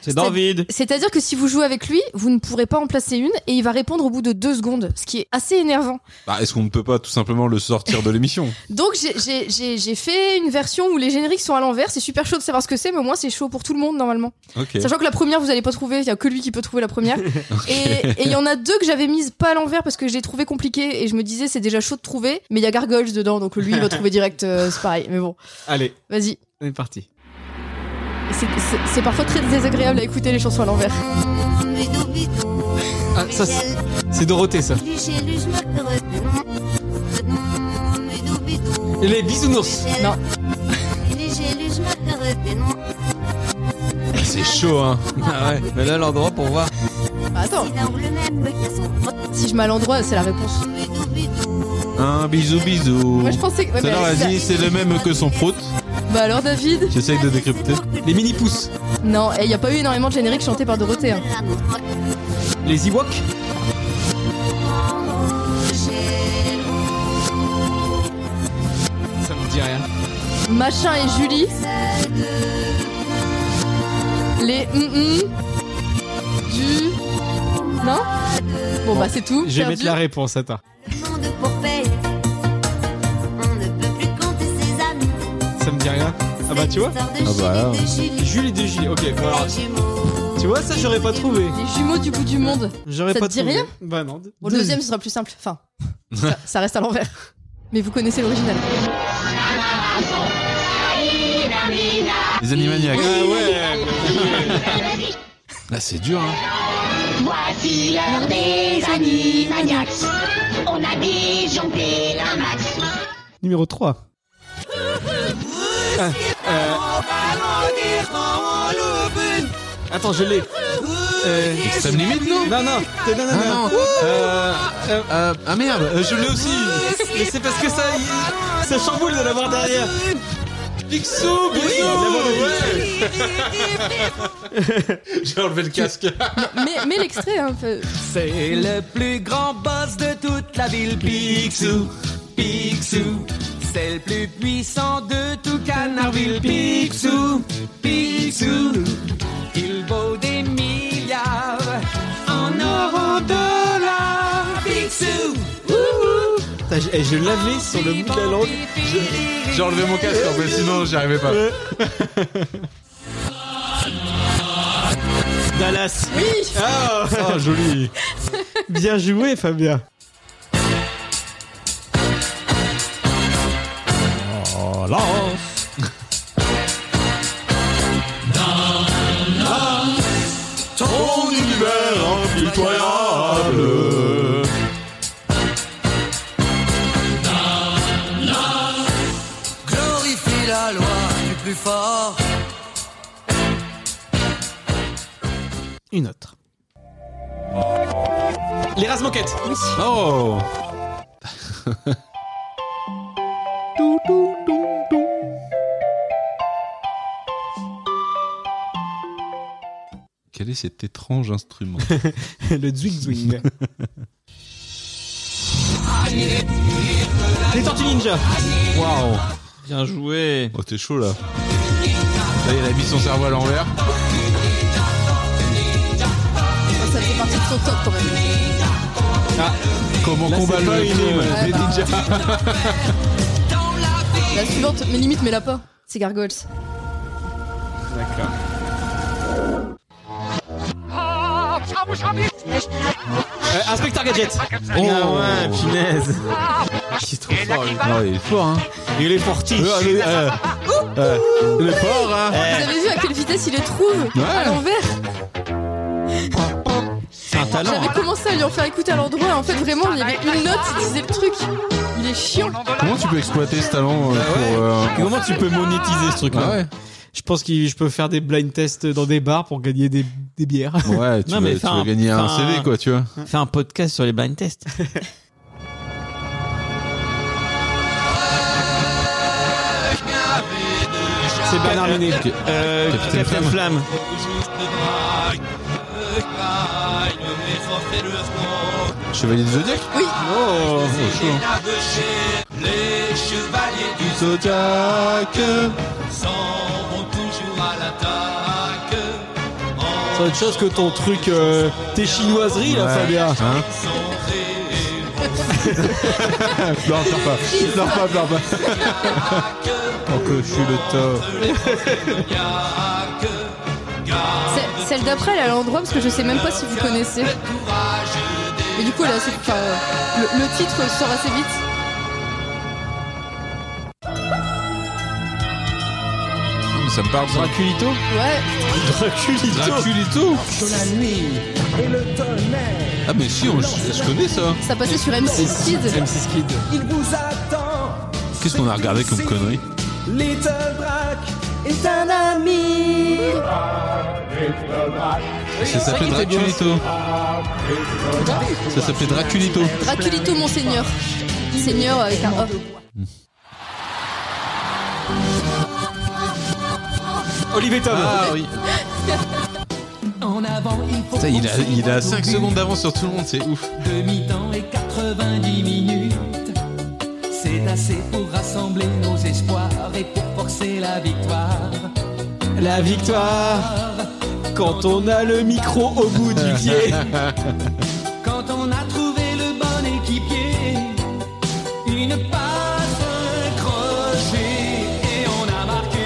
D: C'est David.
E: C'est-à-dire que si vous jouez avec lui, vous ne pourrez pas en placer une et il va répondre au bout de deux secondes, ce qui est assez énervant.
C: Bah, Est-ce qu'on ne peut pas tout simplement le sortir de l'émission
E: Donc j'ai- j'ai- j'ai j'ai fait une version où les génériques sont à l'envers. C'est super chaud de savoir ce que c'est, mais au moins c'est chaud pour tout le monde normalement.
C: Ok.
E: Sachant que la première, vous n'allez pas trouver. Il y a que lui qui peut trouver la première. Et et il y en a deux que j'avais mises pas à l'envers parce que je les trouvais compliquées et je me disais c'est déjà chaud de trouver, mais il y a Gargoyles dedans, donc lui il va trouver direct. euh, c'est pareil, mais bon,
B: Allez,
E: vas-y.
B: on est parti.
E: C'est- c'est- C'est parfois très désagréable à écouter les chansons à l'envers.
B: Ah, ça, c'est c'est Dorothée, ça. Les bisounours.
E: Non.
C: C'est chaud, hein.
D: Ah ouais, mais là, l'endroit pour voir.
E: Bah, attends. Si je mets à l'endroit, c'est la réponse.
C: Un bisou bisou.
E: Moi, je pensais que- ouais, mais
C: Celle-là,
E: elle-
C: vas-y, c'est le même que son prout.
E: Bah alors David
C: J'essaye de décrypter.
B: Les mini pouces.
E: Non, eh, il n'y a pas eu énormément de génériques chantés par Dorothée. hein.
B: Les Ewoks. Ça me dit rien.
E: Machin et Julie. Les hum hum du non Bon, bah c'est tout.
B: Je vais
E: perdu.
B: mettre la réponse, attends. Ça me dit rien. Ah bah tu vois
C: Ah bah.
B: Julie de Julie, ok. bon alors, tu vois, ça j'aurais pas trouvé.
E: Les jumeaux du bout du monde.
B: J'aurais
E: Ça
B: pas
E: te dit
B: trouvé.
E: rien
B: Bah non.
E: Bon, le deuxième ce sera plus simple. Enfin, ça, ça reste à l'envers. Mais vous connaissez l'original.
C: Les animaniacs.
B: Ah ouais.
C: Ah, c'est dur, hein.
K: Voici l'heure des animaniacs. On a disjoncté la max.
B: Numéro 3. Ah, euh, Attends, je l'ai. Euh...
C: Extrême limite, non
B: Non, non, non, non,
C: Ah,
B: non.
C: non.
B: Euh, euh,
C: ah merde, euh, je l'ai aussi.
B: Mais c'est parce que ça,
D: Ah,
B: il- ça chamboule de l'avoir derrière. Picsou,
C: J'ai enlevé le casque.
E: Mais, mais l'extrait, hein, fait-
N: C'est le plus grand boss de toute la ville, Picsou, Picsou. C'est le plus puissant de tout Canardville, Picsou, Picsou. Il vaut des milliards en or en dollars, Picsou. ouhou.
B: Putain, je- eh, je l'avais sur le bout de la langue. Je-
C: J'ai enlevé mon casque, en fait, sinon j'y arrivais pas.
B: Dallas.
E: Oui.
B: Ah,
C: Ah, joli.
B: Bien joué, Fabien.
G: Ton univers impitoyable.
O: glorifie la loi du plus fort.
B: Une autre. Les races moquettes.
C: Oh. Quel est cet étrange instrument
B: Le zwing zwing. Les Tortues Ninja.
C: Waouh.
D: Bien joué.
C: Oh, t'es chaud là. Là, il a mis son cerveau à l'envers.
E: ça fait partie de son top quand même.
C: Comment
E: Là,
C: combat
E: c'est pas
C: le
E: une
C: clone
E: énigme.
C: des
E: Ouais, bah.
C: ninjas
E: La suivante, mais limite, mais là pas. C'est Gargoyles.
B: D'accord. Inspecteur Gadget. Oh ouais, punaise. Il est trop fort. lui.
C: Ouais, il est fort, hein. Euh,
B: Il est fortiche.
C: il, est fort, hein.
E: Vous avez vu à quelle vitesse il les trouve À l'envers
B: C'est un talent. hein.
E: J'avais commencé à lui en faire écouter à l'endroit. En fait, vraiment, il y avait une note, il disait le truc. Il est chiant.
C: Comment tu peux exploiter ce talent euh, pour, euh,
B: Comment tu peux monétiser ce truc-là
C: Ah ouais.
B: Je pense que je peux faire des blind tests dans des bars pour gagner des, des bières.
C: Ouais, tu,
D: Non, mais
C: veux,
D: faire un-
C: gagner un
D: faire
C: CV,
D: un-
C: quoi, tu vois.
D: Fais un podcast sur les blind tests.
B: C'est Bernard Minet.
D: Euh,
B: Capitaine
D: Capitaine Flamme.
C: Chevalier du Zodiac
E: Oui.
C: Oh, oh, chaud, hein.
G: Les chevaliers
C: Du Zodiac.
B: C'est autre chose que ton truc, euh, tes chinoiseries là,
C: Ouais.
B: Fabien.
C: Hein non, pleure pas. Pleure pas, pleure pas. Tant que je suis le top.
E: C'est- Celle d'après, elle est à l'endroit parce que je sais même pas si vous connaissez. Mais du coup, là, c'est. Enfin, euh, le, le titre sort assez vite.
C: Ça me parle, ça.
D: Draculito
E: Ouais.
C: Draculito Draculito
E: la nuit et le tonnerre.
C: Ah, mais si, on- je je connais ça.
E: Ça passait sur M6 Kids.
B: M6 Kid.
N: Il vous attend.
C: Qu'est-ce qu'on a regardé comme connerie
N: Little Brack est un ami.
C: Ça s'appelait Draculito. Ça s'appelait Draculito.
E: Draculito, Monseigneur. Seigneur avec un A.
B: Olivier Tom.
C: Ah oui.
N: En avant, il faut.
C: Putain, il a, il a 5
N: Au
C: secondes d'avance sur tout le monde, c'est ouf.
N: Demi-temps et 90 minutes. C'est assez pour rassembler nos espoirs et pour forcer la victoire.
B: La victoire quand on a le micro au bout du pied.
N: Quand on a trouvé le bon équipier, une passe, un crochet et on a marqué.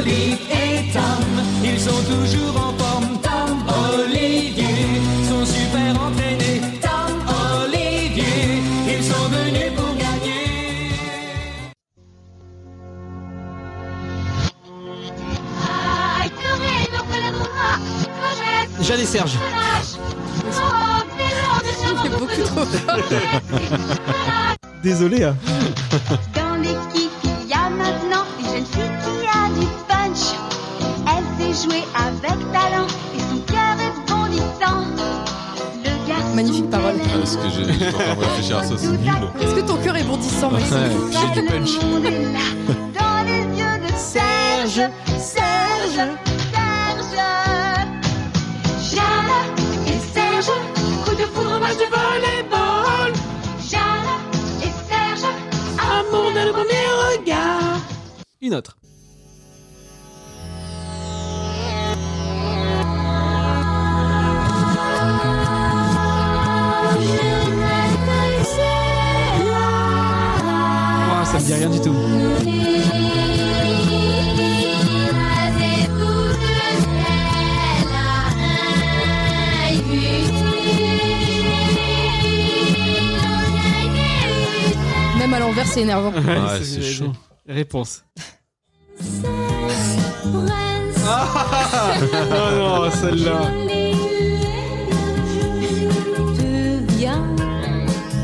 N: Olive et Tom, ils sont toujours en forme. Tom, Olivier, sont super entraînés. Tom, Olivier, ils sont venus pour gagner.
K: Ah, Aïe, purée, nos ah,
B: Jeanne et Serge.
K: Oh,
E: C'est beaucoup trop
B: Désolé. hein.
K: Dans l'équipe, il y a maintenant une jeune fille qui a du punch. Elle sait jouer avec talent et son cœur est bondissant. Le garçon
E: Magnifique parole.
C: Parce que j'ai je suis en train de réfléchir à ça, c'est nul.
E: Est-ce que ton cœur est bondissant, Maxime
C: j'ai Ah, du punch.
K: dans les yeux de Serge, Serge, Serge. Jeanne et Serge, coup de foudre, match de volleyball. Jeanne et Serge, amour de le premier regard.
B: Une autre. Ouah, ça me dit rien du tout.
E: Même à l'envers, c'est énervant.
B: Ouais, c'est chaud. Réponse. Ah oh non, celle-là.
A: Viens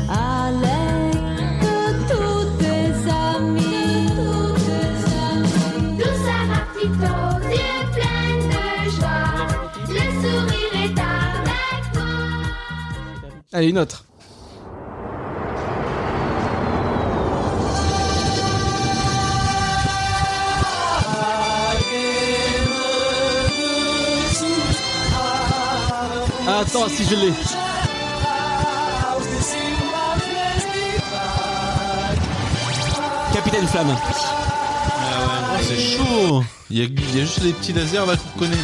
A: à l'aide de tous tes amis, tous tes amis. Tout ça va petit aux yeux pleins de joie. Le sourire est avec toi.
B: Allez, une autre. Ah, attends, si je l'ai. Capitaine Flamme.
C: C'est chaud. Il y, a, il y a juste les petits lasers là qu'on connaît.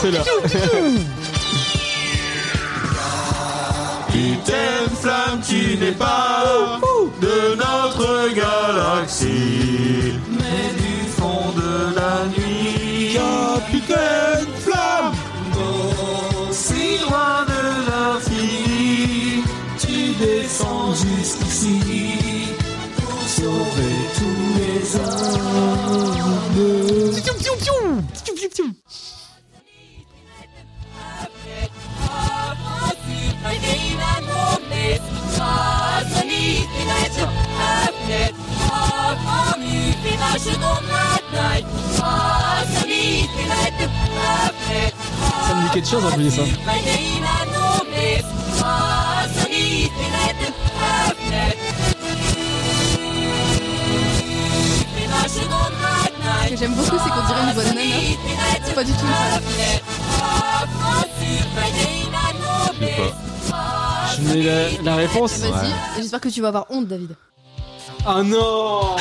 B: C'est là.
H: Putain, flamme, tu n'es pas de notre galaxie, mais du fond de la nuit. Capitaine Flamme, si loin de l'infini, tu descends jusqu'ici pour sauver tous les hommes.
B: Ça me dit quelque chose en plus, hein. ça.
E: Ce que j'aime beaucoup, c'est qu'on dirait une voix de nana. C'est pas du tout une
C: Je sais pas.
B: Je mets la, la réponse.
E: Vas-y, et Eh ben, j'espère que tu vas avoir honte, David.
B: Ah non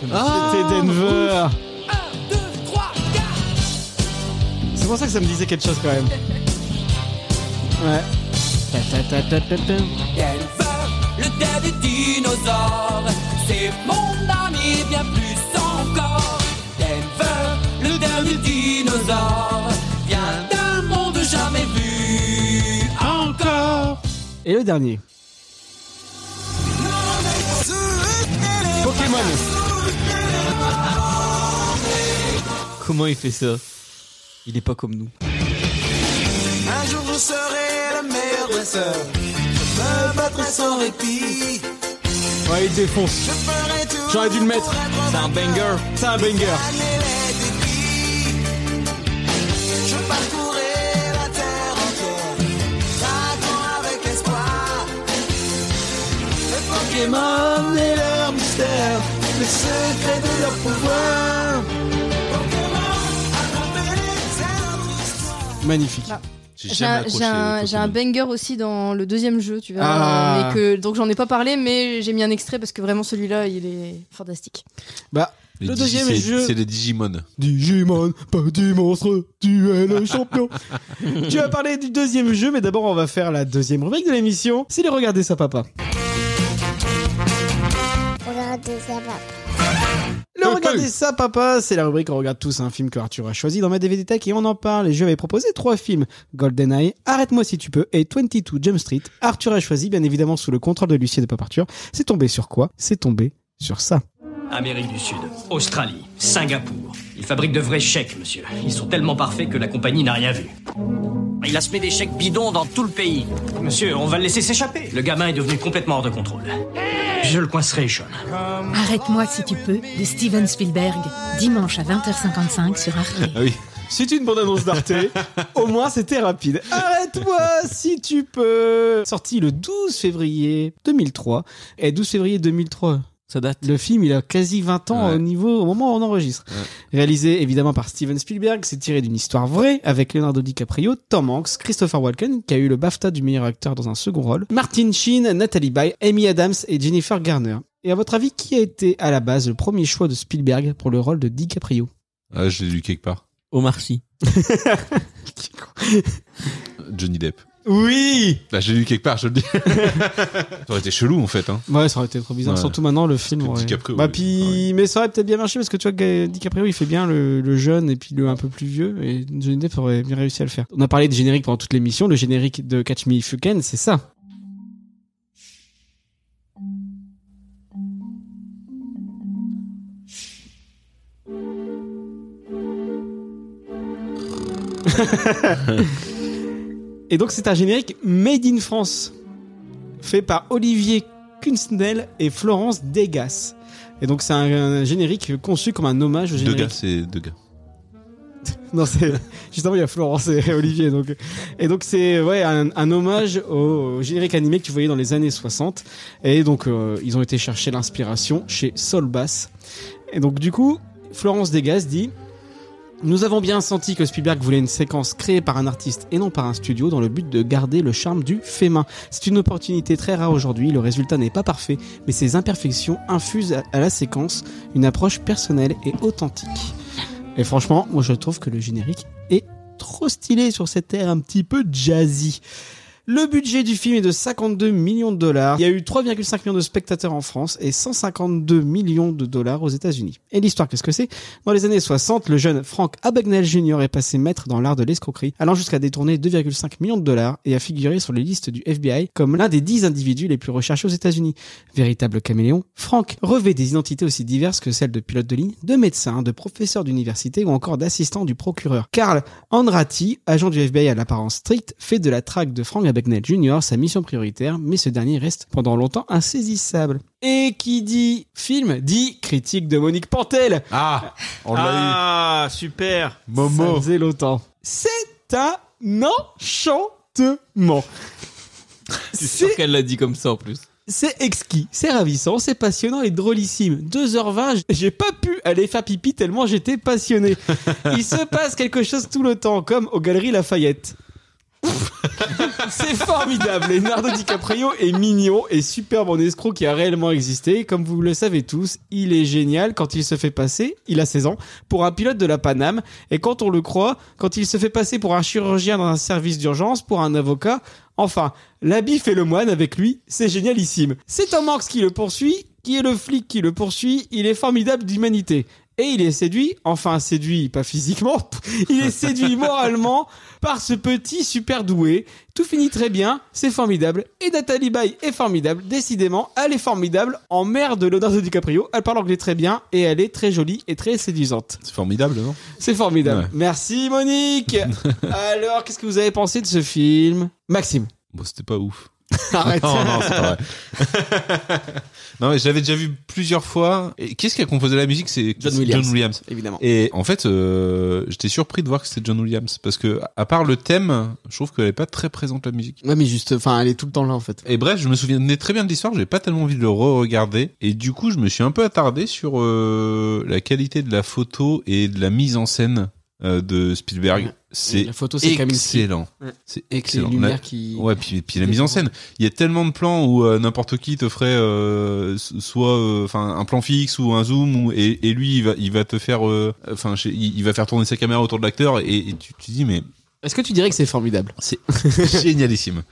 B: C'était Denver C'est pour ça que ça me disait quelque chose quand même. Ouais.
P: Le terre du dinosaure, c'est mon ami, bien plus encore. Denver, le terre du dinosaure, vient d'un monde jamais vu encore.
B: Et le dernier. Pokémon Comment il fait ça Il est pas comme nous.
P: Un jour vous serez la meilleure dresseur, je me battrai sans répit.
B: Ouais, il défonce. J'aurais dû le mettre. C'est un banger. C'est un banger.
P: Je parcourais la terre entière, j'attends avec espoir. Les Pokémon et leur mystère, le secret de leur pouvoir.
B: Magnifique.
E: J'ai un, j'ai un- j'ai un banger aussi dans le deuxième jeu, tu verras.
B: Ah.
E: mais que, donc j'en ai pas parlé, mais j'ai mis un extrait parce que vraiment celui-là, il est fantastique.
B: Bah,
C: Les
B: le
C: digi-
B: deuxième
C: c'est-
B: jeu.
C: C'est les Digimon.
B: Digimon, petit monstre, tu es le champion. tu vas parler du deuxième jeu, mais d'abord on va faire la deuxième rubrique de l'émission. C'est le regarder ça papa.
K: Regardez ça, papa.
B: Le Regardez ça, papa, c'est la rubrique où on regarde tous un film que Arthur a choisi dans ma DVD Tech et on en parle. Et je vais proposer trois films. GoldenEye, Arrête-moi si tu peux et 22 Jump Street. Arthur a choisi, bien évidemment, sous le contrôle de l'huissier de Pop Arthur. C'est tombé sur quoi C'est tombé sur ça.
Q: Amérique du Sud, Australie, Singapour. Ils fabriquent de vrais chèques, monsieur. Ils sont tellement parfaits que la compagnie n'a rien vu. Il a semé des chèques bidons dans tout le pays. Monsieur, on va le laisser s'échapper. Le gamin est devenu complètement hors de contrôle. Je le coincerai, Sean.
R: Arrête-moi si tu peux de Steven Spielberg, dimanche à 20h55 sur Arte.
B: oui. C'est une bande-annonce d'Arte. Au moins, c'était rapide. Arrête-toi si tu peux. Sorti le 12 février 2003. Et 12 Eh, février 2003. Ça date. Le film, il a quasi 20 ans au niveau, au moment où on enregistre. Réalisé évidemment par Steven Spielberg, c'est tiré d'une histoire vraie avec Leonardo DiCaprio, Tom Hanks, Christopher Walken, qui a eu le BAFTA du meilleur acteur dans un second rôle, Martin Sheen, Nathalie Baye, Amy Adams et Jennifer Garner. Et à votre avis, qui a été à la base le premier choix de Spielberg pour le rôle de DiCaprio
C: Ah, je l'ai lu quelque part.
D: Omar Sy.
C: Johnny Depp.
B: Oui
C: Bah, j'ai lu quelque part, je le dis. ça aurait été chelou, en fait. Hein.
B: Ouais, ça aurait été trop bizarre.
C: Ouais.
B: Surtout maintenant, le film.
C: Parce que
B: ouais.
C: DiCaprio,
B: bah,
C: oui.
B: puis, mais ça aurait peut-être bien marché parce que tu vois, que DiCaprio, il fait bien le, le jeune et puis le un peu plus vieux. Et Johnny Depp aurait bien réussi à le faire. On a parlé de générique pendant toute l'émission. Le générique de Catch Me If You Can, c'est ça. et donc, c'est un générique made in France. fait par Olivier Kunsnel et Florence Degas. Et donc c'est un, un générique conçu comme un hommage au
C: Deux
B: générique.
C: gars, c'est deux gars.
B: Non, c'est justement il y a Florence et Olivier donc et donc c'est ouais un, un hommage au, au générique animé que tu voyais dans les années 60 et donc euh, ils ont été chercher l'inspiration chez Solbass. Et donc du coup, Florence Degas dit nous avons bien senti que Spielberg voulait une séquence créée par un artiste et non par un studio dans le but de garder le charme du fait main. C'est une opportunité très rare aujourd'hui, le résultat n'est pas parfait, mais ces imperfections infusent à- à la séquence une approche personnelle et authentique. Et franchement, moi je trouve que le générique est trop stylé sur cet air un petit peu jazzy. Le budget du film est de 52 millions de dollars. Il y a eu 3,5 millions de spectateurs en France et 152 millions de dollars aux États-Unis. Et l'histoire, qu'est-ce que c'est Dans les années 60, le jeune Frank Abagnale Jr. est passé maître dans l'art de l'escroquerie, allant jusqu'à détourner 2,5 millions de dollars et à figurer sur les listes du FBI comme l'un des 10 individus les plus recherchés aux États-Unis. Véritable caméléon, Frank revêt des identités aussi diverses que celles de pilote de ligne, de médecin, de professeur d'université ou encore d'assistant du procureur. Karl Andrati, agent du FBI à l'apparence stricte, fait de la traque de Frank Abagnale Jr. sa mission prioritaire, mais ce dernier reste pendant longtemps insaisissable. Et qui dit film dit critique de Monique Pantel.
C: Ah, on l'a
B: ah, super. Momo. Ça faisait longtemps. C'est un enchantement.
D: C'est sûr qu'elle l'a dit comme ça en plus.
B: C'est exquis, c'est ravissant, c'est passionnant et drôlissime. 2h20, j'ai pas pu aller faire pipi tellement j'étais passionné. Il se passe quelque chose tout le temps, comme aux Galeries Lafayette. c'est formidable. Leonardo DiCaprio est mignon et superbe en escroc qui a réellement existé. Comme vous le savez tous, il est génial quand il se fait passer, il a 16 ans, pour un pilote de la Paname. Et quand on le croit, quand il se fait passer pour un chirurgien dans un service d'urgence, pour un avocat. Enfin, l'habit fait le moine avec lui, c'est génialissime. C'est Tom Hanks qui le poursuit, qui est le flic qui le poursuit, il est formidable d'humanité. Et il est séduit, enfin séduit, pas physiquement, il est séduit moralement par ce petit super doué. Tout finit très bien, c'est formidable. Et Nathalie Baye est formidable, décidément, elle est formidable. En mère de Leonardo DiCaprio, elle parle anglais très bien et elle est très jolie et très séduisante.
C: C'est formidable, non
B: C'est formidable.
C: Ouais.
B: Merci Monique. Alors, qu'est-ce que vous avez pensé de ce film Maxime.
C: Bon, c'était pas ouf.
B: Arrête.
C: Oh non, non, c'est pas vrai. non, mais j'avais déjà vu plusieurs fois. Et Qu'est-ce qui a composé la musique C'est
B: John Williams.
C: Évidemment. Et en fait, euh, j'étais surpris de voir que c'était John Williams. Parce que, à part le thème, je trouve qu'elle est pas très présente, la musique.
B: Ouais, mais juste, enfin, elle est tout le temps là en fait.
C: Et bref, je me souvenais très bien de l'histoire, j'ai pas tellement envie de le re-regarder. Et du coup, je me suis un peu attardé sur euh, la qualité de la photo et de la mise en scène euh, de Spielberg. C'est
B: La photo, c'est Kaminski.
C: excellent.
B: Ouais.
C: C'est
B: Avec
C: excellent.
B: les lumières
C: La-
B: qui-
C: Ouais, puis, puis la
B: qui
C: mise en
B: découvre.
C: scène. Il y a tellement de plans où euh, n'importe qui te ferait euh, s- soit euh, enfin un plan fixe ou un zoom ou, et, et lui il va il va te faire euh, enfin je sais- il il va faire tourner sa caméra autour de l'acteur et, et tu tu dis mais
B: Est-ce que tu dirais que c'est formidable
C: C'est génialissime.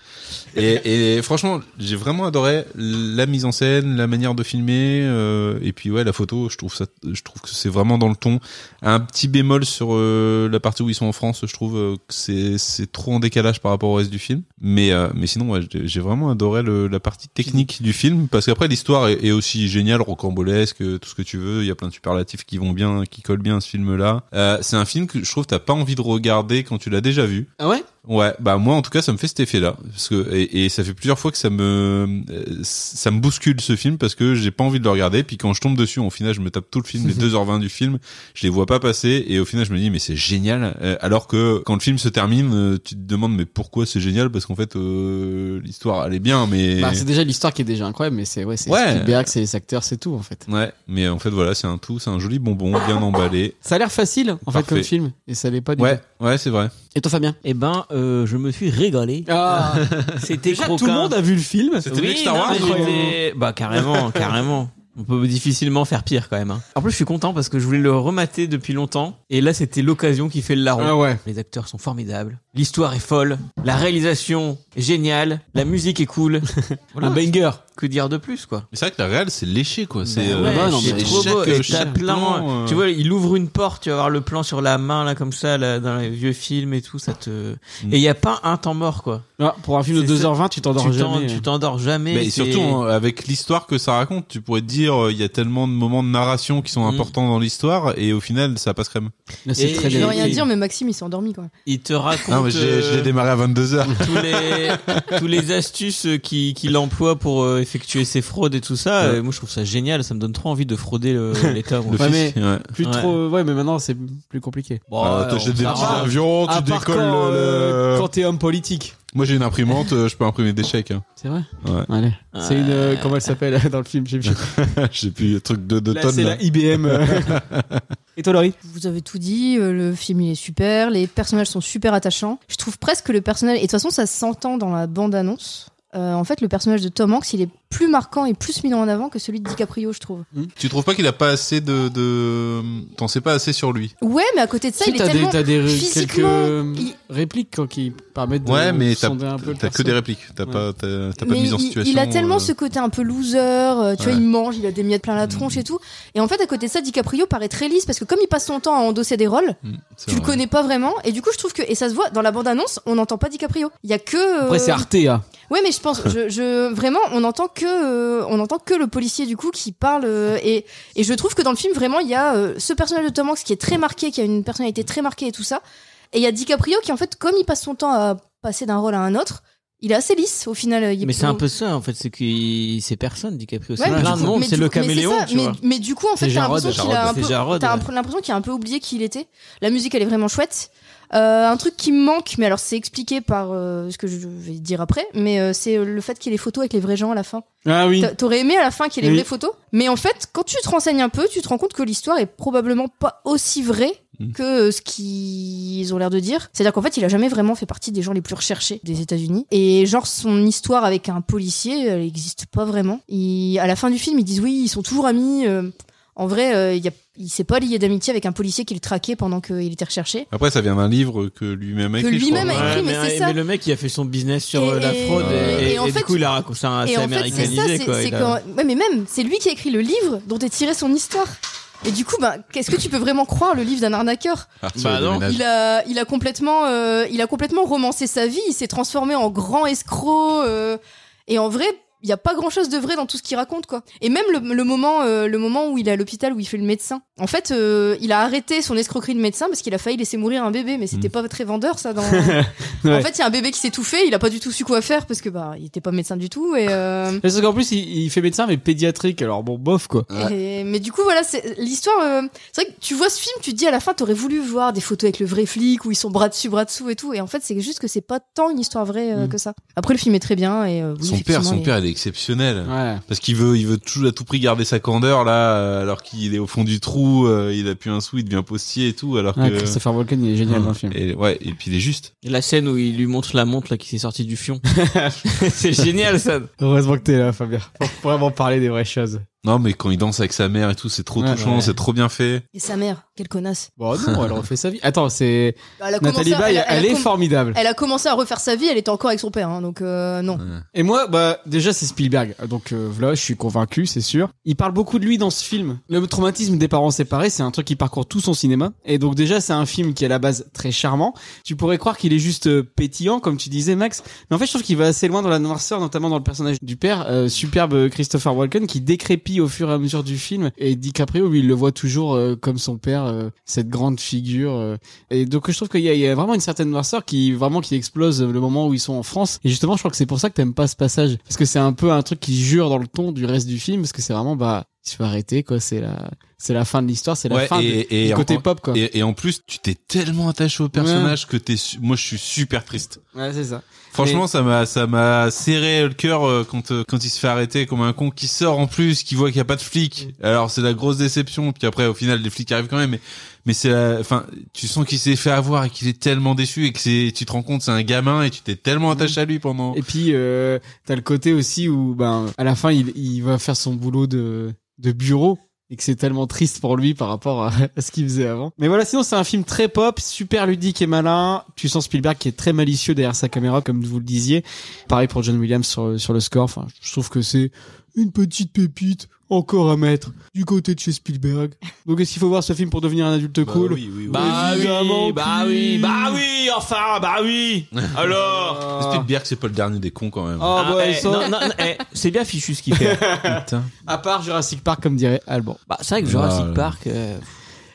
C: Et, et franchement, j'ai vraiment adoré la mise en scène, la manière de filmer, euh, et puis ouais, la photo. Je trouve ça, je trouve que c'est vraiment dans le ton. Un petit bémol sur euh, la partie où ils sont en France, je trouve euh, que c'est c'est trop en décalage par rapport au reste du film. Mais euh, mais sinon, ouais, j'ai j'ai vraiment adoré le- la partie technique du film parce qu'après l'histoire est, est aussi géniale, rocambolesque, euh, tout ce que tu veux. Il y a plein de superlatifs qui vont bien, qui collent bien à ce film-là. Euh, c'est un film que je trouve t'as pas envie de regarder quand tu l'as déjà vu.
B: Ah ouais
C: Ouais, bah moi en tout cas ça me fait cet effet-là parce que et, et ça fait plusieurs fois que ça me euh, ça me bouscule ce film parce que j'ai pas envie de le regarder puis quand je tombe dessus au final je me tape tout le film les 2h20 du film, je les vois pas passer et au final je me dis mais c'est génial euh, alors que quand le film se termine euh, tu te demandes mais pourquoi c'est génial parce qu'en fait euh, l'histoire elle est bien mais
B: Bah, c'est déjà l'histoire qui est déjà incroyable, mais c'est ouais, c'est
C: Ouais.
B: Spielberg, c'est les acteurs, c'est tout en fait.
C: ouais, mais en fait voilà, c'est un tout, c'est un joli bonbon bien emballé.
B: Ça a l'air facile en fait
C: Parfait.
B: comme film, et ça l'est pas du
C: Ouais,
B: tout.
C: ouais, c'est vrai.
B: Et toi Fabien
D: Eh ben, euh, je me suis régalé.
B: Ah.
D: C'était
B: Déjà,
D: croquin.
B: tout le monde a vu le film.
D: oui, non, mais j'étais- Bah carrément, carrément. On peut difficilement faire pire quand même. hein. En plus, je suis content parce que je voulais le remater depuis longtemps. Et là, c'était l'occasion qui fait le larron.
B: Ah ouais.
D: Les acteurs sont formidables. L'histoire est folle. La réalisation est géniale. La musique est cool.
B: Un banger.
D: Que dire de plus, quoi
C: Mais c'est vrai que la réal c'est léché quoi, c'est
D: Bah Ouais,
C: euh,
D: c'est
C: chaque-
D: trop beau. Et t'as
C: chaque
D: plein.
C: plan, euh,
D: Tu vois, il ouvre une porte, tu vas voir le plan sur la main là comme ça, là, dans les vieux films et tout, ça te.
C: Mm.
D: Et il y a pas un temps mort quoi.
B: Ah, pour un film de
D: C'est ça.
B: 2h20, tu t'endors
D: Tu t'en-
B: jamais. hein.
D: tu t'endors jamais,
C: hein. Mais
D: c'est-
C: surtout hein, avec l'histoire que ça raconte, tu pourrais te dire euh, il y a tellement de moments de narration qui sont
B: Mm.
C: importants dans l'histoire et au final ça passe crème.
E: Et je veux rien dire, mais Maxime, il s'est endormi quand même.
D: Il te raconte. euh,
C: Non, Ah, mais j'ai-
B: euh,
C: je l'ai démarré à 22h.
D: Tous les, tous les astuces euh, qui- qu'il emploie pour euh, effectuer ses fraudes et tout ça.
B: Ouais.
D: euh, moi, je trouve ça génial. Ça me donne trop envie de frauder le- l'État. moi.
B: Ouais, mais plus
D: Ouais.
B: trop. Ouais, mais maintenant c'est plus compliqué.
D: Bon, Euh,
C: t'achètes alors, des ça petits va. avions, tu
B: À part
C: décolles
B: quand,
C: le-
B: Ah, euh,
C: le-
B: Quand t'es homme politique.
C: Moi j'ai une imprimante, euh, je peux imprimer des chèques. hein.
B: C'est vrai
C: Ouais.
B: Allez. C'est une. euh, comment elle s'appelle dans le film J'ai plus.
C: j'ai plus le truc de 2
B: Là,
C: tonnes.
B: c'est la IBM, euh. Et toi, Laurie
E: Vous avez tout dit, euh, le film il est super, les personnages sont super attachants. Je trouve presque le personnage, et de toute façon ça s'entend dans la bande-annonce, Euh, en fait le personnage de Tom Hanks il est plus marquant et plus mis en avant que celui de DiCaprio je trouve.
C: Tu trouves pas qu'il a pas assez de, de... t'en sais pas assez sur lui.
E: Ouais mais à côté de ça
B: Si,
E: il est
B: t'as des,
E: tellement
B: t'as des quelques
E: physiquement...
B: euh, répliques quoi, qui permettent de
C: ouais, mais t'as
B: sonder un peu le
C: t'as que
B: perso.
C: des répliques, t'as
B: Ouais.
C: pas t'as t'as pas de
E: Mais
C: mise en
E: il,
C: situation.
E: il a tellement
C: euh,
E: ce côté un peu loser, euh, tu
C: Ouais. Mm.
E: vois, il mange, il a des miettes plein la tronche et tout. Et en fait, à côté de ça, DiCaprio paraît très lisse parce que comme il passe son temps à endosser des rôles,
C: hmm,
B: c'est
E: tu le
B: vrai.
E: connais pas vraiment. Et du coup, je trouve que, et ça se voit, dans la bande-annonce, on n'entend pas DiCaprio. Il y a que. euh,
B: Après, c'est Arte, hein.
E: Ouais, mais je pense, je, je- vraiment, on entend que, euh, on entend que le policier du coup qui parle euh, et et je trouve que dans le film vraiment il y a euh, ce personnage de Tom Hanks qui est très marqué, qui a une personnalité très marquée et tout ça, et il y a DiCaprio qui en fait comme il passe son temps à passer d'un rôle à un autre, il est assez lisse au final. euh, il est
D: Mais c'est un
E: plutôt-
D: peu ça en fait, c'est qu'il c'est personne DiCaprio, c'est
E: Ouais, mais
D: plein
E: du
D: de
E: coup-
D: monde,
E: mais
D: c'est
E: du
D: le
E: coup- mais
D: caméléon,
E: ça,
D: tu
E: mais,
D: vois.
E: mais du coup, en
D: C'est
E: fait, t'as
D: Jarod,
E: l'impression qu'il a un
D: Jarod,
E: peu,
D: c'est Jarod,
E: t'as
D: ouais.
E: un- l'impression qu'il a un peu oublié qui il était. La musique, elle est vraiment chouette. Euh, un truc qui me manque, mais alors c'est expliqué par euh, ce que je vais dire après, mais euh, c'est euh, le fait qu'il y ait les photos avec les vrais gens à la fin.
B: Ah oui.
E: T'a- T'aurais aimé à la fin qu'il y ait les
B: Oui.
E: vraies photos, mais en fait, quand tu te renseignes un peu, tu te rends compte que l'histoire est probablement pas aussi vraie
B: Mm.
E: que euh, ce qu'ils ont l'air de dire. C'est-à-dire qu'en fait, il a jamais vraiment fait partie des gens les plus recherchés des États-Unis. Et genre, son histoire avec un policier, elle n'existe pas vraiment. Il- à la fin du film, ils disent oui, ils sont toujours amis. euh, en vrai, euh, il y a- il s'est pas lié d'amitié avec un policier qui le traquait pendant qu'il était recherché.
C: Après ça vient d'un livre que lui-même a
E: Que
C: écrit. je
E: lui-même
C: crois.
E: a écrit, mais c'est ça.
D: Mais le mec il a fait son business sur
E: Et-
D: euh, la
E: et-
D: fraude et,
E: et
D: et
E: en
D: du
E: fait-
D: coup il a raconté ça assez
E: Et en fait, c'est ça,
D: américanisé
E: c'est-
D: quoi.
E: c'est
D: il a-
E: quand- ouais, mais même, c'est lui qui a écrit le livre dont est tirée son histoire. Et du coup, ben, qu'est-ce que tu peux vraiment croire le livre d'un arnaqueur
D: Arthur, Bah il non. déménage.
E: Il a, il a complètement, euh, il a complètement romancé sa vie. Il s'est transformé en grand escroc. euh, et en vrai, il y a pas grand-chose de vrai dans tout ce qu'il raconte, quoi. Et même le, le moment, euh, le moment où il est à l'hôpital où il fait le médecin. En fait, euh, il a arrêté son escroquerie de médecin parce qu'il a failli laisser mourir un bébé, mais c'était
D: Mm.
E: pas très vendeur ça dans. En
B: Ouais.
E: fait, il y a un bébé qui s'est tout fait, il a pas du tout su quoi faire parce que bah, il était pas médecin du tout et. euh,
B: Mais Sauf qu'en plus, il, il fait médecin, mais pédiatrique, alors bon, bof quoi.
E: Et- mais du coup, voilà, c'est l'histoire. euh, c'est vrai que tu vois ce film, tu te dis à la fin, t'aurais voulu voir des photos avec le vrai flic où ils sont bras dessus, bras dessous et tout. Et en fait, c'est juste que c'est pas tant une histoire vraie euh, que ça. Après, le film est très bien. Et, euh, oui,
C: Mm. son père,
E: effectivement,
C: son
E: les-
C: père, il est exceptionnel.
B: Ah.
C: Parce qu'il veut, il veut toujours à tout prix garder sa candeur là, euh, alors qu'il est au fond du trou, euh, il a plus un sou, il devient postier et tout, alors
B: Ouais,
C: que.
B: Ah, Christopher Walken, il est génial
C: Ouais.
B: dans le film.
C: Et, ouais, et puis il est juste.
D: Et La scène où il lui montre la montre là qui s'est sortie du fion. c'est génial ça.
B: Heureusement que t'es là, Fabien. Pour vraiment parler des vraies choses.
C: Non, mais quand il danse avec sa mère et tout, c'est trop
B: Ouais,
C: touchant,
B: ouais.
C: c'est trop bien fait.
E: Et sa mère, quelle connasse.
B: Bon, non, elle refait sa vie. Attends, c'est.
E: Elle a
B: Nathalie
E: commencé à-
B: Baye,
E: elle a- elle a
B: elle est
E: com-
B: formidable.
E: Elle a commencé à refaire sa vie, elle était encore avec son père, hein, donc euh, non.
B: Et moi, bah, déjà, c'est Spielberg. Donc, euh, voilà, je suis convaincu, c'est sûr. Il parle beaucoup de lui dans ce film. Le traumatisme des parents séparés, c'est un truc qui parcourt tout son cinéma. Et donc, déjà, c'est un film qui est à la base très charmant. Tu pourrais croire qu'il est juste euh, pétillant, comme tu disais, Max. Mais en fait, je trouve qu'il va assez loin dans la noirceur, notamment dans le personnage du père, euh, superbe Christopher Walken, qui décrépit au fur et à mesure du film. Et DiCaprio, lui, il le voit toujours euh, comme son père, euh, cette grande figure. euh. Et donc, je trouve qu'il y, a- il y a vraiment une certaine noirceur qui, vraiment, qui explose euh, le moment où ils sont en France. Et justement, je crois que c'est pour ça que t'aimes pas ce passage. Parce que c'est un peu un truc qui jure dans le ton du reste du film. Parce que c'est vraiment, bah, il se fait arrêter, quoi. C'est la, c'est la fin de l'histoire. C'est la
C: Ouais,
B: fin de- du
C: en-
B: côté pop, quoi.
C: Et, et en plus, tu t'es tellement attaché au personnage que t'es, su- moi, je suis super triste.
B: Ouais, c'est ça.
C: Franchement,
B: Mais-
C: ça m'a, ça m'a serré le cœur euh, quand, euh, quand il se fait arrêter comme un con qui sort en plus, qui voit qu'il n'y a pas de flics. Alors, c'est la grosse déception. Puis après, au final, les flics arrivent quand même. Mais, mais c'est, la- enfin, tu sens qu'il s'est fait avoir et qu'il est tellement déçu et que c'est, tu te rends compte, c'est un gamin et tu t'es tellement attaché à lui pendant.
B: Et puis euh, t'as le côté aussi où ben à la fin il, il va faire son boulot de, de bureau et que c'est tellement triste pour lui par rapport à, à ce qu'il faisait avant. Mais voilà, sinon c'est un film très pop, super ludique et malin. Tu sens Spielberg qui est très malicieux derrière sa caméra, comme vous le disiez. Pareil pour John Williams sur, sur le score. Enfin, je trouve que c'est une petite pépite encore à mettre du côté de chez Spielberg. Donc est-ce qu'il faut voir ce film pour devenir un adulte cool
D: Bah
B: Évidemment
D: oui,
B: que
D: bah oui, bah oui, enfin, bah oui.
C: Bah,
D: Alors.
C: Spielberg, c'est pas le dernier des cons quand même.
B: Ah,
D: Ah,
B: ouais,
D: eh,
B: ça-
D: non, non, non, eh, c'est bien fichu ce qu'il fait.
C: Putain.
B: À part Jurassic Park, comme dirait Alban.
D: Bah, c'est vrai que Jurassic
B: Voilà.
D: Park. euh,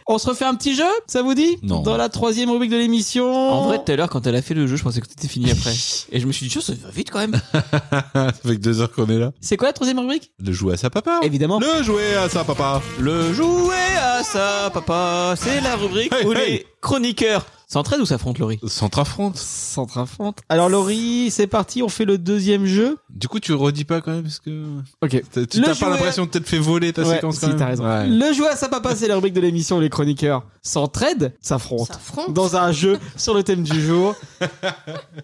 B: On se refait un petit jeu, ça vous dit
D: Non.
B: Dans la troisième rubrique de l'émission.
D: En vrai, tout à l'heure, quand elle a fait le jeu, je pensais que c'était fini après. Et je me suis dit, tiens, ça va vite quand même.
C: Avec deux heures qu'on est là.
B: C'est quoi la troisième rubrique
C: Le jouer à sa papa.
B: Évidemment.
C: Le jouer à sa papa.
D: Le jouer à sa papa, c'est la rubrique où les chroniqueurs s'entraident ou s'affrontent, Laurie
C: S'entrafronte.
B: S'entrafronte. Alors Laurie, c'est parti, on fait le deuxième jeu.
C: Du coup, tu redis pas quand même parce que.
B: Ok.
C: T'as- Tu
B: Le
C: t'as
B: jouet-
C: pas l'impression de t'être fait voler ta
B: Ouais,
C: séquence
B: si,
C: quand même
B: t'as raison.
C: Ouais.
B: Le jeu à sa papa, c'est la rubrique de l'émission où les chroniqueurs s'entraident, s'affrontent dans un jeu sur le thème du jour.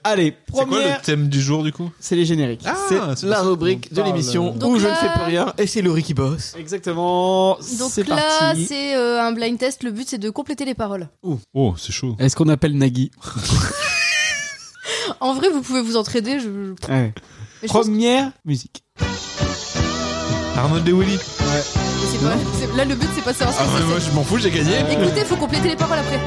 B: Allez,
C: C'est quoi
B: première,
C: le thème du jour du coup
B: c'est les génériques.
C: Ah,
B: c'est
C: c'est
B: la
C: parce
B: rubrique
C: qu'on
B: de
C: parle.
B: l'émission
E: Donc
B: où je ne
E: là-
B: fais plus rien et c'est Laurie qui bosse. Exactement.
E: Donc
B: c'est
E: là,
B: parti.
E: c'est euh, un blind test, le but c'est de compléter les paroles.
B: Oh,
C: c'est chaud.
B: Est-ce qu'on appelle Nagui
E: En vrai, vous pouvez vous entraider, je... je-
B: Ouais.
E: Mais je pense
B: Première musique.
C: Arnold de Willy.
E: que c'est pas- c'est- Là, le but c'est pas de savoir ce
C: Ah
E: que
C: ouais,
E: c'est.
C: moi je m'en fous, j'ai gagné.
E: Écoutez, faut compléter les paroles après.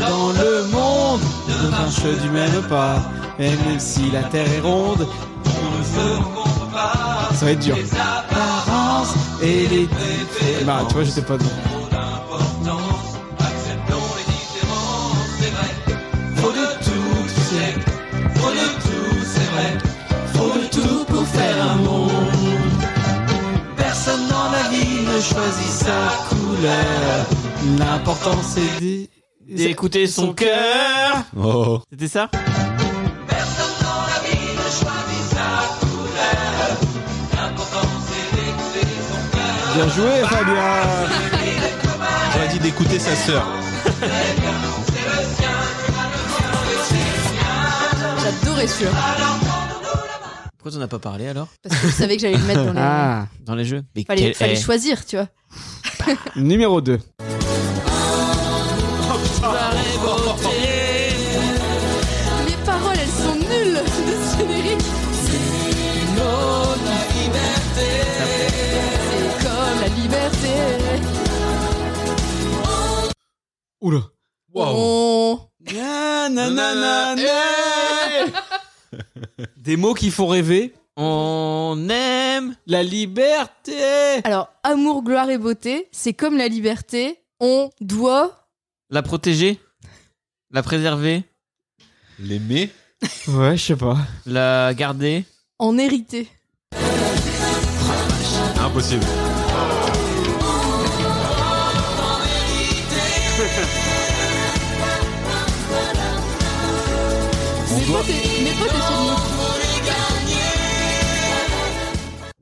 B: Dans le monde ne marche du même pas, et même si la terre est ronde, ça va être dur. Apparence et les Bah, tu vois, j'étais pas dedans.
H: Faut de tout, c'est Faut de tout, c'est vrai. Faut de tout pour faire un monde.
B: Personne dans la vie ne choisit sa couleur. L'important c'est d'é-
D: D'écouter son cœur.
C: Oh.
D: C'était ça
B: Bien joué, Fabien.
C: J'aurais dit d'écouter sa sœur.
E: J'adorais celui-là.
D: Pourquoi t'en as pas parlé alors
E: Parce que je savais que j'allais le mettre dans les.
B: Ah.
D: Dans les jeux. Mais
E: Fallait,
D: quel-
E: fallait
D: eh.
E: choisir, tu vois.
B: Numéro 2.
E: Les paroles, elles sont nulles de ce générique. C'est comme la liberté.
B: Oula.
E: Oh.
B: Na, na, na, na, Des mots qui font rêver.
D: On aime
B: la liberté.
E: Alors, amour, gloire et beauté, c'est comme la liberté. On doit.
D: La protéger La préserver
C: L'aimer
B: Ouais, je sais pas.
D: La garder
E: En hériter.
C: Impossible.
E: Mes potes et- mes potes et souvenirs.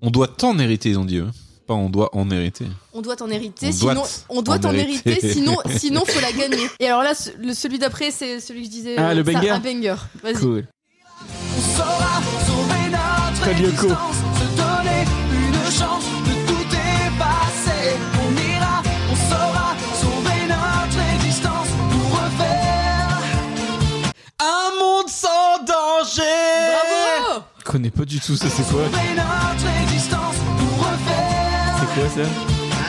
C: On doit t'en hériter, ils ont dit eux. Pas on doit en hériter.
E: On doit en hériter,
C: On
E: sinon
C: doit
E: on doit
C: en
E: en hériter,
C: hériter.
E: sinon sinon faut la gagner. Et alors là, ce- le, celui d'après, c'est celui que je disais.
B: Ah, le
E: ça,
B: banger.
E: Un banger. Vas-y.
B: Cool.
H: On saura sauver notre
B: Code Lyoko.
H: existence, se donner une chance de tout
S: connais pas du tout ça, c'est quoi
H: Sauver notre existence pour refaire
S: C'est quoi ça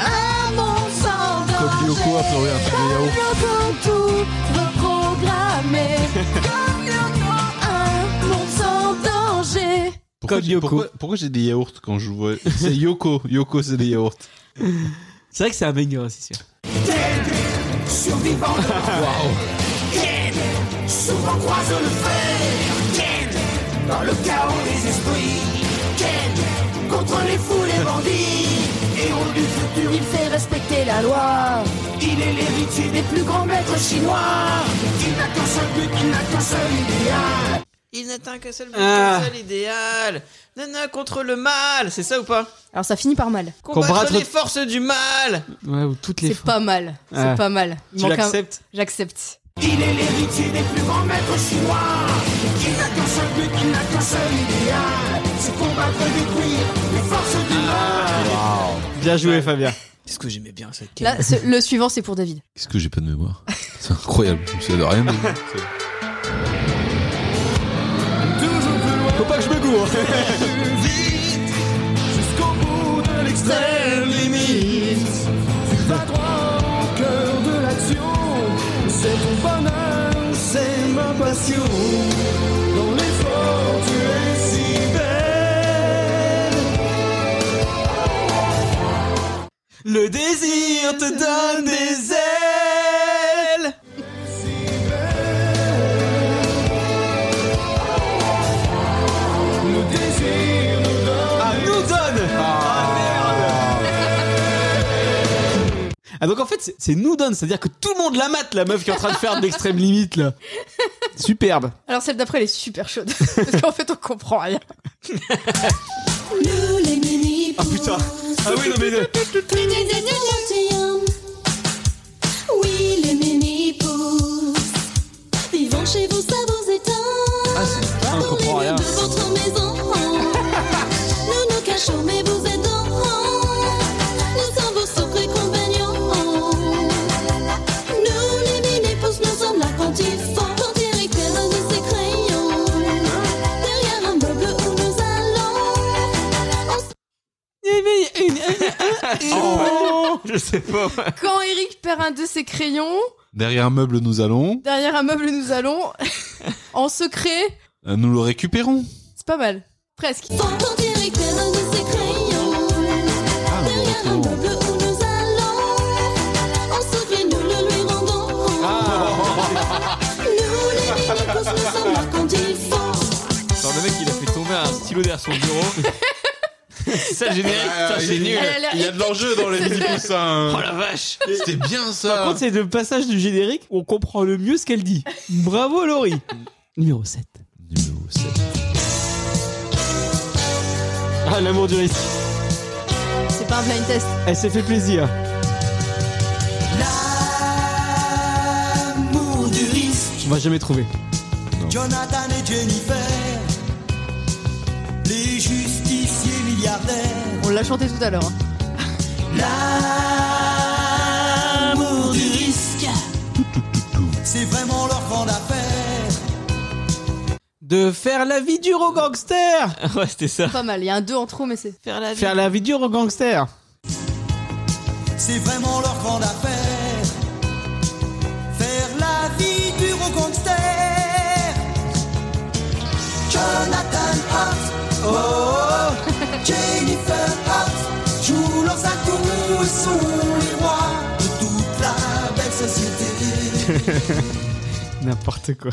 H: un monde sans
S: Comme Lyoko après ouais, un truc de yaourt.
H: Comme tout reprogrammer. Comme Lyoko, un monde sans danger.
C: Pourquoi, j'ai- pourquoi- pourquoi j'ai des yaourts quand je vois. C'est Yoko. Yoko, c'est des yaourts.
S: C'est vrai que c'est un banger, c'est sûr.
H: Survivant de Ken, souvent croise le fer. Ken, dans le chaos des esprits. Ken, contre les fous, les bandits. Héros du futur, il fait respecter la loi. Il est l'héritier des plus grands maîtres chinois. Il n'a qu'un seul but, il n'a qu'un seul idéal.
S: Il n'atteint qu'un seul but,
E: Ah.
S: seul idéal. Nana contre le mal, c'est ça ou pas
E: Alors ça finit par mal.
S: Combattre,
E: Combattre-
S: les forces du mal.
B: Ouais, ou toutes
E: C'est pas mal. C'est
S: Ah.
E: pas mal. Il
S: Tu
E: manque un-
S: l'acceptes
E: J'accepte.
H: Il est l'héritier des plus grands maîtres chinois. Il n'a qu'un seul but, il n'a qu'un seul idéal. C'est combattre et détruire les forces du mal.
B: Bien joué, Fabien.
S: Qu'est-ce que j'aimais bien cette
E: Là, ce- le suivant, c'est pour David.
C: Qu'est-ce que j'ai pas de mémoire C'est incroyable. Je me souviens de rien. mais-
B: Faut pas que je me gourre.
H: Jusqu'au bout de l'extrême limite. Tu vas droit au cœur de l'action. C'est ton bonheur, c'est ma passion. Dans l'effort, tu es si belle.
S: Le désir te donne des ailes.
H: Le désir nous donne. Ah, nous donne
B: Ah donc en fait c'est- c'est nous donne, c'est-à-dire que tout le monde la mate la meuf qui est en train de faire de l'extrême limite là. Superbe.
E: Alors celle d'après, elle est super chaude. Parce qu'en fait, on comprend rien.
K: Nous les mini Ah putain
B: Ah oui non mais
K: Oui les mini Vivons chez vous, ça vous éteint
S: On comprend rien.
K: de votre maison Nous nous cachons mais vous êtes dans Nous sommes vos secrets compagnons Nous les mini nous sommes là quand il faut Pour dire éclairer de ses crayons Derrière un meuble où nous allons
E: Eh ben,
S: Oh, je sais pas.
E: Quand Eric perd un de ses crayons,
C: Derrière un meuble, nous allons.
E: derrière un meuble, nous allons. en secret,
C: euh, Nous le récupérons.
E: c'est pas mal. Presque.
K: Pour dire éclairer de ses crayons
C: Ah,
K: Derrière un meuble où nous allons En secret nous le lui rendons Nous les mini-pouces nous sommes là quand il faut
D: Genre, le mec, il a fait tomber un stylo derrière son bureau. ça,
C: Ah,
D: générique, putain, c'est nul.
C: Il y a de l'enjeu dans les hein. mini pouces.
D: Oh la vache.
C: Ah, C'était bien ça.
E: Ah.
B: Par contre c'est le passage du générique où on comprend le mieux ce qu'elle dit. Bravo Laurie. Numéro 7.
C: Numéro 7.
B: Ah l'amour du risque.
E: C'est pas un blind test.
B: Elle s'est fait plaisir.
H: L'amour du risque.
B: On va jamais trouver.
H: Jonathan et Jennifer, les justiciers milliardaires,
E: On l'a chanté tout à l'heure. hein.
H: l'amour du risque, c'est vraiment leur grande affaire.
B: De faire la vie dure au gangster.
D: ouais c'était ça.
E: Pas mal. Il y a un 2 en trop, mais c'est. Faire la
B: Faire la vie dure au gangster.
H: C'est vraiment leur grande affaire. Faire la vie dure au gangster. Jonathan Hart, oh, oh, oh. Jennifer Hart jouent leurs atouts et sont les rois de toute la belle société.
B: N'importe quoi.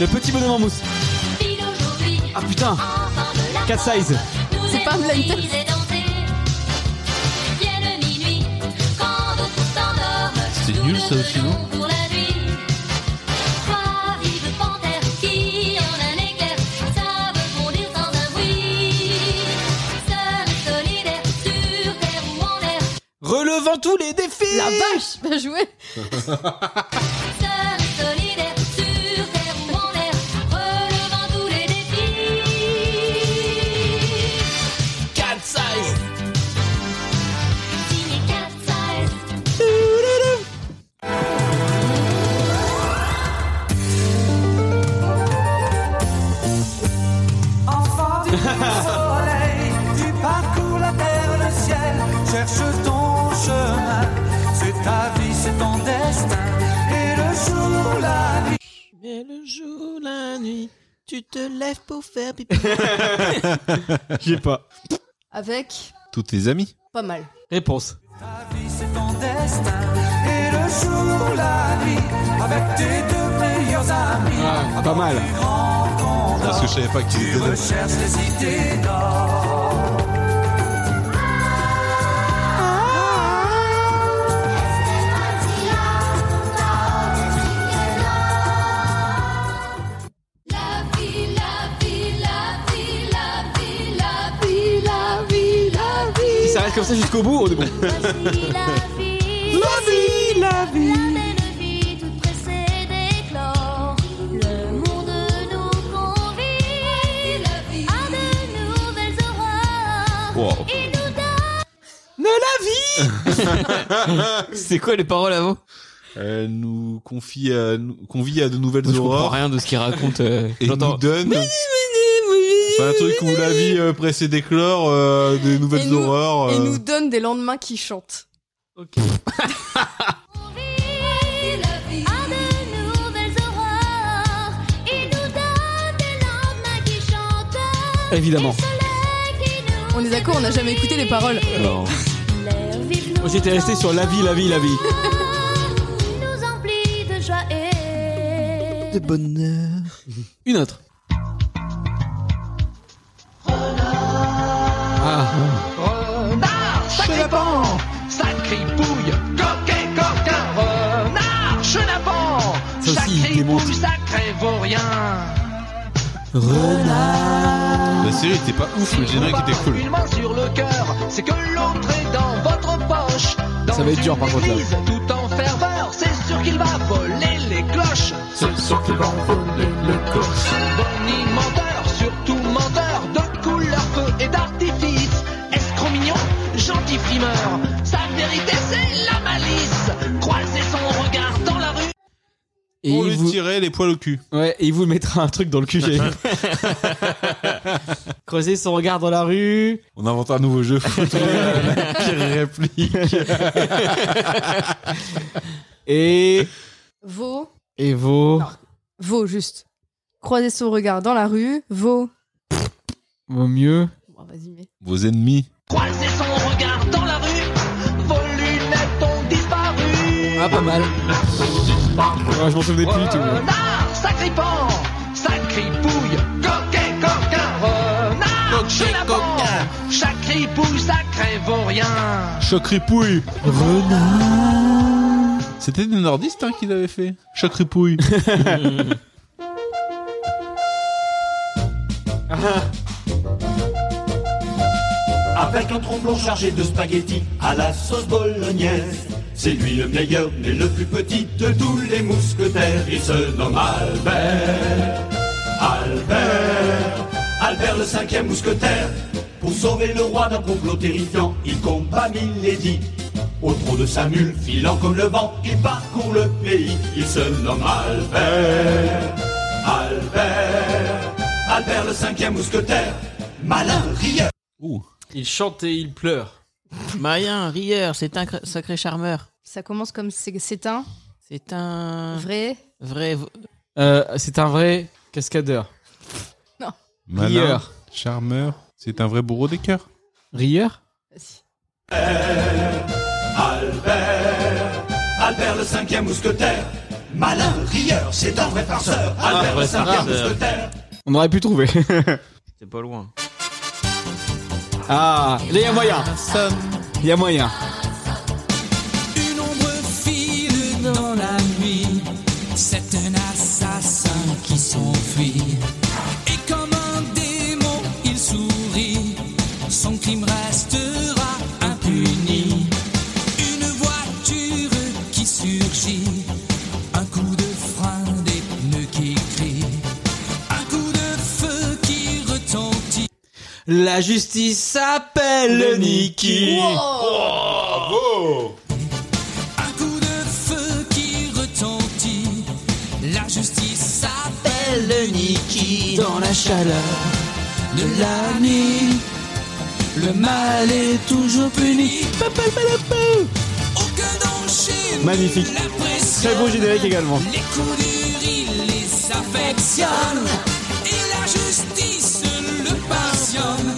B: Le petit bonhomme en mousse. Ah putain. Cat size.
E: C'est pas un blind test.
C: C'était nul ça aussi, non
K: pour la nuit. Trois vives panthères qui, en un éclair, savent bondir sans un bruit. Seuls et solidaires, sur terre ou en l'air,
B: Relevant tous les défis.
E: La vache Bien joué
K: seuls et solidaires, sur terre ou en l'air, relevant tous les défis. Cat size. Signé cat size.
D: fais le jour, la nuit, tu te lèves pour faire pipi.
B: J'ai pas.
E: Avec
C: Tous tes amis
E: pas mal.
B: Réponse.
K: c'est ton destin. Et le jour, la nuit, avec tes deux meilleurs amis.
B: Pas mal.
C: Parce que je savais pas qui était là.
K: Recherche les idées d'or.
A: Ah,
B: Si ça reste comme ça jusqu'au bout, on est bon.
A: La vie, la vie. La belle vie toute pressée d'éclore. Le monde nous convie à de nouvelles aurores.
C: Wow.
A: Il nous donne
D: Ne la vie C'est quoi les paroles avant
C: Elle euh, nous confie à, nous convie à de nouvelles
D: Moi, je comprends
C: aurores.
D: rien de ce qu'il raconte. euh,
C: Et
D: j'entends-
C: nous donne un truc où la vie euh, pressée d'éclore, euh, de
E: Et
C: nouvelles
E: nous-
C: aurores.
E: Et
C: euh.
E: nous donne des lendemains qui chantent.
A: à de nouvelles aurores. Il nous donne des lendemains qui chantent.
B: Évidemment.
E: On est d'accord, on n'a jamais écouté les paroles.
B: Non. Moi j'étais resté sur la vie, la vie, la vie.
A: Nous emplit de joie et
D: de bonheur. Une autre.
B: Ah.
K: Renard, sacré-pan, sacripouille, coquet, coquin, renard, chenapan,
D: Ça aussi, il démonte.
K: sacripouille, sacré vaurien.
C: La série était pas ouf, le générique était cool.
K: Une main sur le cœur, c'est que l'autre est dans votre poche. Dans
C: Ça va être dur, par
K: une
C: contre, là.
K: église, Tout en ferveur, c'est sûr qu'il va voler les cloches. C'est sûr qu'il va voler les cloches. Bonnie menteur, surtout menteur, de couleur feu et d'artifice. Escroc mignon, gentil frimeur, sa vérité c'est la malice. Croisez son regard dans la rue.
B: Et
C: Pour
B: il
C: lui
B: vous-
C: tirer les poils au cul.
B: Ouais, et il vous mettra un truc dans le cul, j'ai vu. Creuser son regard dans la rue.
C: On invente un nouveau jeu. faut trouver la pire réplique.
B: Et.
E: Vaux,
B: Et vos.
E: vaux juste. Croiser son regard dans la rue, vaux.
B: Vaut mieux.
E: Bon, vas-y, mais.
C: Vos ennemis.
K: Croisez son regard dans la rue, vos lunettes ont disparu.
B: Ah, pas mal. Ouais, je m'en souvenais plus du tout.
K: Renard, sacripant, sacripouille, coquet, coquin, renard, chenapan, sacripouille, sacré vaurien.
C: Chacripouille. Renard. C'était des nordistes hein, qui l'avaient fait. Chacripouille.
H: Avec un tromblon chargé de spaghettis à la sauce bolognaise. C'est lui le meilleur, mais le plus petit de tous les mousquetaires. Il se nomme Albert, Albert, Albert le cinquième mousquetaire. Pour sauver le roi d'un complot terrifiant, il combat Milady. Au trot de sa mule, filant comme le vent, il parcourt le pays. Il se nomme Albert, Albert, Albert le cinquième mousquetaire. Malin, rieur.
D: Il chante et il pleure. Marien, rieur, c'est un cr- sacré charmeur.
E: Ça commence comme c'est c'est un
D: C'est un.
E: vrai.
D: Vrai.
B: Euh, c'est un vrai cascadeur.
E: Non.
C: Malin,
B: Rieur.
C: Charmeur. C'est un vrai bourreau des cœurs.
B: Rieur
H: Albert, Albert le cinquième mousquetaire. Malin, rieur, c'est un vrai farceur. Albert
B: vrai
H: le cinquième
B: farceur.
H: mousquetaire.
B: On aurait pu trouver.
D: C'est pas loin.
B: ah, là, il y a moyen. Il y a moyen.
K: Une ombre file dans la nuit, c'est un assassin qui s'enfuit.
T: Et comme un démon, il sourit. Son crime restera impuni. Une voiture qui surgit. Un coup de frein des pneus qui crient. Un coup de feu qui retentit.
D: La justice s'appelle Niki.
T: Un coup de feu qui retentit. La justice s'appelle Niki.
D: Dans la chaleur
T: de la nuit, le mal est toujours puni. Aucun danger.
B: Magnifique.
T: l'impression,
B: Très beau générique également.
T: Les coups durs
H: il les affectionne et la justice le passionne.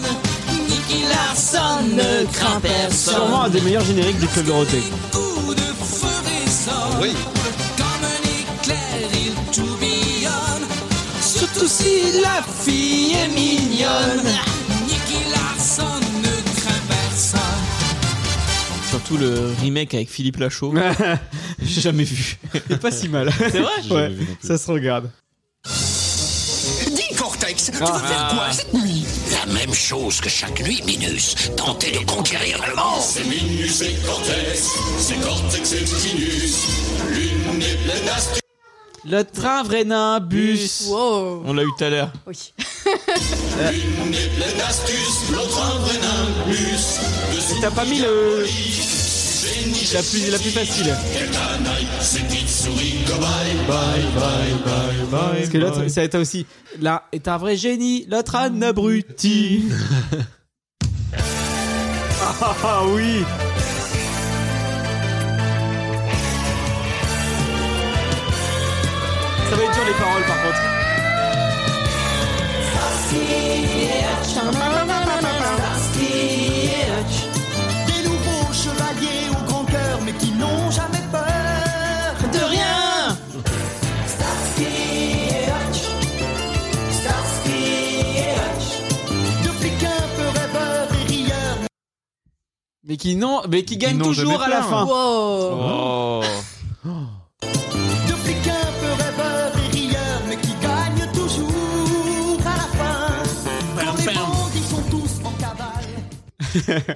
H: Nicky Larson ne craint
B: C'est vraiment un
H: personne.
B: des meilleurs génériques du Club Dorothée.
H: Coup de feu résonne. Comme un éclair, il tourbillonne. Surtout si la fille est mignonne. Nicky Larson ne craint personne.
D: Surtout le remake avec Philippe Lachaud. J'ai jamais vu.
B: C'est pas si mal.
D: C'est vrai
B: Ouais, ça se regarde.
G: Dis Cortex, tu
B: Ah.
G: vas faire quoi
B: Ah.
G: cette nuit
J: La même chose que chaque nuit, Minus. Tenter de conquérir le monde.
G: C'est Minus et Cortex, c'est Cortex et Minus. L'une est pleine d'astuces.
D: Le train Vrenabus.
E: Wow.
D: On l'a eu tout à l'heure.
E: Oui.
G: L'une est pleine d'astuces, l'autre un vrai nimbus.
B: T'as pas mis le. La plus, la plus facile.
G: Canaille, c'est petite souris cobaye. Bye, bye, bye, bye.
B: Parce que l'autre, ça a été aussi. L'un est un vrai génie, l'autre un abruti. ah oui Ça va être dur les paroles par contre.
H: Des nouveaux chevaliers au grand cœur, mais qui n'ont jamais peur de rien. Starsky et Hutch, Starsky et Hutch, deux flics un peu rêveurs et rieurs.
B: Mais qui non, mais qui gagne
D: n'ont
B: toujours
D: jamais hein.
B: à la
D: peur.
B: fin.
D: Oh.
H: Deux flics un peu rêveurs et rieurs, mais qui gagnent toujours à la fin. Quand les bandits sont tous en cavale.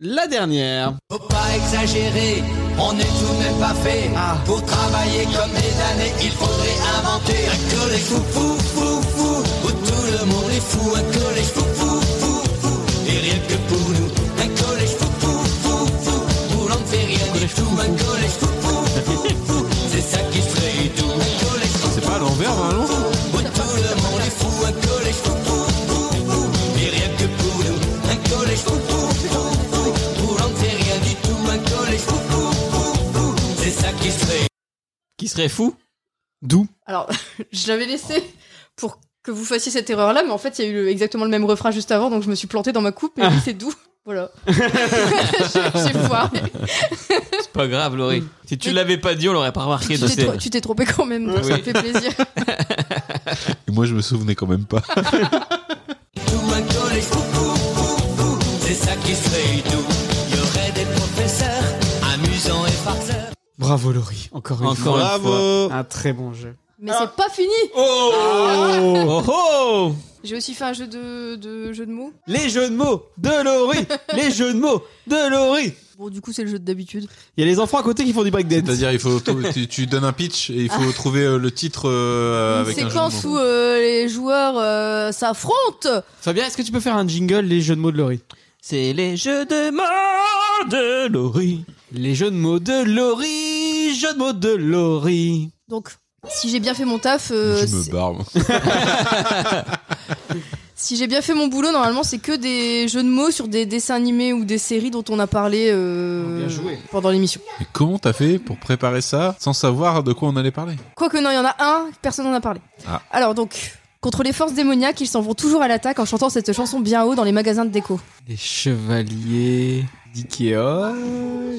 B: La dernière.
H: Faut pas exagérer, on n'est tout de même pas fait. Pour travailler comme des damnés, il faudrait inventer un collège fou, fou, fou, fou, où tout le monde est fou. Un collège fou, fou, fou, fou, et rien que pour nous. Un collège fou, fou, fou, fou, où l'on ne fait rien du tout. Un collège fou, fou, fou, fou, c'est ça qui fait tout. Un collège fou,
C: C'est pas à l'envers, normalement
H: où tout le monde est fou. Un collège fou, fou, fou, fou, et rien que pour nous. Un collège fou, fou, fou, fou, où l'on ne fait rien du tout. Un collège fou, fou, fou, fou, c'est ça qui fait.
D: Qui serait fou D'où
E: Alors, je l'avais laissé pour que vous fassiez cette erreur-là, mais en fait, il y a eu le- exactement le même refrain juste avant, donc je me suis planté dans ma coupe, et oui, c'est doux. Voilà. J'ai j'ai foiré.
D: C'est pas grave, Laurie. Si tu l'avais pas dit, on l'aurait pas remarqué.
E: Tu
D: donc
E: t'es
D: c'est-
E: tro- Tu t'es trompé quand même, donc
D: Oui.
E: ça me fait plaisir.
C: Et moi, je me souvenais quand même pas.
H: Tout un collège fou, fou, fou, fou, c'est ça qui fait doux. Il y aurait des professeurs amusants et farceurs.
B: Bravo Laurie, encore une
D: Encore
B: fois.
D: une Bravo.
B: Un très bon jeu.
E: Mais
C: Ah.
E: c'est pas fini
B: Oh, oh
E: J'ai aussi fait un jeu de, de jeu de mots.
B: Les jeux de mots de Laurie Les jeux de mots de Laurie
E: Bon, du coup, c'est le jeu d'habitude.
B: Il y a les enfants à côté qui font du breakdance.
C: C'est-à-dire, il faut trou- tu, tu donnes un pitch et il faut trouver euh, le titre euh,
E: Une
C: avec un jeu de
E: séquence
C: mots.
E: où euh, les joueurs euh, s'affrontent
B: Fabien, est-ce que tu peux faire un jingle les jeux de mots de Laurie
D: C'est les jeux de mots de Laurie.
B: Les jeux de mots de Laurie Jeux de mots de Laurie
E: Donc, si j'ai bien fait mon taf, euh,
C: Je me barre. moi.
E: si j'ai bien fait mon boulot, normalement, c'est que des jeux de mots sur des dessins animés ou des séries dont on a parlé euh, pendant l'émission.
C: Mais comment t'as fait pour préparer ça sans savoir de quoi on allait parler
E: Quoique, non, il y en a un, personne n'en a parlé.
C: Ah.
E: Alors, donc, contre les forces démoniaques, ils s'en vont toujours à l'attaque en chantant cette chanson bien haut dans les magasins de déco.
B: Les chevaliers d'Ikea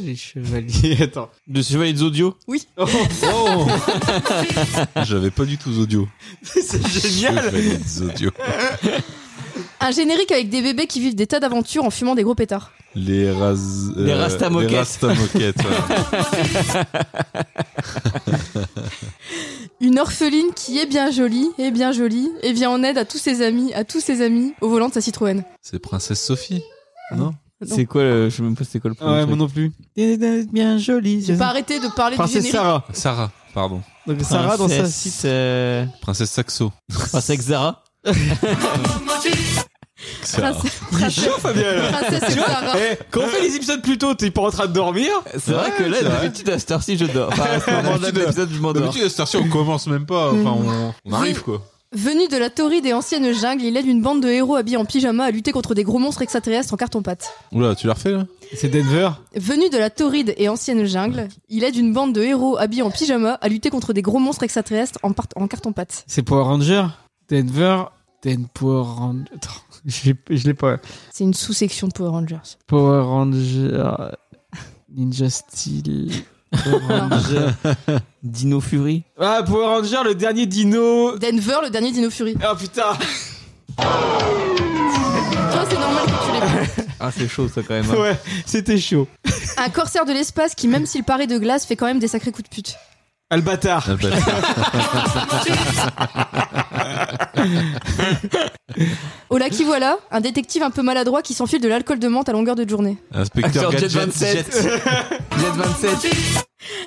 B: Les chevaliers... Attends.
D: De Chevalier des Audio
E: Oui.
B: Oh, oh.
C: Ah, J'avais pas du tout audio.
B: C'est génial
C: Les audio.
E: Un générique avec des bébés qui vivent des tas d'aventures en fumant des gros pétards.
C: Les ras... euh,
D: Les rastamoquettes.
C: Les rastamoquettes.
E: Une orpheline qui est bien jolie, est bien jolie, et vient en aide à tous ses amis, à tous ses amis, au volant de sa Citroën.
C: C'est Princesse Sophie, non
D: C'est quoi le. Je sais même pas c'est quoi le premier.
B: Ah Ouais,
D: truc.
B: moi non plus.
D: Bien joli.
E: J'ai pas arrêté de parler du générique.
C: Sarah, pardon.
B: Donc Sarah dans sa
D: Princesse,
B: site.
D: euh,
C: Princesse Saxo.
D: Princesse Zara.
E: Princesse-
B: Il est chaud, Fabien, là.
E: Princesse
B: Tu vois
E: Sarah.
B: Eh, Quand on fait les épisodes plus tôt, t'es pas en train de dormir
D: C'est vrai euh, que là, d'habitude, à cette
C: Ah,
D: heure-ci, je dors. Enfin, à ce moment-là de l'épisode, je m'endors.
E: Mm.
C: D'habitude, à cette heure-ci, on commence même pas. Enfin, on, on arrive, quoi.
E: Venu de la taurie des anciennes jungles, il aide une bande de héros habillés en pyjama à lutter contre des gros monstres extraterrestres en carton-pâte.
F: Oula, tu l'as refait là
B: C'est Denver
E: Venu de la torride et ancienne jungle, il aide une bande de héros habillés en pyjama à lutter contre des gros monstres extraterrestres en, part- en carton-pâte.
B: C'est Power Ranger Denver Den Power Ranger. Attends, j'ai- je l'ai pas.
E: C'est une sous-section de Power Rangers.
B: Power Ranger. Ninja Steel. Power Ranger.
D: Dino Fury.
B: Ah, Power Ranger, le dernier dino.
E: Denver, le dernier Dino Fury.
B: Ah putain
E: Toi, c'est normal que tu l'aies pas.
D: Ah, c'est chaud ça quand même.
B: Ouais, c'était chaud.
E: Un corsaire de l'espace qui, même s'il paraît de glace, fait quand même des sacrés coups de pute.
B: Albatar.
D: Ah,
E: Au lac, Oh qui voilà, un détective un peu maladroit qui s'enfile de l'alcool de menthe à longueur de journée.
F: Inspecteur
D: Jet
F: Gadget
D: 27.
F: Jet.
D: Jet 27.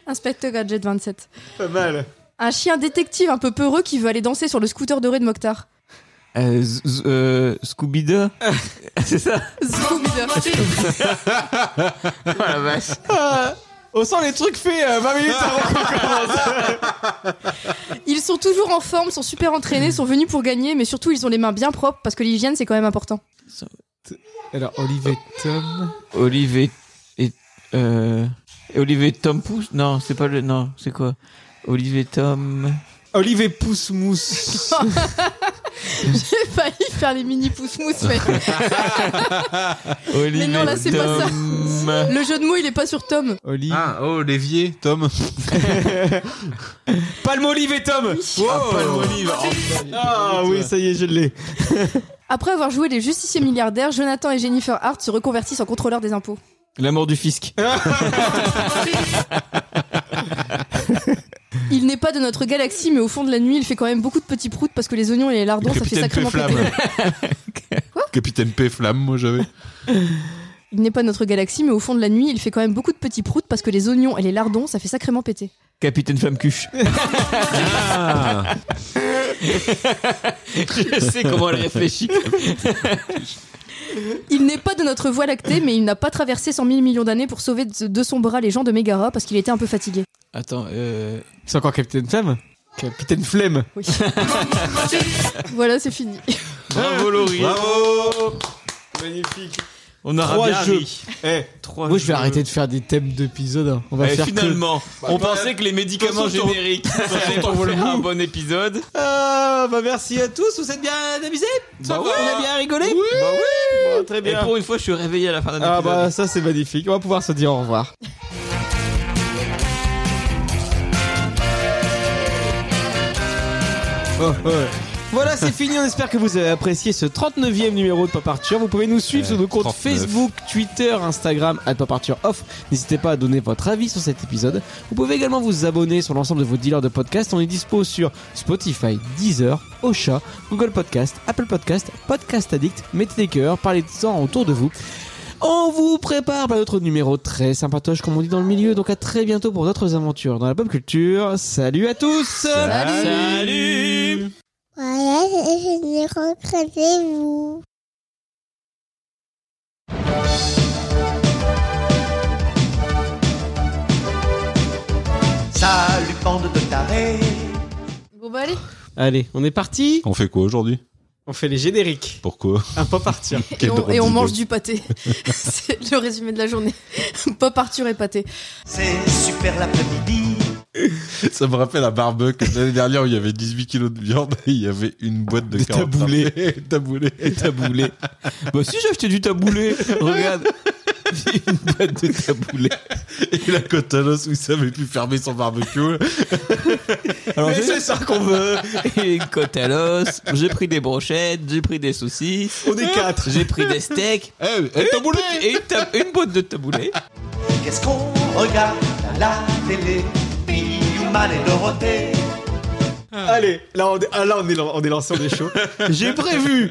E: Inspecteur Gadget 27.
B: Pas mal.
E: Un chien détective un peu peureux qui veut aller danser sur le scooter doré de Mokhtar.
D: Euh, z- z- euh, Scooby-Doo C'est ça Oh la vache.
B: Ah, on sent les trucs faits euh, 20 minutes
D: Ah.
B: avant qu'on commence.
E: Ils sont toujours en forme, sont super entraînés, sont venus pour gagner, mais surtout ils ont les mains bien propres parce que l'hygiène c'est quand même important.
B: Alors, Olivier Tom.
D: Olivier et euh, Olivier Tom Pouce Non, c'est pas le non, c'est quoi Olivier Tom
B: Olivier Pousse Mousse.
E: J'ai failli faire les mini pouces mousses, mais...
D: Olivier
E: mais non, là c'est pas ça. Le jeu de mots il est pas sur Tom.
F: Ah, oh, l'évier, Tom.
B: Palme Olive et Tom. Wow. Ah, oui, ça y est, je l'ai.
E: Après avoir joué les justiciers milliardaires, Jonathan et Jennifer Hart se reconvertissent en contrôleurs des impôts.
D: La mort du fisc.
E: Il n'est pas de notre galaxie, mais au fond de la nuit, il fait quand même beaucoup de petits proutes parce que les oignons et les lardons, ça fait
F: Capitaine P
E: sacrément
F: Flamme.
E: pâter.
F: Capitaine P Flamme, moi j'avais.
E: Il n'est pas de notre galaxie, mais au fond de la nuit, il fait quand même beaucoup de petits proutes parce que les oignons et les lardons, ça fait sacrément péter.
D: Capitaine Ah. Flamme Cuche. Je sais comment elle réfléchit.
E: Il n'est pas de notre voie lactée, mais il n'a pas traversé 100 000 millions d'années pour sauver de de son bras les gens de Megara parce qu'il était un peu fatigué.
D: Attends, euh...
B: C'est encore Capitaine Flamme Capitaine Flemme.
E: Oui. voilà, c'est fini.
D: Bravo Laurie.
B: Bravo Magnifique.
D: On aura
B: Trois
D: bien
B: jeux.
D: ri.
B: Eh,
D: Trois
B: moi, je vais
D: jeux.
B: arrêter de faire des thèmes d'épisodes. hein. On va
D: Eh,
B: faire que-
D: finalement, on
B: Bah,
D: pensait que les médicaments
B: façon, t'en-
D: génériques, ça allait pas faire un bon épisode.
B: Ah, bah merci à tous, vous êtes bien amusés Ça
D: Bah
B: va,
D: ouais.
B: On a bien rigolé
D: Oui. Bah oui.
B: Bon, Très bien.
D: Et pour une fois, je suis réveillé à la fin d'un
B: Ah
D: épisode.
B: bah ça c'est magnifique, on va pouvoir se dire au revoir. Oh, oh. Voilà, c'est fini. On espère que vous avez apprécié ce 39e numéro de Pop Arthur. Vous pouvez nous suivre
D: Euh,
B: sur nos comptes
D: 39.
B: Facebook, Twitter, Instagram, at Pop Arthur Off. N'hésitez pas à donner votre avis sur cet épisode. Vous pouvez également vous abonner sur l'ensemble de vos dealers de podcasts. On est dispo sur Spotify, Deezer, Ocha, Google Podcast, Apple Podcast, Podcast Addict. Mettez des cœurs, parlez de ça autour de vous. On vous prépare plein d'autres numéros très sympatoches, comme on dit dans le milieu. Donc à très bientôt pour d'autres aventures dans la pop culture. Salut à tous
D: Salut
A: Voilà, je vais recréer vous.
H: Salut, bande de tarés.
E: Bon bah allez.
B: Allez, on est parti
F: On fait quoi aujourd'hui
B: On fait les génériques.
F: Pourquoi
B: Un peu partir.
E: Et
F: Quel
E: on,
F: drôle
E: et on
F: d'idée.
E: mange du pâté. c'est le résumé de la journée. Pop Arthur et pâté.
H: C'est super l'après-midi.
F: Ça me rappelle à Barbuck l'année dernière où il y avait 18 kilos de viande et il y avait une boîte de carottes.
D: taboulés.
F: taboulé.
D: Taboulé. bah si j'ai acheté du taboulé, regarde. J'ai une boîte de taboulé.
F: Et la côte à l'os où il savait plus fermer son barbecue.
D: Alors,
F: Mais
D: j'ai-
F: c'est ça qu'on veut.
D: Et une côte à l'os, j'ai pris des brochettes, j'ai pris des saucisses.
B: On est quatre.
D: J'ai pris des steaks.
C: Eh,
D: et,
E: Eh,
D: une- et une ta- une boîte de taboulé.
H: Qu'est-ce qu'on regarde à la télé Newman et Dorothée.
B: Allez, là on est, ah, là, on est, lan- on est lancé, on est chaud. J'ai prévu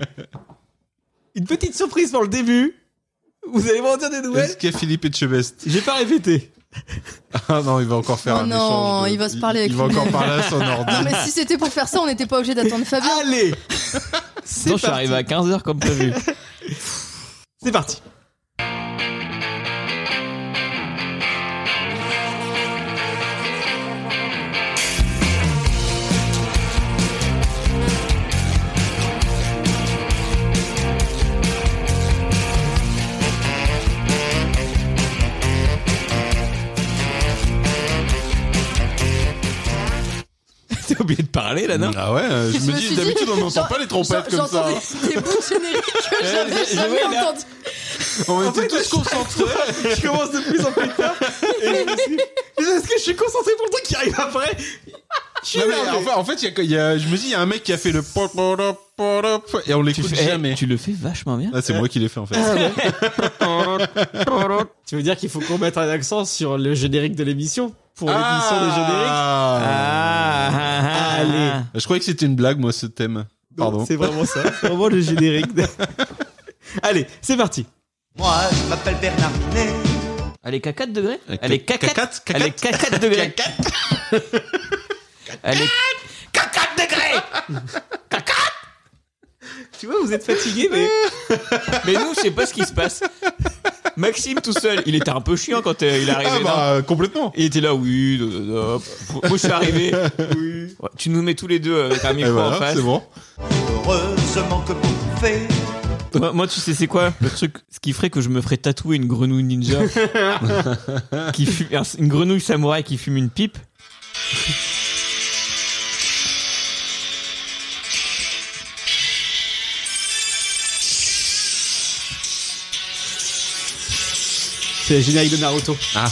B: une petite surprise pour le début. Vous allez m'en dire des nouvelles
F: Est-ce qu'il y a Philippe Etchebest
B: J'ai pas répété.
F: Ah non, il va encore faire
E: Oh
F: un
E: non,
F: échange. de-
E: il va se parler avec
F: Il va encore
E: lui-même.
F: parler à son ordi.
E: Non mais si c'était pour faire ça, on n'était pas obligé d'attendre Fabien.
C: Ah,
B: Allez
D: Non, je suis arrivé à 15h comme prévu.
B: C'est parti.
D: a oublié de parler là, non
C: Ah ouais, euh, je me dis, d'habitude on n'entend pas les trompettes comme ça.
E: Des bouts de générique que j'avais
C: Eh,
E: jamais
C: ouais, là.
E: entendu.
C: On
E: En fait,
C: était tous concentrés.
B: Je commence de plus en plus tard. Et Est-ce que je suis concentré pour le truc qui arrive après Je suis
C: Non, mais
B: énervé.
C: en fait- en fait, il y a- il y a- je me dis, il y a un mec qui a fait le pop, pop, pop, pop, pop, et on l'écoute
D: fais- eh,
C: jamais.
D: Tu le fais vachement bien.
C: Ah, c'est moi qui l'ai fait en fait.
B: Tu veux dire qu'il faut qu'on mette un accent sur le générique de l'émission pour l'émission des
D: Ah.
B: génériques Allez.
C: Ah. Je croyais que c'était une blague, moi, ce thème. Pardon.
B: C'est vraiment ça, c'est vraiment le générique. de- Allez, c'est parti.
H: Moi, je m'appelle Bernard Minet.
D: Elle est qu'à 4 degrés
B: Euh,
D: Elle est qu'à 4 Elle est qu'à 4 degrés Elle est
B: Tu vois, vous êtes fatigué, mais.
D: Mais nous, je sais pas ce qui se passe. Maxime tout seul, il était un peu chiant quand euh, il est arrivé.
C: Ah bah,
D: complètement. Il était là, oui. da, da, da. Moi, je suis arrivé. Ouais, tu nous mets tous les deux avec un micro
C: voilà,
D: en face.
C: c'est bon.
H: Heureusement que vous faites.
D: Moi, moi, tu sais, c'est quoi le truc Ce qui ferait que je me ferais tatouer une grenouille ninja, qui fume- un- une grenouille samouraï qui fume une pipe.
B: C'est le générique de Naruto.
C: Ah.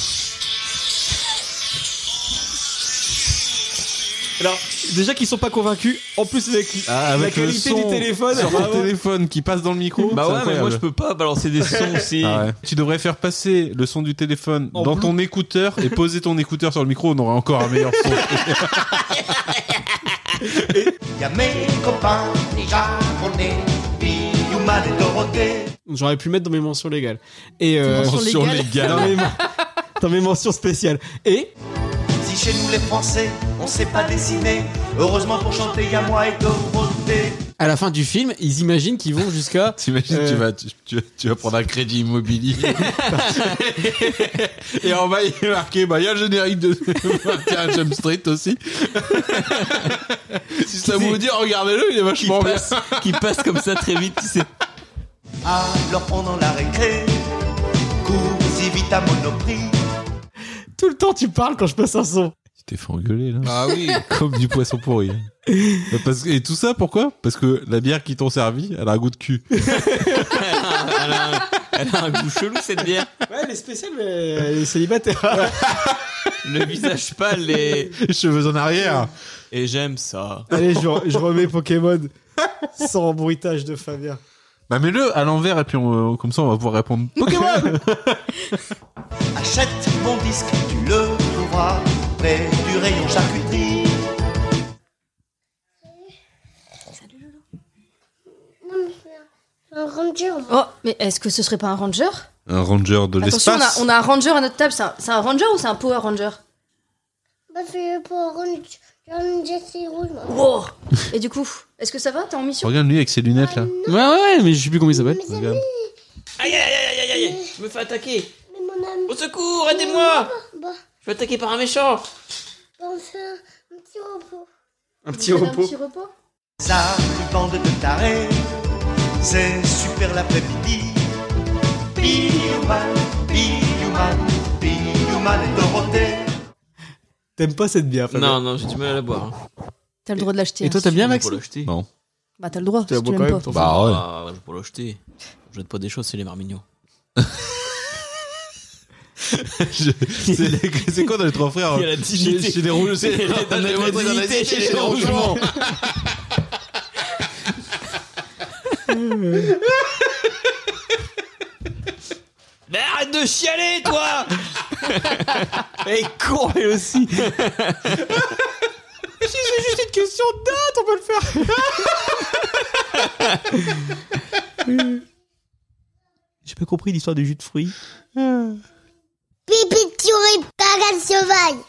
B: Alors, déjà qu'ils sont pas convaincus, en plus avec,
C: Ah, avec
B: la
C: le
B: qualité
C: son
B: du téléphone,
C: sur
B: vraiment.
C: le téléphone qui passe dans le micro. c'est
D: Bah ouais, mais moi,
C: incroyable.
D: je peux pas balancer des sons aussi.
C: Ah ouais. Tu devrais faire passer le son du téléphone
D: En
C: dans
D: blue.
C: ton écouteur et poser ton écouteur sur le micro, on aurait encore un meilleur son.
H: Y a mes copains, les japonais, Biyouman et Dorothée.
B: J'aurais pu le mettre dans mes mentions légales. Et euh,
H: Mentions Mentions légales.
B: Dans, mes, dans mes mentions spéciales. Et
H: Si chez nous les Français, on sait pas dessiner, heureusement pour chanter, y a moi et Dorothée.
B: à la fin du film, ils imaginent qu'ils vont jusqu'à.
C: T'imagines, tu, vas, tu, tu- tu vas prendre un crédit immobilier. et en bas, il est marqué, bah, il y a le générique de 21 Jump Street aussi. si ça vous dit, regardez-le, il est vachement bien.
D: qui passe comme ça très vite, tu sais.
H: Alors pendant la récré, cours si vite à Monoprix.
B: Tout le temps, tu parles quand je passe un son.
C: Tu t'es fait engueuler, là.
H: Ah oui.
C: Comme du poisson pourri. Bah, Parce que- et tout ça, pourquoi Parce que la bière qui t'ont servi, elle a un goût de cul.
D: Elle a, un, elle a un goût chelou cette bière.
B: Ouais, elle est spéciale, mais elle est célibataire.
D: Le visage pâle, les
C: cheveux en arrière.
D: Et j'aime ça.
B: Allez, je, je remets Pokémon sans bruitage de Fabien.
C: Bah, mets-le à l'envers et puis on- euh, comme ça, on va pouvoir répondre. Pokémon
H: Achète mon disque, tu le trouveras près du rayon charcuterie.
A: Un ranger. Oh, mais est-ce que ce serait pas un ranger
C: Un ranger de
E: Attention, on a,
C: l'espace.
E: on a un ranger à notre table. C'est un, c'est un ranger ou c'est un power ranger
A: Bah, c'est pour ranger. Ranger, c'est rouge. moi.
E: Wow. Et du coup, est-ce que ça va T'es en mission
C: Regarde lui avec ses lunettes là.
B: Ouais, ouais, ouais, mais je sais plus comment il s'appelle.
U: Aïe aïe aïe aïe aïe aïe Je me fais attaquer Au secours, aidez-moi
A: Bah,
U: Je suis attaqué par un méchant
A: bah, on fait un, un petit repos.
B: Un
A: petit Vous avez un repos. petit
E: repos
H: Ça, une bande de tarés, c'est super l'après-midi. Biyouman, Biyouman, Biyouman et Dorothée.
B: T'aimes pas cette bière, Fabien
D: Non, non, j'ai du mal à la boire. hein.
E: T'as le droit de l'acheter. hein.
B: Et toi, t'aimes bien, Max
C: Non.
E: Bah, t'as le droit.
B: Tu la
E: si tu
B: bois
E: l'aimes
B: quand même, t'en
D: Bah
E: pas.
C: fous.
D: ouais.
C: Ah
D: je peux l'acheter. Je jette pas des choses, c'est les marmignons.
C: Je- C'est les- c'est quoi dans les trois frères hein?
D: Il y a la dignité.
C: Chez, chez les rouges, c'est
D: Il y a la-
C: dans les-
D: la
C: dans la
D: dignité
C: dignité, chez
D: chez les
C: les rouges.
D: rougements. Mais arrête de chialer, toi Et con, elle aussi
B: Si c'est juste une question de date, on peut le faire.
D: J'ai pas compris l'histoire du jus de fruits.
V: Pipi, tu pas la cheval.